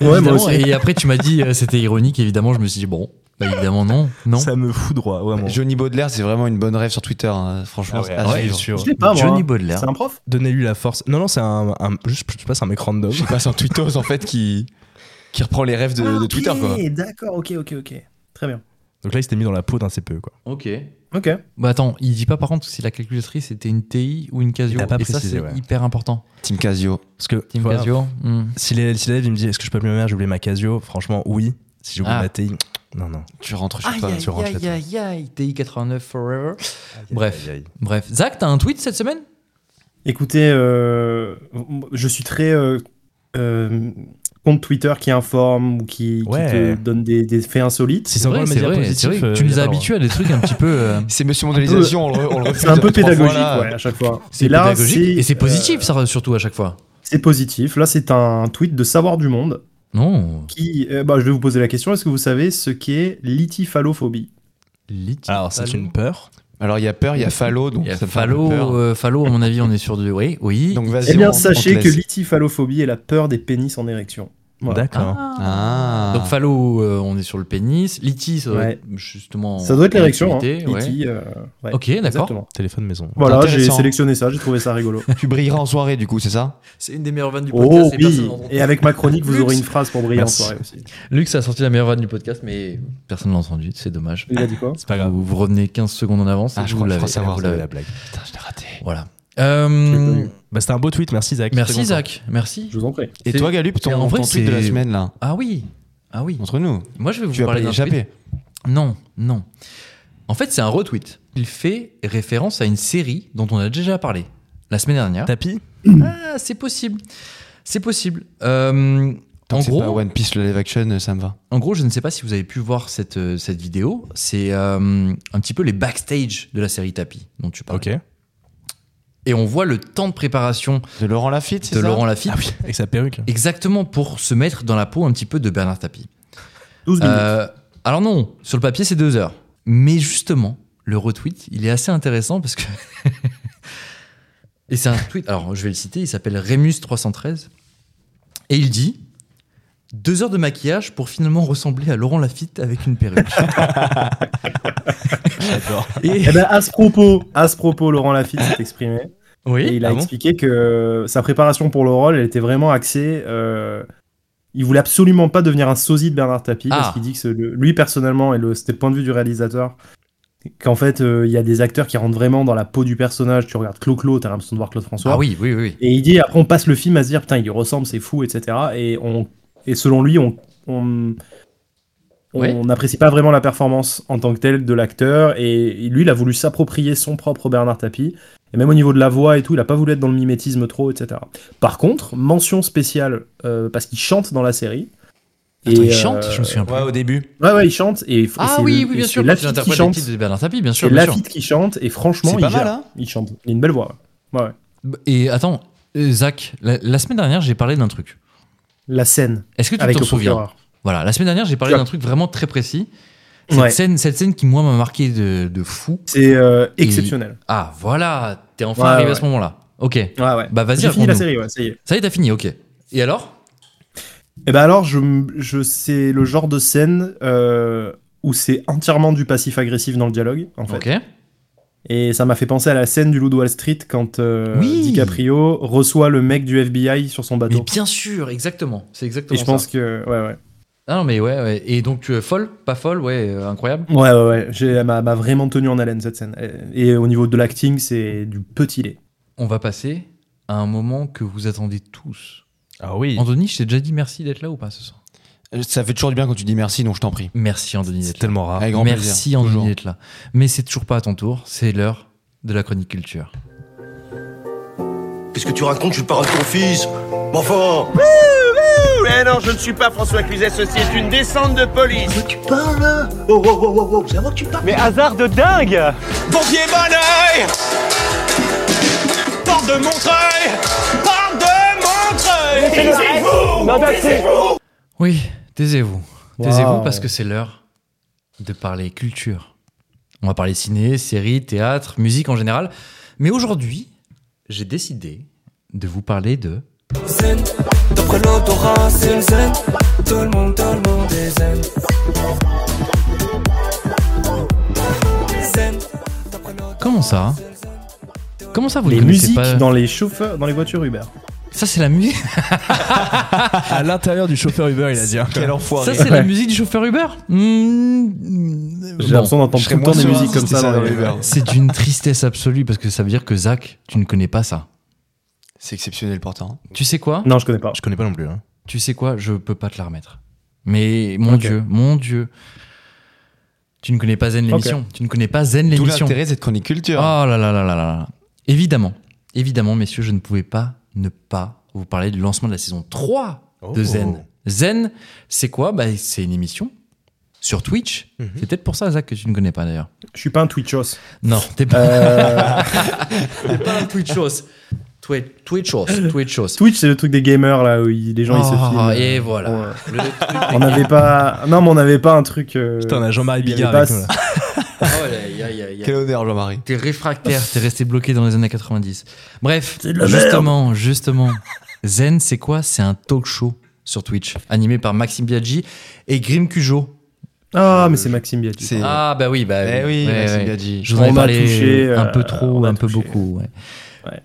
Ouais, moi
évidemment,
aussi.
Et après, tu m'as dit euh, c'était ironique, évidemment, je me suis dit, bon, bah, évidemment, non. non.
Ça me fout droit, vraiment.
Johnny Baudelaire, c'est vraiment une bonne rêve sur Twitter, hein. franchement.
Ah ouais,
à
ouais,
suivre.
bien sûr.
Je l'ai pas, moi.
Johnny
hein.
Baudelaire.
C'est un prof
Donnez-lui la force. Non, non, c'est un, un- Juste, je passe un mec random.
Je sais pas, c'est un tweetos, en fait, qui, qui reprend les rêves de,
Ah,
de Twitter, quoi.
D'accord, Ah, ok, ok, ok. Très bien.
Donc là, il s'était mis dans la peau d'un CPE, quoi.
Ok.
Ok.
Bah attends, il dit pas par contre si la calculatrice c'était une TI ou une Casio.
Il a pas
et ça,
précisé,
c'est
ouais.
hyper important.
Team Casio.
Parce que.
Team
voilà,
Casio. hmm.
Si l'élève si l'élève, il me dit Est-ce que je peux appeler ma mère J'ai oublié ma Casio. Franchement, oui. Si j'ai oublié
Ah.
ma TI. Non, non.
Tu rentres chez
Aïe,
toi.
tu rentres chez
aïe,
toi.
aïe, aïe, TI 89 forever. Bref.
Aïe, aïe, aïe.
Bref, Zach, t'as un tweet cette semaine
Écoutez, euh, je suis très euh, euh, compte Twitter qui informe ou qui, qui te
Ouais.
donne des, des faits insolites.
Si c'est encore le média positif, euh,
tu
il
nous
y a pas
as
le droit.
habitués à des trucs un petit peu. euh,
C'est Monsieur Mondialisation, on le, re- on le refuse
C'est un
deux,
peu
trois fois,
pédagogique
là.
ouais, à chaque fois.
c'est
Et là,
pédagogique et c'est
euh,
positif, ça, surtout à chaque fois.
c'est positif. Là, c'est un tweet de Savoir du Monde
Non.
qui. euh, bah, je vais vous poser la question est-ce que vous savez ce qu'est l'itiphalophobie
Alors, c'est une peur.
Alors, il y a peur, il y a fallo, donc
Il y a
ça me fait un peu peur.
Fallo, euh, Fallo, à mon avis, on est sur du. Oui, oui.
Donc, vas-y.
Eh bien,
on- on te
sachez que
laisse.
l'itiphalophobie est la peur des pénis en érection. Voilà.
D'accord.
Ah.
Donc Fallo, euh, on est sur le pénis. Liti, ça doit
Ouais.
être euh, justement.
Ça doit être l'érection. Hein.
l'activité, ouais.
Iti, euh, ouais.
Ok, d'accord.
Exactement.
Téléphone maison.
Voilà, j'ai
Intéressant.
sélectionné ça, j'ai trouvé ça rigolo.
Tu brilleras en soirée, du coup, c'est ça
C'est une des meilleures vannes du
oh
podcast.
oui Et avec ma chronique, vous aurez une phrase pour briller en
Merci.
soirée aussi.
Lux a sorti la meilleure vanne du podcast, mais personne ne l'a entendue. C'est dommage.
Il a dit quoi
C'est pas grave.
Vous, vous revenez 15 secondes en avance.
Ah,
et
je
vous
crois que je
l'avez-
crois savoir
vous
de la
l'avez.
La blague.
Putain, je l'ai raté.
Voilà. Euh,
Je l'ai
Bah, c'était un beau tweet. Merci, Zach.
merci
Très content.
Zach. Merci.
Je vous en prie.
Et
C'est-
toi, Galup, ton,
Et en vrai,
ton tweet de la
c'est-
semaine, là,
Ah oui. Ah oui.
entre nous,
Moi, je vais vous
tu vas pas
parler d'un tweet.
échapper.
Non, non. En fait, c'est un retweet. Il fait référence à une série dont on a déjà parlé la semaine dernière.
Tapis
Ah, c'est possible. C'est possible. Euh,
Tant
en
que c'est
gros,
pas One Piece, le live action, euh, ça me va.
En gros, je ne sais pas si vous avez pu voir cette, euh, cette vidéo. C'est euh, un petit peu les backstage de la série Tapi dont tu parles.
Ok.
Et on voit le temps de préparation
De Laurent Lafitte, c'est
de
ça Ah,
Laurent Lafitte.
Ah Avec sa perruque.
Exactement pour se mettre dans la peau un petit peu de Bernard Tapie.
12 minutes.
Euh, alors non, sur le papier c'est deux heures. Mais justement, le retweet, il est assez intéressant parce que... et c'est un tweet, alors je vais le citer, il s'appelle Remus313. Et il dit... Deux heures de maquillage pour finalement ressembler à Laurent Lafitte avec une perruque.
J'adore.
Eh ben, à ce propos, à ce propos, Laurent Lafitte s'est exprimé.
Oui.
et il a
ah bon
expliqué que euh, sa préparation pour le rôle, elle était vraiment axée. euh, il voulait absolument pas devenir un sosie de Bernard Tapie
Ah.
parce qu'il dit que c'est le- lui personnellement, et le- c'était le point de vue du réalisateur, qu'en fait euh, il y a des acteurs qui rentrent vraiment dans la peau du personnage. Tu regardes Clo Clo, t'as l'impression de voir Claude François.
Ah oui, oui, oui.
Et il dit après on passe le film à se dire putain il lui ressemble, c'est fou, etc. Et on et selon lui on on on
Ouais.
n'apprécie pas vraiment la performance en tant que telle de l'acteur et lui il a voulu s'approprier son propre Bernard Tapie et même au niveau de la voix et tout il a pas voulu être dans le mimétisme trop etc. Par contre mention spéciale euh, parce qu'il chante dans la série.
Attends,
Et,
il chante,
euh,
je me souviens plus.
Ouais, au début.
Ouais ouais il chante et, et
Ah
c'est
oui,
le-
oui,
et
bien
c'est
sûr.
Lafitte qui
interprètes
chante.
de Bernard Tapie, bien
C'est
sûr. bien sûr.
Lafitte qui chante et franchement
C'est
il,
pas mal,
gère.
hein
il chante. Il a une belle voix. Ouais. Ouais.
Et attends, euh, Zach, la, la semaine dernière, j'ai parlé d'un truc.
La scène
Est-ce que tu
avec
t'en
le
souviens
procureur.
Voilà, la semaine dernière, j'ai parlé
Tu as-
d'un truc vraiment très précis. Cette,
Ouais.
scène, cette scène qui, moi, m'a marqué de, de fou.
C'est euh, exceptionnel.
Ah, voilà, t'es enfin
Ouais,
arrivé à
ouais.
ce moment-là. Ok.
Ouais, ouais.
Bah, vas-y,
J'ai fini la
raconte-nous.
série, ouais, ça y est.
Ça y est, t'as fini, ok. Et alors
Et bah alors, je, m- je c'est le genre de scène euh, où c'est entièrement du passif-agressif dans le dialogue, en fait.
Ok.
Et ça m'a fait penser à la scène du Loup de Wall Street quand euh,
Oui.
DiCaprio reçoit le mec du FBI sur son
Mais
bateau.
bien sûr, exactement. C'est exactement
Et je pense
ça.
que... Ouais, ouais.
Ah non, mais ouais, ouais. Et donc, tu es folle Pas folle Ouais, euh, incroyable.
Ouais, ouais, ouais. J'ai- Elle m'a m'a vraiment tenu en haleine, cette scène. Et et au niveau de l'acting, c'est du petit lait.
On va passer à un moment que vous attendez tous.
Ah oui.
Anthony, je t'ai déjà dit merci d'être là ou pas ce soir
Ça fait toujours du bien quand tu dis merci, donc je t'en prie.
Merci, Anthony,
C'est
d'être là.
tellement rare.
Avec grand
Merci,
plaisir.
Anthony,
toujours.
d'être là. Mais c'est toujours pas à ton tour. C'est l'heure de la chronique culture.
Qu'est-ce que tu racontes Je suis le parrain de ton fils Mais enfin
Eh non, je ne suis pas François Cluzet, ceci est une descente de police.
Mais tu parles là Oh, oh, oh, oh, oh, c'est avant que tu parles
Mais hasard de dingue
Pompier bon oeil Porte de Montreuil Porte de Montreuil
C'est vous Non, non, c'est
Oui, taisez-vous. Taisez-vous
Waouh.
parce que c'est l'heure de parler culture. On va parler ciné, séries, théâtre, musique en général. Mais aujourd'hui, j'ai décidé de vous parler de
zen. D'après l'odorat, c'est le zen. Tout le monde, tout le monde est zen. Zen. D'après l'odorat,
Comment ça
c'est le zen.
Comment ça vous ne
Les
connaissez
musiques
pas
dans les chauffeurs, dans les voitures Uber.
Ça c'est la musique.
À l'intérieur du chauffeur Uber, il a dit. hein. Quel
Ça
enfoiré.
c'est la
Ouais.
musique du chauffeur Uber. Mmh, euh,
J'ai
bon.
l'impression d'entendre
Je
tout
serais
le temps
moins
des
serein
musiques
si
comme
c'était
ça dans
ça,
les
Uber.
Uber.
hein, C'est d'une tristesse absolue parce que ça veut dire que Zach, tu ne connais pas ça.
C'est exceptionnel pourtant. hein.
Tu sais quoi
Non, je connais pas.
Je connais pas non plus. hein.
Tu sais quoi Je peux pas te la remettre. Mais mon
Ok.
Dieu, mon Dieu. Tu ne connais pas Zen l'émission. Tu ne connais pas Zen
Tout
l'émission.
l'intérêt de cette chronique culture.
Oh là là là là là là. Évidemment, évidemment, messieurs, je ne pouvais pas ne pas vous parler du lancement de la saison 3 de
Oh.
Zen. Zen, c'est quoi bah, C'est une émission sur Twitch.
Mhm.
C'est peut-être pour ça, Zach, que tu ne connais pas d'ailleurs.
Je suis pas un Twitchos.
Non, t'es pas,
Euh,
t'es pas un Twitchos. Twi- Twitchos. Twitchos.
Twitch, c'est le truc des gamers là où ils- les gens ils se
Oh,
filment.
euh,
et voilà.
Ouais.
Le truc-
On n'avait pas. Non, mais on n'avait pas un truc. euh,
Putain, on a Jean-Marie
il y
Bigard
avait
avec
pas-
nous, là.
Oh là, y a- y a- y a-
Quel honneur, Jean-Marie.
T'es réfractaire, t'es resté bloqué dans les années 90. Bref,
C'est de la
justement, justement, Zen, c'est quoi C'est un talk show sur Twitch, animé par Maxime Biaggi et Grim Cujo.
Ah, mais c'est Maxime Biaggi.
C'est-
Ah bah oui, bah
Eh oui,
ouais,
Maxime
ouais.
Biaggi.
Je voudrais
On m'a
parler
touché, euh,
un peu trop,
on
ou
m'a
un peu
touché.
beaucoup. ouais.
Ouais.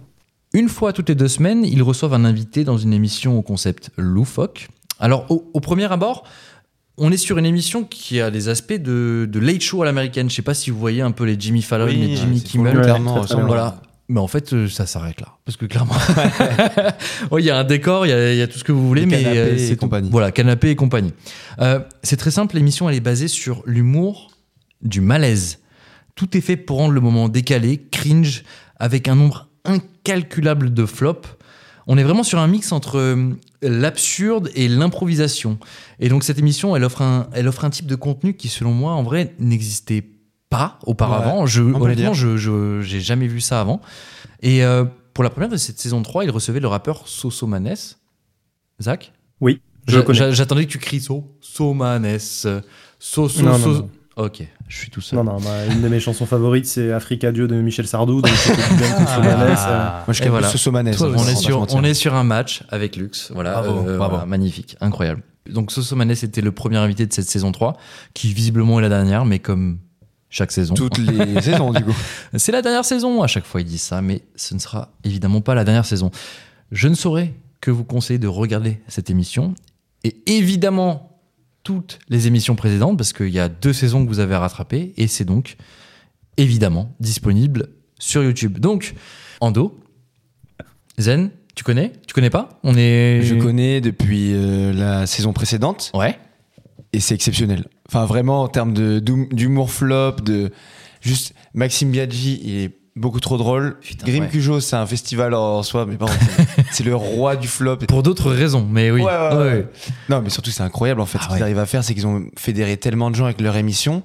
Une fois toutes les deux semaines, ils reçoivent un invité dans une émission au concept loufoque. Alors, au, au premier abord, on est sur une émission qui a des aspects de, de late show à l'américaine. Je sais pas si vous voyez un peu les Jimmy Fallon, les Jimmy
c'est
Kimmel.
volontairement
Ouais, très, très
ressemblant.
Voilà. Mais en fait, euh, ça s'arrête là. Parce que clairement, Ouais, il y a un décor, il y a- il y, a tout ce que vous voulez,
Les
mais
canapés
euh,
et
c'est tout.
compagnie.
Voilà, canapé et compagnie. Euh, c'est très simple, l'émission, elle est basée sur l'humour du malaise. Tout est fait pour rendre le moment décalé, cringe, avec un nombre incalculable de flops. On est vraiment sur un mix entre euh, l'absurde et l'improvisation. Et donc cette émission, elle offre un, elle offre un type de contenu qui, selon moi, en vrai, n'existait pas auparavant. je,
peut le
honnêtement,
dire.
je je- j'ai jamais vu ça avant. Et euh, pour la première de cette saison 3, il recevait le rappeur Soso Manes. Zach
Oui, je
J'a-
connais.
j'a- J'attendais que tu cries So, So Manes. So, so,
Non, non,
so-
non.
Ok, je suis tout seul.
Non, non, bah, une de mes chansons favorites, c'est Africa Dieu de Michel Sardou. Donc c'était bien qu'on
Ah.
se connaisse, euh.
Moi, je
Et Eh, voilà.
connais hein, Sosomanes.
Toi, on, est sur, on est sur un match avec Lux. Voilà, euh,
Bravo, bravo.
voilà, magnifique, incroyable. Donc Soso Manes était le premier invité de cette saison 3, qui visiblement est la dernière, mais comme Chaque saison.
Toutes les saisons, du coup.
C'est la dernière saison, à chaque fois ils disent ça, mais ce ne sera évidemment pas la dernière saison. Je ne saurais que vous conseiller de regarder cette émission et évidemment toutes les émissions précédentes, parce qu'il y a deux saisons que vous avez à rattraper et c'est donc évidemment disponible sur YouTube. Donc, Ando, Zen, tu connais Tu connais pas On est.
Je connais depuis euh, la saison précédente
Ouais.
et c'est exceptionnel. Enfin, vraiment, en termes de- d'hum- d'humour flop, de. Juste, Maxime Biaggi, il est beaucoup trop drôle.
Putain,
Grim
ouais.
Cujo, c'est un festival en soi, mais pardon, c'est- c'est le roi du flop.
Pour d'autres raisons, mais oui.
Ouais, ouais, ouais.
Ouais.
Non, mais surtout, c'est incroyable en fait.
Ah
ce qu'ils
ouais.
arrivent à faire, c'est qu'ils ont fédéré tellement de gens avec leur émission.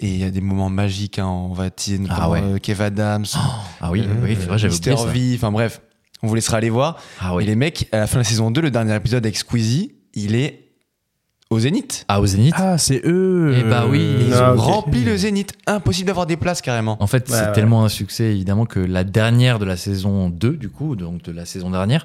Et il y a des moments magiques, hein. on va teaser notamment
Ah ouais.
euh, Kev Adams,
Ah oui, oui, c'est vrai, j'avais
Mister
oublié ça.
V, enfin bref, on vous laissera aller voir.
Ah oui.
Et les mecs, à la fin de la saison 2, le dernier épisode avec Squeezie, il est au Zénith.
Ah, au Zénith
Ah, c'est eux.
Eh bah oui,
euh,
Ils
Ah,
ont
ok.
rempli le Zénith, impossible d'avoir des places carrément.
En fait,
Ouais,
c'est
ouais.
tellement un succès, évidemment, que la dernière de la saison 2, du coup, donc de la saison dernière,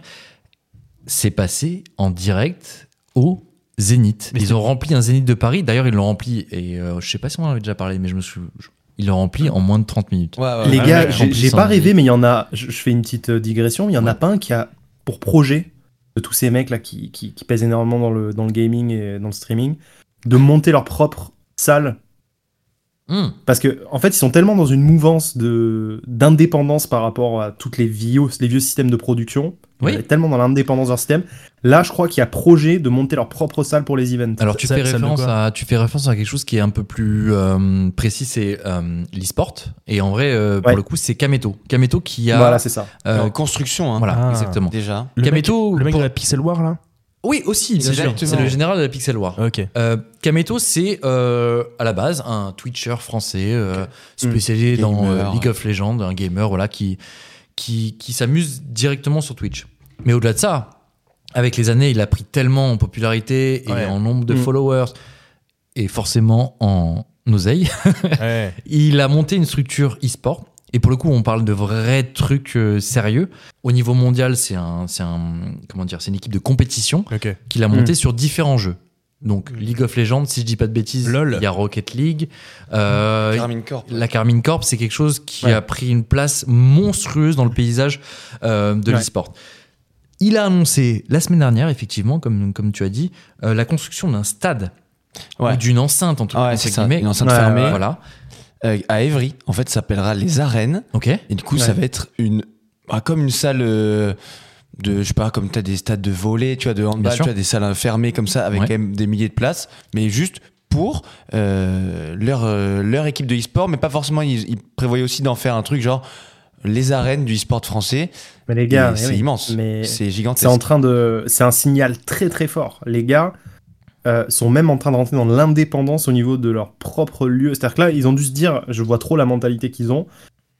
s'est passée en direct au Zénith. Ils ont rempli un Zénith de Paris. D'ailleurs, ils l'ont rempli, et euh, je sais pas si on en avait déjà parlé, mais je me souviens. je- Ils l'ont rempli en moins de 30 minutes.
Ouais, ouais,
Les
ouais,
gars,
ouais.
j'ai
Ah, en
j'ai
plus,
pas
on-
rêvé, mais il y en a. Je, je fais une petite euh, digression. Il y en a pas un qui a pour projet de tous ces mecs là qui, qui, qui pèsent énormément dans le, dans le gaming et dans le streaming de monter leur propre salle.
Mmh.
Hum,
Parce que en fait, ils sont tellement dans une mouvance de d'indépendance par rapport à toutes les vieux les vieux systèmes de production.
Oui.
Euh, Tellement dans l'indépendance de leur système. Là, je crois qu'il y a projet de monter leur propre salle pour les events.
Alors tu
Ça-
fais,
ça me
référence
quoi
à, tu fais référence à quelque chose qui est un peu plus euh, précis, c'est euh, l'e-sport. Et en vrai, euh, pour
Ouais.
le coup, c'est Kameto. Kameto qui a...
voilà, c'est ça.
euh,
En construction, hein,
voilà,
Ah.
exactement.
déjà.
Le mec-
Kameto...
Le mec
pour-
de la Pixel War, là
Oui, aussi, bien
C'est
sûr.
exactement.
C'est le général de la Pixel War.
Ok.
Euh, Kameto, c'est euh, à la base un Twitcher français euh, spécialisé
Mm.
dans
Gamer.
euh, League of Legends, un gamer voilà, qui, qui, qui s'amuse directement sur Twitch. Mais au-delà de ça, avec les années, il a pris tellement en popularité et
Ouais.
en nombre de
Mm.
followers et forcément en oseille.
Ouais.
Il a monté une structure e-sport. Et pour le coup, on parle de vrais trucs euh, sérieux. Au niveau mondial, c'est un, c'est un, comment dire, c'est une équipe de compétition
Ok.
qu'il a
Hmm.
monté sur différents jeux. Donc League of Legends, si je dis pas de bêtises,
Lol.
il y a Rocket League. Euh,
Garmin Hmm. Corp.
la Carmine Corp, c'est quelque chose qui a pris une place monstrueuse dans le paysage euh, de
Ouais.
l'e-sport. Il a annoncé la semaine dernière, effectivement, comme, comme tu as dit, euh, la construction d'un stade
Ouais.
ou d'une enceinte en tout
Ah
cas.
ouais, c'est ça, une enceinte
Ouais,
fermée.
ouais.
Voilà.
Euh, à Évry, en fait, ça s'appellera les arènes.
Ok.
Et du coup, ça
Ouais.
va être une, ah, comme une salle euh, de, je sais pas, comme t'as des stades de volley, tu as de
Bien
handball,
sûr.
tu as des salles fermées comme ça avec
Ouais.
quand même des milliers de places, mais juste pour euh, leur euh, leur équipe de e-sport, mais pas forcément. Ils, ils prévoyaient aussi d'en faire un truc genre les arènes du e-sport français.
Mais les
Et
gars,
c'est
eh oui.
immense,
Mais
c'est
C'est
gigantesque.
en train de, c'est un signal très très fort. Les gars euh, sont même en train de rentrer dans l'indépendance au niveau de leur propre lieu. C'est-à-dire que là, ils ont dû se dire, je vois trop la mentalité qu'ils ont.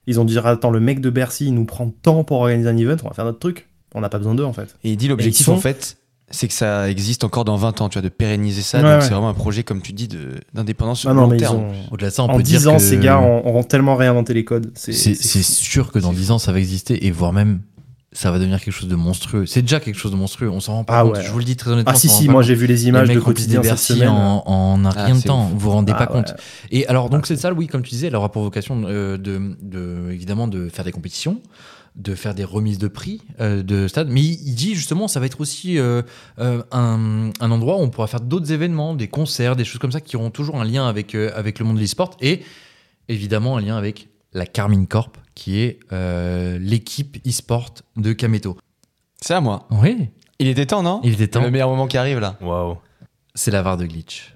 Ils ont dû dire, attends, le mec de Bercy, il nous prend tant pour organiser un event, on va faire notre truc. On n'a pas besoin d'eux en fait.
Et il dit l'objectif
Et ils sont-
en fait, c'est que ça existe encore dans 20 ans, tu vois, de pérenniser ça.
Ouais,
donc
ouais.
c'est vraiment un projet, comme tu dis, de- d'indépendance
Ah
long
non, mais ils
terme.
ont.
Au-delà de ça, on
en
peut dire
10 ans,
que
ces gars ont, ont tellement réinventé les codes. C'est
c'est c'est
c'est-
sûr que dans 10 ans, ça va exister et voire même ça va devenir quelque chose de monstrueux. C'est déjà quelque chose de monstrueux. On s'en rend pas
Ah
compte.
ouais.
Je vous le dis très honnêtement.
Ah si,
on s'en
si,
rend pas
moi j'ai vu les
Les
images
mecs
de
remplissent des
quotidien
Bercy
cette semaine.
en, en un
Ah,
rien de
c'est
temps. Vous vous rendez
Ah,
pas
ouais.
compte. Et alors, donc, cette salle, oui, comme tu disais, elle aura pour vocation euh, de, de- évidemment, de faire des compétitions, de faire des remises de prix euh, de stade. Mais il, il dit justement, ça va être aussi euh, euh, un, un endroit où on pourra faire d'autres événements, des concerts, des choses comme ça qui auront toujours un lien avec, euh, avec le monde de l'e-sport et évidemment un lien avec la Carmine Corp, qui est euh, l'équipe e-sport de Kameto.
C'est à moi.
Oui,
Il était temps, non
il était temps.
Le meilleur moment qui arrive là.
Waouh.
C'est la VAR de glitch.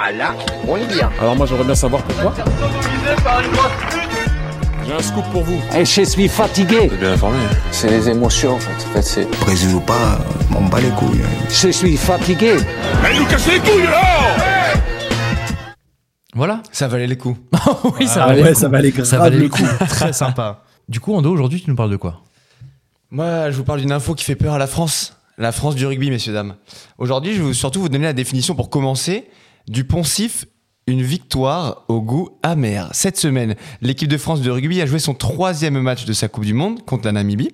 Ah là, on est bien.
Alors moi j'aimerais bien savoir pourquoi. J'ai un scoop pour vous.
Et Eh, je suis fatigué.
Bien informé. hein.
C'est les émotions en fait. En fait, c'est-
Prévu ou pas, m'en bats les couilles.
hein.
Je suis fatigué.
Allez nous casser Ah, les couilles hein. alors
Voilà.
Ça valait le coup.
oui, ça
Ah
valait
ouais,
le coup.
ça valait grave
Ça valait le
le
coup.
Très sympa.
Du coup, Ando, aujourd'hui, tu nous parles de quoi
Moi, je vous parle d'une info qui fait peur à la France. La France du rugby, messieurs, dames. Aujourd'hui, je vais vous- surtout vous donner la définition pour commencer du poncif, une victoire au goût amer. Cette semaine, l'équipe de France de rugby a joué son troisième match de sa Coupe du Monde contre la Namibie.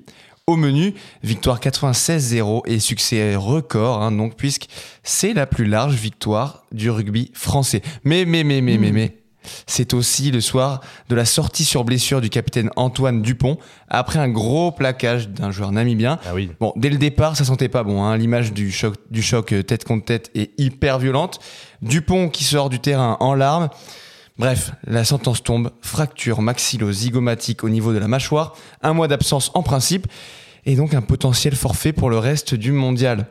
Au menu, victoire 96-0 et succès record, hein, donc, puisque c'est la plus large victoire du rugby français. Mais, mais, mais, mais, mais, mais, C'est aussi le soir de la sortie sur blessure du capitaine Antoine Dupont après un gros plaquage d'un joueur namibien.
Ah
Bon, dès le départ, ça sentait pas bon. hein. L'image du choc, du choc euh, tête contre tête est hyper violente. Dupont qui sort du terrain en larmes. Bref, la sentence tombe, fracture maxillo-zygomatique au niveau de la mâchoire, un mois d'absence en principe, et donc un potentiel forfait pour le reste du mondial.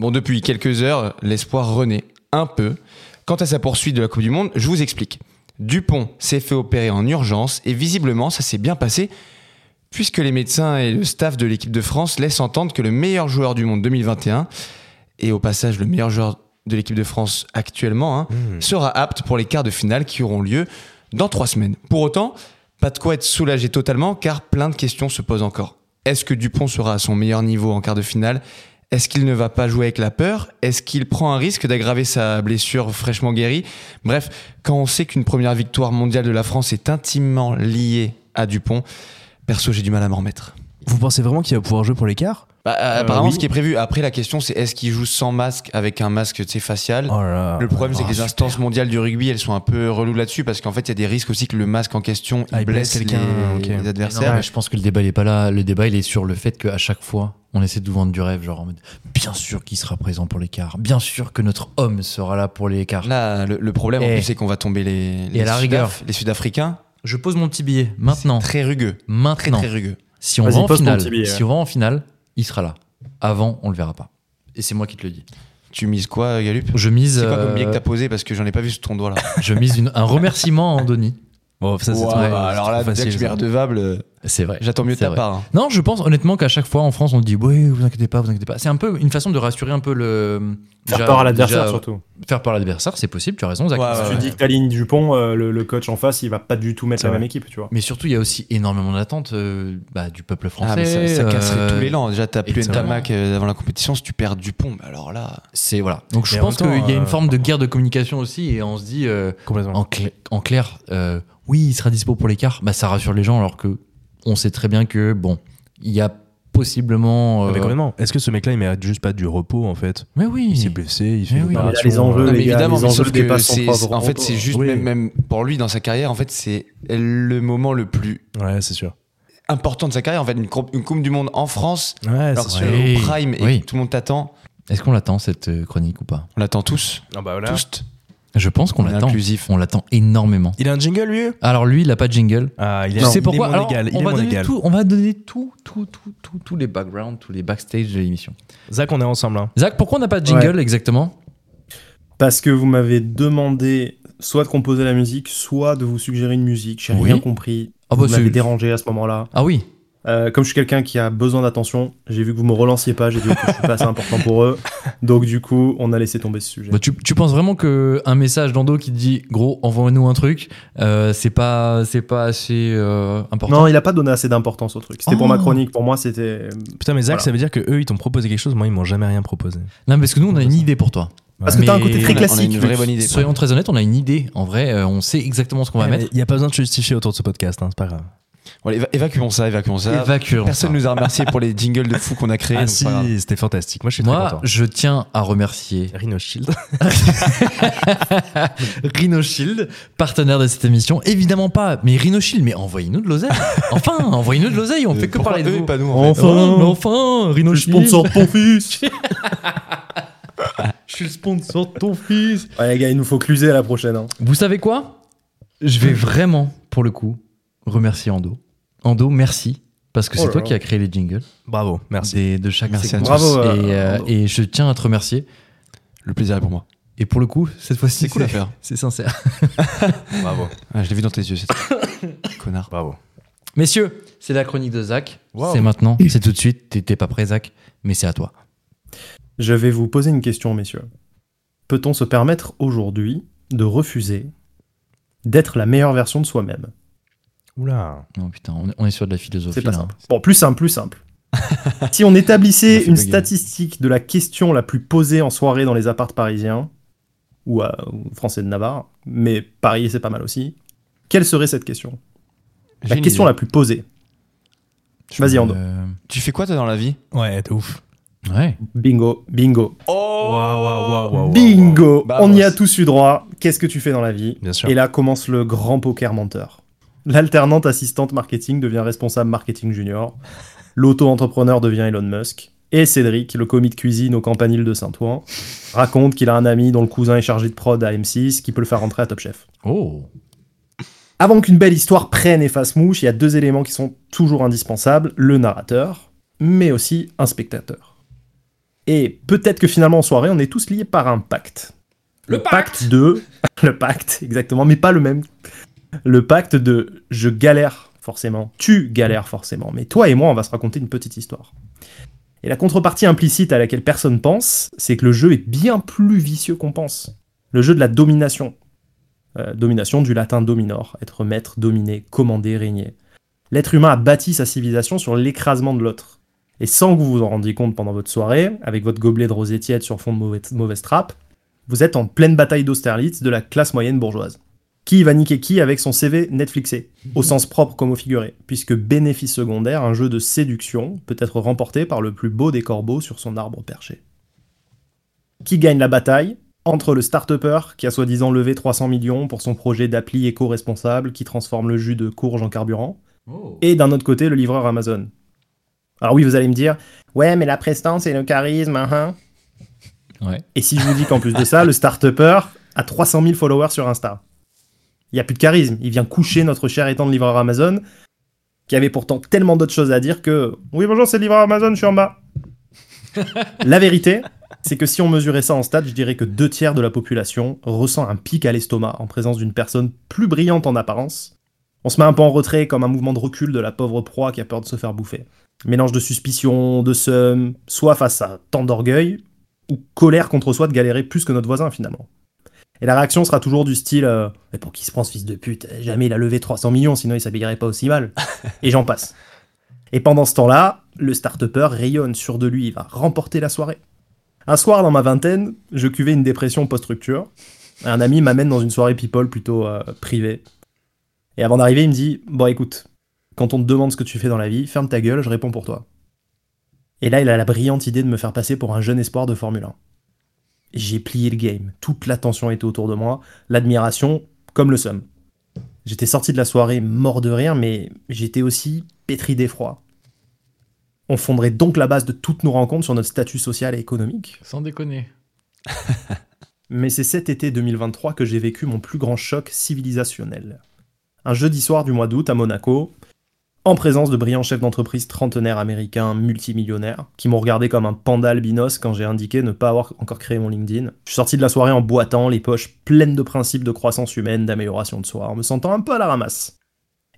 Bon, depuis quelques heures, l'espoir renaît un peu. Quant à sa poursuite de la Coupe du Monde, je vous explique. Dupont s'est fait opérer en urgence et visiblement ça s'est bien passé puisque les médecins et le staff de l'équipe de France laissent entendre que le meilleur joueur du monde 2021, et au passage le meilleur joueur de l'équipe de France actuellement, hein, sera apte pour les quarts de finale qui auront lieu dans trois semaines. Pour autant, pas de quoi être soulagé totalement car plein de questions se posent encore. Est-ce que Dupont sera à son meilleur niveau en quart de finale Est-ce qu'il ne va pas jouer avec la peur Est-ce qu'il prend un risque d'aggraver sa blessure fraîchement guérie Bref, quand on sait qu'une première victoire mondiale de la France est intimement liée à Dupont, perso j'ai du mal à m'en remettre.
Vous pensez vraiment qu'il va pouvoir jouer pour l'écart
Bah, euh, apparemment,
oui.
ce qui est prévu. Après, la question, c'est est-ce qu'il joue sans masque avec un masque tu sais, facial
là.
Le problème, c'est
Oh,
que les
super.
instances mondiales du rugby, elles sont un peu reloues là-dessus parce qu'en fait, il y a des risques aussi que le masque en question il
Ah, il blesse
blesse
quelqu'un,
les,
ok.
les
Mais non,
adversaires.
je pense que le débat il est pas là. Le débat il est sur le fait qu'à chaque fois on essaie de vous vendre du rêve, genre en mode bien sûr qu'il sera présent pour l'écart, bien sûr que notre homme sera là pour l'écart.
Là, le, le problème, en
Et-
Eh.
plus, c'est qu'on va tomber les, les
à la
Sudaf-
rigueur.
les Sud-Africains.
Je pose mon petit billet maintenant.
Très rugueux. Très,
Maintenant,
très rugueux.
si on
Vas-y,
va en
pose ton
finale,
petit billet,
si
ouais.
on va en finale, il sera là. Avant, on le verra pas. Et c'est moi qui te le dis.
Tu mises quoi, Galup
Je mise,
C'est quoi
euh,
comme billet que t'as posé Parce que j'en ai pas vu sous ton doigt là.
je mise une- un remerciement à Andoni. Oh,
Bon, ça, c'est
Ouah,
trop-
alors là, dès
c'est trop
que je
facile,
suis
ça.
redevable, euh,
C'est vrai.
j'attends mieux de
C'est
ta
vrai.
part. hein.
Non, je pense honnêtement qu'à chaque fois en France, on dit oui, vous inquiétez pas, vous inquiétez pas. C'est un peu une façon de rassurer un peu le.
Faire
déjà-
peur à l'adversaire
déjà,
surtout.
Faire peur à l'adversaire, c'est possible, tu as raison, Zach.
Ouais,
Si
ouais,
tu
ouais.
dis que t'alignes Dupont, euh, le, le coach en face, il va pas du tout mettre
C'est
la
vrai.
même équipe, tu vois.
Mais surtout, il y a aussi énormément d'attentes euh, bah, du peuple français.
Ah, mais ça, ça casserait
euh,
tout l'élan. Déjà, t'as plus
exactement.
Ntamak euh, avant la compétition. Si tu perds Dupont, bah alors là.
C'est voilà. Donc je
Mais en
pense qu'il
même temps,
y a une
euh,
forme de guerre de communication aussi, et on se dit euh,
Complètement.
en, cl- en clair, euh, oui, il sera dispo pour l'écart. Bah, ça rassure les gens, alors que on sait très bien que bon, il y a possiblement. euh,
Mais complètement. Est-ce que ce mec-là, il mérite juste pas du repos en fait
mais
Il s'est
oui.
blessé, il fait
oui.
une
Non, mais
opération.
les enjeux,
Non, mais
les gars,
évidemment,
les
mais
enjeux
sauf que
dépassent son
c'est,
propre
en fait,
rang.
c'est juste,
Oui.
même, même pour lui, dans sa carrière, en fait, c'est le moment le plus
euh, Ouais, c'est sûr.
important de sa carrière. En fait, une, coupe- une Coupe du Monde en France,
Ouais,
alors que
c'est
c'est
vrai.
vrai.
au prime et
Oui.
que tout le monde t'attend.
Est-ce qu'on l'attend cette euh, chronique ou pas
On l'attend tous.
Ah bah voilà.
Tous.
Je pense qu'on
On est
l'attend.
inclusif.
On l'attend énormément.
Il a un jingle lui
Alors lui, il a pas de jingle.
Ah, il
Tu
est,
sais
il est
pourquoi
mon
Alors,
égal, il
on,
est
va
mon
donner
égal.
tout, on va donner tout, tout, tout, tout, tous les backgrounds, tous les backstage de l'émission.
Zach, on est ensemble. Hein.
Zach, pourquoi on n'a pas de jingle exactement
Parce que vous m'avez demandé soit de composer la musique, soit de vous suggérer une musique. J'ai
Oui.
rien compris.
Ah bah,
vous m'avez
c'est-
dérangé à ce moment-là.
Ah oui,
Euh, comme je suis quelqu'un qui a besoin d'attention, j'ai vu que vous me relanciez pas, j'ai vu que je suis pas assez important pour eux. Donc du coup, on a laissé tomber ce sujet.
Bah, tu, tu penses vraiment que un message d'Ando qui te dit gros envoie-nous un truc, euh, c'est pas c'est pas assez euh, important.
Non, il a pas donné assez d'importance au truc. C'était
Oh.
pour ma chronique, pour moi c'était...
Putain, mais Zach,
Voilà.
ça veut dire que eux, ils t'ont proposé quelque chose, moi, ils m'ont jamais rien proposé.
Non, parce que nous on a une idée pour toi.
Parce que
Mais
t'as un côté
on a-
très
on a
On a
classique.
une vraie
Luc.
bonne idée.
Soyons très honnêtes, on a une idée. En vrai, euh, on sait exactement ce qu'on va mettre.
Il n'y a pas besoin de se justifier autour de ce podcast, hein, c'est pas grave.
Bon, allez, éva- évacuons ça, évacuons ça.
Évacuons
Personne
ça.
nous a remercié pour les jingles de fou qu'on a créés.
Ah
donc c'est
si,
pas grave.
c'était fantastique. Moi, je suis très
Moi,
content.
je tiens à remercier
Rhino Shield.
Rhino Shield, partenaire de cette émission. Évidemment pas, mais Rhino Shield, mais envoyez-nous de l'oseille. Enfin, envoyez-nous de l'oseille, on
Euh,
fait que
pourquoi
parler de
eux et
vous.
pas nous, en fait
Enfin,
Oh, mais enfin, Rhino
je suis le
Shield.
sponsor de ton fils.
Je suis le sponsor de ton fils.
Ouais, les gars, il nous faut cluser à la prochaine. hein.
Vous savez quoi Je vais vraiment, pour le coup, remercier Ando. Ando, merci. Parce que
Oh
c'est
là
toi
là.
qui as créé les jingles
Bravo, merci.
des- de chaque
Merci à
segment.
tous.
Bravo, euh,
et, euh,
Ando.
et je tiens à te remercier.
Le plaisir est pour moi.
Et pour le coup, cette fois-ci,
C'est cool à faire.
c'est sincère.
Bravo,
Ouais, je l'ai vu dans tes yeux, cette connard.
bravo.
Messieurs, c'est la chronique de Zach.
Wow.
C'est maintenant, c'est tout de suite. T'étais pas prêt, Zach, mais c'est à toi.
Je vais vous poser une question, messieurs. Peut-on se permettre aujourd'hui de refuser d'être la meilleure version de soi-même
Oula.
Non, Oh putain, on est, on est sur de la philosophie.
C'est pas
là. hein.
simple. Bon, plus simple, plus simple. si on
Ça
établissait
fait
une
bugger.
statistique de la question la plus posée en soirée dans les appartes parisiens, ou, à- ou français de Navarre, mais Paris, c'est pas mal aussi, quelle serait cette question
J'ai
La
une
question
idée.
la plus posée. Vas-y, Ando.
Euh,
Tu fais quoi, toi, dans la vie
Ouais, t'es ouf.
ouais.
Bingo, bingo,
Oh
Waouh, waouh, waouh, waouh, waouh.
bingo
Bah,
On y
bah,
a
c'est-
tous eu droit. qu'est-ce que tu fais dans la vie
Bien sûr.
Et là commence le grand poker menteur. L'alternante assistante marketing devient responsable marketing junior. L'auto-entrepreneur devient Elon Musk. Et Cédric, le commis de cuisine au campanile de Saint-Ouen, raconte qu'il a un ami dont le cousin est chargé de prod à M6 qui peut le faire rentrer à Top Chef.
Oh.
Avant qu'une belle histoire prenne et fasse mouche, il y a deux éléments qui sont toujours indispensables, le narrateur, mais aussi un spectateur. Et peut-être que finalement en soirée, on est tous liés par un pacte.
Le pacte
de... Le pacte, exactement, mais pas le même. Le pacte de je galère forcément, tu galères forcément, mais toi et moi, on va se raconter une petite histoire. Et la contrepartie implicite à laquelle personne pense, c'est que le jeu est bien plus vicieux qu'on pense. Le jeu de la domination, euh, domination du latin dominor, être maître, dominer, commander, régner. L'être humain a bâti sa civilisation sur l'écrasement de l'autre. Et sans que vous vous en rendiez compte pendant votre soirée, avec votre gobelet de rosé tiède sur fond de mauvaise, mauvaise trappe, vous êtes en pleine bataille d'Austerlitz de la classe moyenne bourgeoise. Qui va niquer qui avec son CV Netflixé, au sens propre comme au figuré, puisque bénéfice secondaire, un jeu de séduction peut être remporté par le plus beau des corbeaux sur son arbre perché. Qui gagne la bataille entre le start-upper qui a soi-disant levé 300 millions pour son projet d'appli éco-responsable qui transforme le jus de courge en carburant,
Oh.
et d'un autre côté le livreur Amazon. Alors oui, vous allez me dire, ouais, mais la prestance et le charisme, hein, hein.
Ouais.
Et si je vous dis qu'en plus de ça, le start-upper a 300 000 followers sur Insta, il n'y a plus de charisme. Il vient coucher notre cher étant de livreur Amazon, qui avait pourtant tellement d'autres choses à dire que Oui, bonjour, c'est le livreur Amazon, je suis en bas. La vérité, c'est que si on mesurait ça en stade, je dirais que deux tiers de la population ressent un pic à l'estomac en présence d'une personne plus brillante en apparence. On se met un peu en retrait comme un mouvement de recul de la pauvre proie qui a peur de se faire bouffer. Mélange de suspicion, de seum, soit face à tant d'orgueil, ou colère contre soi de galérer plus que notre voisin finalement. Et la réaction sera toujours du style euh, Mais pour qui se prend ce fils de pute Jamais il a levé 300 millions, sinon il s'habillerait pas aussi mal. Et j'en passe. Et pendant ce temps-là, le start-upper rayonne sur de lui, il va remporter la soirée. Un soir dans ma vingtaine, je cuvais une dépression post-structure. Un ami m'amène dans une soirée people plutôt euh, privée. Et avant d'arriver, il me dit Bon, écoute, quand on te demande ce que tu fais dans la vie, ferme ta gueule, je réponds pour toi. Et là, il a la brillante idée de me faire passer pour un jeune espoir de Formule 1 j'ai plié le game. Toute l'attention était autour de moi, l'admiration comme le somme. J'étais sorti de la soirée mort de rire, mais j'étais aussi pétri d'effroi. On fonderait donc la base de toutes nos rencontres sur notre statut social et économique.
Sans déconner.
Mais c'est cet été 2023 que j'ai vécu mon plus grand choc civilisationnel. Un jeudi soir du mois d'août à Monaco, en présence de brillants chefs d'entreprise trentenaires américains multimillionnaires, qui m'ont regardé comme un panda albinos quand j'ai indiqué ne pas avoir encore créé mon LinkedIn. Je suis sorti de la soirée en boitant, les poches pleines de principes de croissance humaine, d'amélioration de soi, en me sentant un peu à la ramasse.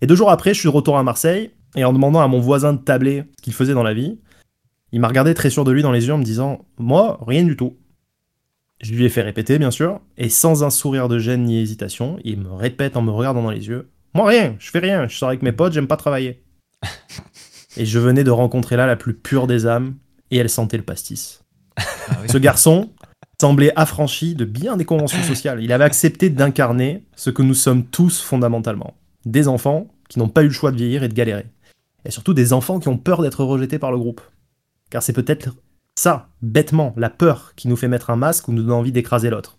Et deux jours après, je suis de retour à Marseille, et en demandant à mon voisin de tabler ce qu'il faisait dans la vie, il m'a regardé très sûr de lui dans les yeux en me disant « Moi, rien du tout ». Je lui ai fait répéter, bien sûr, et sans un sourire de gêne ni hésitation, il me répète en me regardant dans les yeux « Moi, rien, je fais rien, je sors avec mes potes, j'aime pas travailler ». Et je venais de rencontrer là la plus pure des âmes, et elle sentait le pastis. Ce garçon semblait affranchi de bien des conventions sociales. Il avait accepté d'incarner ce que nous sommes tous fondamentalement. Des enfants qui n'ont pas eu le choix de vieillir et de galérer. Et surtout des enfants qui ont peur d'être rejetés par le groupe. Car c'est peut-être ça, bêtement, la peur qui nous fait mettre un masque ou nous donne envie d'écraser l'autre.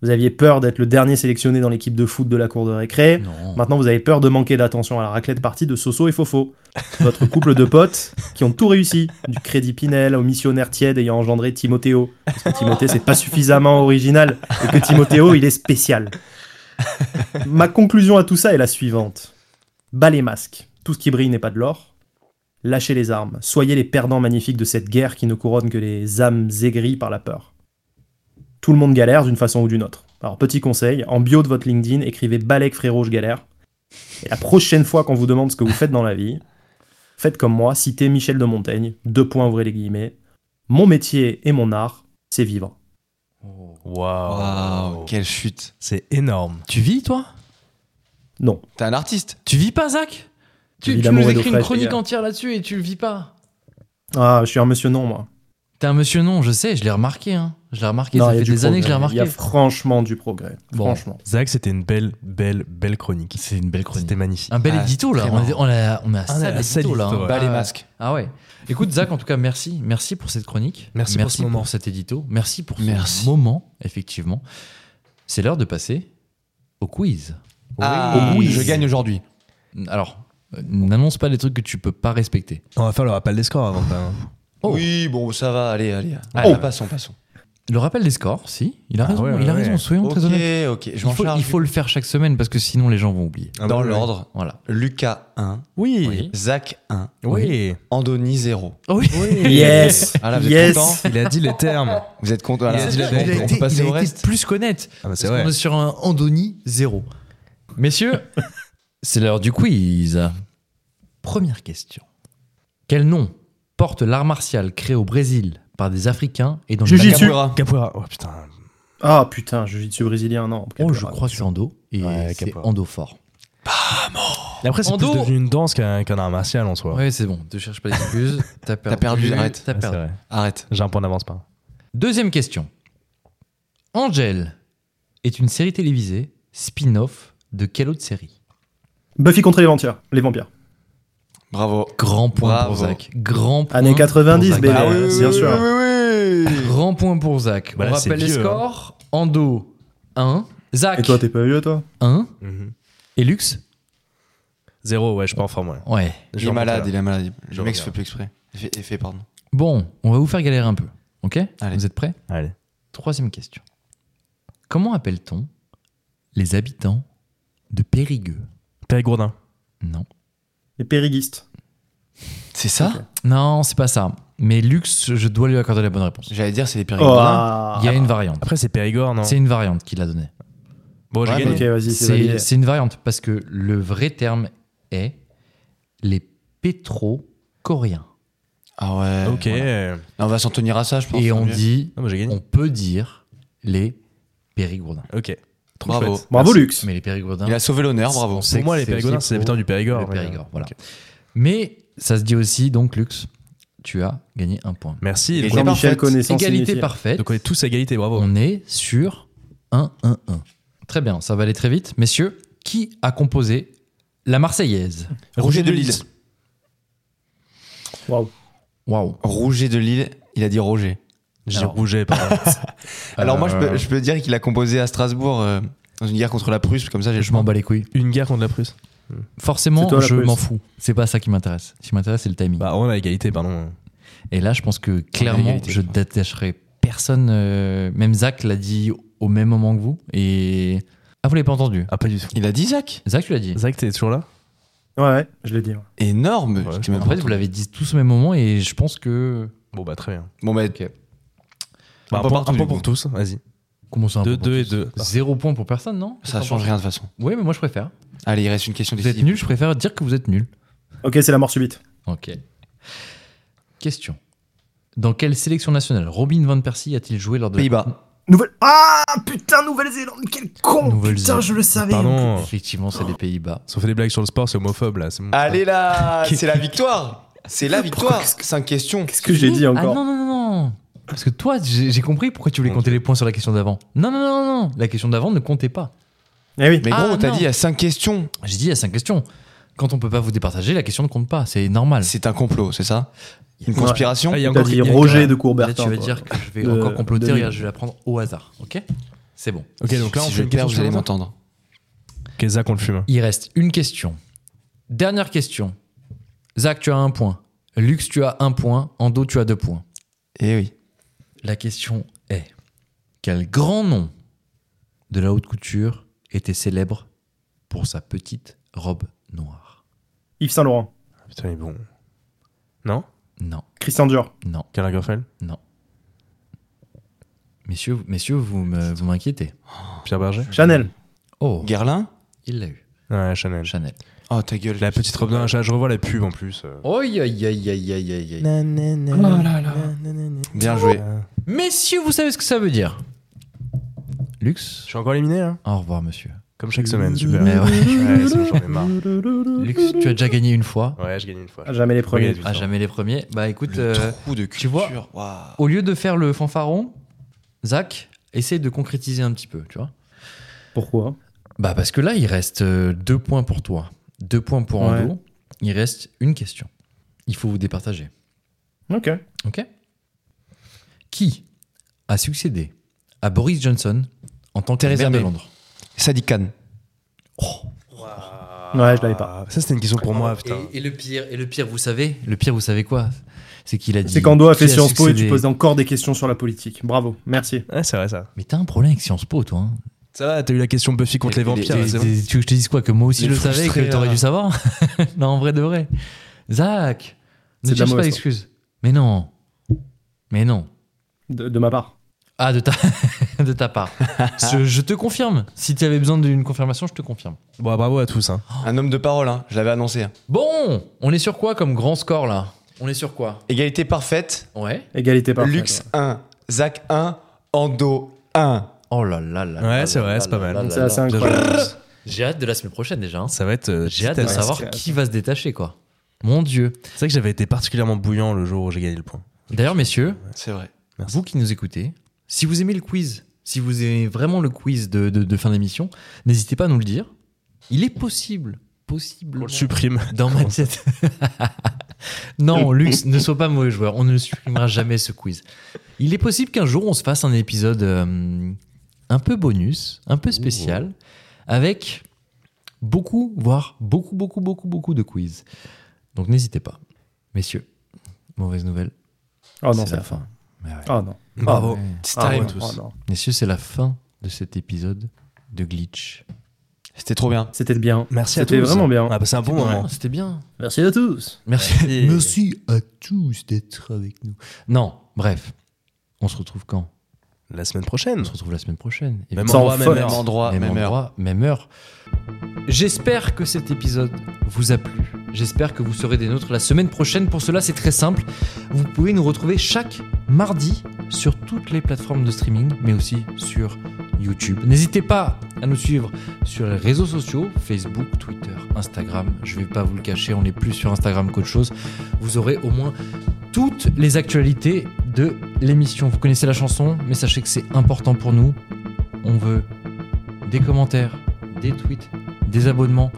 Vous aviez peur d'être le dernier sélectionné dans l'équipe de foot de la cour de récré.
Non.
Maintenant, vous avez peur de manquer d'attention à la raclette partie de Soso et Fofo, votre couple de potes qui ont tout réussi, du crédit Pinel au missionnaire tiède ayant engendré Timothéo. Parce que Timothée, c'est pas suffisamment original et que Timothéo, il est spécial. Ma conclusion à tout ça est la suivante bas les masques, tout ce qui brille n'est pas de l'or. Lâchez les armes, soyez les perdants magnifiques de cette guerre qui ne couronne que les âmes aigries par la peur. Tout le monde galère d'une façon ou d'une autre. Alors, petit conseil, en bio de votre LinkedIn, écrivez Balek frérot, je galère. Et la prochaine fois qu'on vous demande ce que vous faites dans la vie, faites comme moi, citez Michel de Montaigne, deux points, ouvrez les guillemets. Mon métier et mon art, c'est vivre.
Waouh.
Waouh, quelle chute.
C'est énorme.
Tu vis, toi
Non.
T'es un artiste.
Tu vis pas, Zach
Je
Tu,
vis
tu
d'amour
nous
et d'eau
écris une
fraîche,
chronique
les gars.
entière là-dessus et tu le vis pas.
Ah, je suis un monsieur non, moi.
T'es un monsieur non, je sais, je l'ai remarqué. Hein. Je l'ai remarqué,
Non,
ça
il y a
fait
du
des années que je l'ai
progrès.
remarqué.
Il y a franchement du progrès.
Bon.
Franchement.
Zach, c'était une belle, belle, belle chronique.
C'est une belle chronique.
C'était magnifique.
Un bel
Ah,
édito là,
très
on
marrant.
est, on est à- on
Ah,
est à
On est à
ça
ça
l'édito là.
d'édito,
hein.
ouais.
Bah, les
Ah,
masques.
Ah ouais. Écoute Zach, en tout cas, merci, merci pour cette chronique,
Merci pour ce moment.
cet édito, merci pour ce
Merci.
moment, effectivement. C'est l'heure de passer au quiz.
Ah,
Au quiz.
je gagne aujourd'hui.
Alors, euh, n'annonce pas les trucs que tu peux pas respecter.
Ah, On va faire le rappel des scores avant. quand même.
Oh.
Oui, bon, ça va, allez, allez.
hein.
Oh.
Ah, Passons, passons.
Le rappel des scores, si. Il a
Ah
raison,
ouais, ouais,
il a
ouais.
raison, soyons
Ok,
très honnêtes.
ok, je
Il
m'en
faut,
charge.
il faut le faire chaque semaine parce que sinon les gens vont oublier.
Ah
Dans
bon,
l'ordre,
Voilà.
Lucas 1,
Oui.
Zach 1,
Oui.
Andoni 0.
Oui.
Yes
Ah là, vous êtes
Yes
content
Il a dit les termes.
Vous êtes content
Il
voilà,
a dit la
on
vérité,
peut passer au reste.
plus connaître.
Ah bah c'est
Parce
vrai.
qu'on est sur un Andoni 0. Messieurs, c'est l'heure du quiz. Première question. Quel nom porte l'art martial créé au Brésil par des Africains et dans le
Jiu-jitsu.
Capoeira.
Capoeira. Oh putain.
Ah putain, je vis dessus brésilien, non.
Oh, je crois sur Ando et
Ouais,
c'est
Capoeira.
Ando fort.
Et après, c'est
Ando.
plus devenu une danse qu'un qu'un art martial en soi.
Ouais, c'est bon, ne cherche pas d'excuses. T'as perdu.
perdu, arrête.
T'as
Ouais, Ah, c'est
perdu.
vrai.
Arrête.
J'ai un point d'avance, pas.
Deuxième question. Angel est une série télévisée spin-off de quelle autre série
Buffy contre les vampires. Les vampires.
Bravo.
Grand point
Bravo.
pour Zach. Grand point.
Années 90,
pour Zach.
bébé. Ah oui, oui, bien oui, sûr. oui,
Grand point pour Zach.
Bah là,
On
c'est
rappelle les
vieux, hein.
scores. Ando 1, Zach
Et toi, t'es pas vieux, toi
1
Mhm.
et Lux
Zéro, ouais, je suis pas en forme, ouais.
Ouais.
Je
Il est
remonte
malade,
là.
il est malade.
Je
le mec se
regarde.
fait plus exprès. Il fait, il fait, pardon.
Bon, on va vous faire galérer un peu. OK
Allez.
Vous êtes prêts
Allez.
Troisième question. Comment appelle-t-on les habitants de Périgueux
Périgourdin.
Non.
Les périguistes.
C'est ça
Non, c'est pas ça. Mais Lux, je dois lui accorder la bonne réponse.
J'allais dire, c'est les pires
Oh,
rigoles.
ah.
Il y a une variante.
Après, c'est Périgord, non
C'est une variante qu'il a donnée.
Bon, j'ai
Ouais,
gagné.
Ah. Ok, vas-y, c'est validé.
C'est c'est une variante parce que le vrai terme est les pétro-coréens.
Ah ouais.
Ok.
voilà. On va s'en tenir à ça, je pense.
Et on
Mieux.
dit,
Non, mais j'ai gagné.
on peut dire les périgourdins.
Ok. Trop
Bravo.
chouette.
Bravo, Lux.
Mais les périgourdins,
Il a sauvé l'honneur, Ah, bravo.
on sait
Pour
que
moi, les
hein. c'est aussi
Périgourdins, c'est les habitants du Périgord.
le
mais, euh,
Périgord, voilà.
ok.
Mais ça se dit aussi, donc Lux, tu as gagné un point.
Merci.
Et
les gars.
Jean-Michel
parfaite.
connaissance
Égalité
initiale.
parfaite.
Donc, on est tous à égalité, bravo.
On est sur 1-1-1. Très bien, ça va aller très vite. Messieurs, qui a composé la Marseillaise
Rouget de Lille.
Waouh.
Waouh.
Rouget de Lille, il a dit Roger.
J'ai
Alors-
rougé, pardon.
Alors moi, je
Euh,
peux, je peux dire qu'il a composé à Strasbourg euh, dans une guerre contre la Prusse, comme ça j'ai
Je m'en bats les couilles.
Une guerre contre la Prusse.
Forcément,
C'est toi, la
je
police.
m'en fous. C'est pas ça qui m'intéresse. Ce qui m'intéresse, c'est le timing.
Bah, on est à égalité, pardon.
Et là, je pense que clairement,
l'égalité,
je
quoi.
détacherai personne. euh, même Zach l'a dit au même moment que vous. Et. Ah, vous l'avez pas entendu
Ah, pas du tout.
Il a dit Zach.
Zach, tu l'as dit.
Zach, t'es toujours là
Ouais, ouais, je l'ai dit. ouais.
Énorme.
Ouais,
J'étais même
En
pas
fait, vous l'avez dit tous au même moment et je pense que.
Bon, bah, très bien.
Bon, bah,
Bah,
Un
un
point partout,
point, un point
du
pour
coup.
tous, vas-y.
Comment ça un
Deux,
point pour
deux et
tous
deux.
Zéro point pour personne, non
ça change rien de toute façon.
Oui, mais moi, je préfère.
Allez, il reste une question
Vous êtes
décisive.
nul, je préfère dire que vous êtes nul.
Ok, c'est la mort subite.
Ok. Question. Dans quelle sélection nationale Robin Van Persie a-t-il joué lors de. la-
Pays-Bas.
Nouvelle. Ah putain, Nouvelle-Zélande, quel con Putain,
Nouvelle-Zélande.
je le savais. hein.
Pardon. euh,
Effectivement, c'est les Pays-Bas.
Si on fait des blagues sur le sport, c'est homophobe, là. c'est bon.
Allez là, c'est la victoire. C'est la victoire. Cinq questions.
Qu'est-ce que j'ai dit
Ah non,
encore
non, non, non. Parce que toi, j'ai j'ai compris pourquoi tu voulais compter les points sur la question d'avant. Non, non, non, non, non. La question d'avant ne comptait pas.
Eh oui.
Mais
Ah,
gros, t'as
non.
dit il y a cinq questions.
J'ai dit, il y a cinq questions. Quand on peut pas vous départager, la question ne compte pas. C'est normal.
C'est un complot, c'est ça Une conspiration
Ah, il y a
T'as
encore-
dit
il y a-
Roger de
Là, tu
Courbertin.
vas
quoi.
dire que je vais
De-
encore comploter.
de-
regarde, je vais la prendre au hasard. Ok C'est bon.
Ok, donc là, on
si
fait
je
une
perds,
question
vous allez
sur le
m'entendre.
Ok, Zach, on le fume.
Il reste une question. Dernière question. Zach, tu as un point. Lux, tu as un point. Ando, tu as deux points.
Eh oui.
La question est quel grand nom de la haute couture était célèbre pour sa petite robe noire
Yves Saint Laurent,
Ah, Putain, il est bon. Non
Non,
Christian Dior.
non,
Karl Lagerfeld
non. Messieurs, vous- messieurs vous me- vous m'inquiétez.
Pierre Berger
Chanel.
oh,
Guerlain
il l'a eu,
Ouais, Chanel.
Chanel.
Oh, ta gueule.
La petite robe d'un chat, je revois la pub en plus. euh.
Aïe, aïe, aïe, aïe, aïe, aïe, aïe.
Bien joué.
Euh,
Messieurs, vous savez ce que ça veut dire
Je
Lux
suis encore éliminé, là
Au revoir, monsieur.
Comme chaque semaine, super.
Mais ouais.
Ouais, c'est bon, j'en ai marre.
Lux, tu as déjà gagné une fois.
Ouais, je gagne une fois.
Ah, Jamais les premiers.
Regarde,
À jamais les premiers. Bah écoute,
Le
euh,
trou de culture.
vois
Waouh.
au lieu de faire le fanfaron, Zach, essaye de concrétiser un petit peu, tu vois.
Pourquoi
Bah parce que là, il reste euh, deux points pour toi, deux points pour
Ouais.
Ando. Il reste une question. Il faut vous départager,
Ok.
ok Qui a succédé à Boris Johnson en tant que
Theresa
maire de
May.
Londres.
Sadiq Khan.
Ouais, Ah, je l'avais pas. Ah,
Ça, c'était une question pour moi, putain.
Et, et le pire, et le pire, vous savez, le pire, vous savez quoi C'est qu'il a dit.
C'est qu'Ando a
Ah.
fait
qui
Sciences Po et tu
succédé
poses encore des questions sur la politique. Bravo, merci.
Ouais, c'est vrai, ça.
Mais t'as un problème avec Sciences Po, toi. hein.
Ça va, t'as eu la question Buffy contre les
T'es-
vampires.
t'es-
c'est
t'es-
bon.
Tu veux que je te dise quoi Que moi aussi
Il
je
est
le savais et que
frustré,
t'aurais
là.
dû savoir Non, en vrai de vrai. Zach
C'est
Ne
de la
cherche pas
mauvaise
d'excuses. Mais non. Mais non.
De, de ma part.
Ah, de ta, de ta part. je, je te confirme. Si tu avais besoin d'une confirmation, je te confirme.
Bon, bravo à tous. hein.
Un homme de parole, hein. je l'avais annoncé. hein.
Bon, on est sur quoi comme grand score là On est sur quoi
Égalité parfaite.
Ouais.
Égalité parfaite.
Lux 1. Zach 1. Ando 1.
Oh là là là.
Ouais,
là
c'est
là
vrai,
là
c'est pas
là
mal.
là
Donc,
là
C'est
là.
assez incroyable.
J'ai hâte de la semaine prochaine déjà. hein.
Ça va être. euh,
J'ai hâte de
titanesque.
savoir qui va se détacher quoi. Mon dieu.
C'est vrai que j'avais été particulièrement bouillant le jour où j'ai gagné le point.
D'ailleurs, messieurs,
C'est vrai.
Merci.
Vous qui nous écoutez, si vous aimez le quiz, si vous aimez vraiment le quiz de, de- de fin d'émission, n'hésitez pas à nous le dire. Il est possible, possible,
On le supprime.
dans ma tête. non, Lux, ne sois pas mauvais joueur. On ne supprimera jamais ce quiz. Il est possible qu'un jour on se fasse un épisode euh, un peu bonus, un peu spécial, avec beaucoup, voire beaucoup, beaucoup, beaucoup, beaucoup de quiz. Donc n'hésitez pas, messieurs. Mauvaise nouvelle.
Oh non,
c'est
c'est
la
la fin.
fin. Mais ouais.
Oh non.
Bravo.
Ouais.
It's
Ah
time.
ouais, oh non.
Messieurs, c'est la fin de cet épisode de Glitch.
C'était trop bien.
C'était bien.
Merci à tous.
C'était vraiment bien.
Ah.
On a passé un bon moment.
Ah, C'était bien.
Merci à tous.
Merci. Merci à tous d'être avec nous. Non, bref. On se retrouve quand
La semaine prochaine. Bah,
On se retrouve la semaine prochaine.
Même
Évidemment.
endroit, même
faute.
heure.
Même endroit, même, heure.
endroit, même heure. J'espère que cet épisode vous a plu. J'espère que vous serez des nôtres la semaine prochaine. Pour cela, c'est très simple. Vous pouvez nous retrouver chaque mardi sur toutes les plateformes de streaming, mais aussi sur YouTube. N'hésitez pas à nous suivre sur les réseaux sociaux, Facebook, Twitter, Instagram. Je ne vais pas vous le cacher, on est plus sur Instagram qu'autre chose. Vous aurez au moins toutes les actualités de l'émission. Vous connaissez la chanson, mais sachez que c'est important pour nous. On veut des commentaires, des tweets, des abonnements.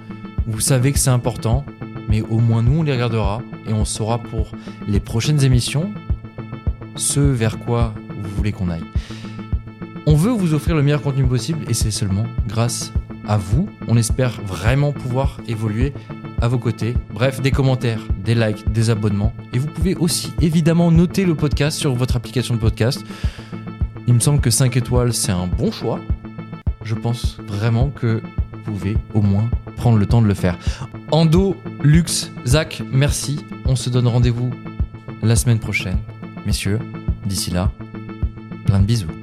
Vous savez que c'est important, mais au moins nous, on les regardera et on saura pour les prochaines émissions ce vers quoi vous voulez qu'on aille. On veut vous offrir le meilleur contenu possible et c'est seulement grâce à vous. On espère vraiment pouvoir évoluer à vos côtés. Bref, des commentaires, des likes, des abonnements. Et vous pouvez aussi évidemment noter le podcast sur votre application de podcast. Il me semble que 5 étoiles, c'est un bon choix je pense vraiment que vous pouvez au moins prendre le temps de le faire. Ando, Lux, Zach, merci. On se donne rendez-vous la semaine prochaine. Messieurs, d'ici là, plein de bisous.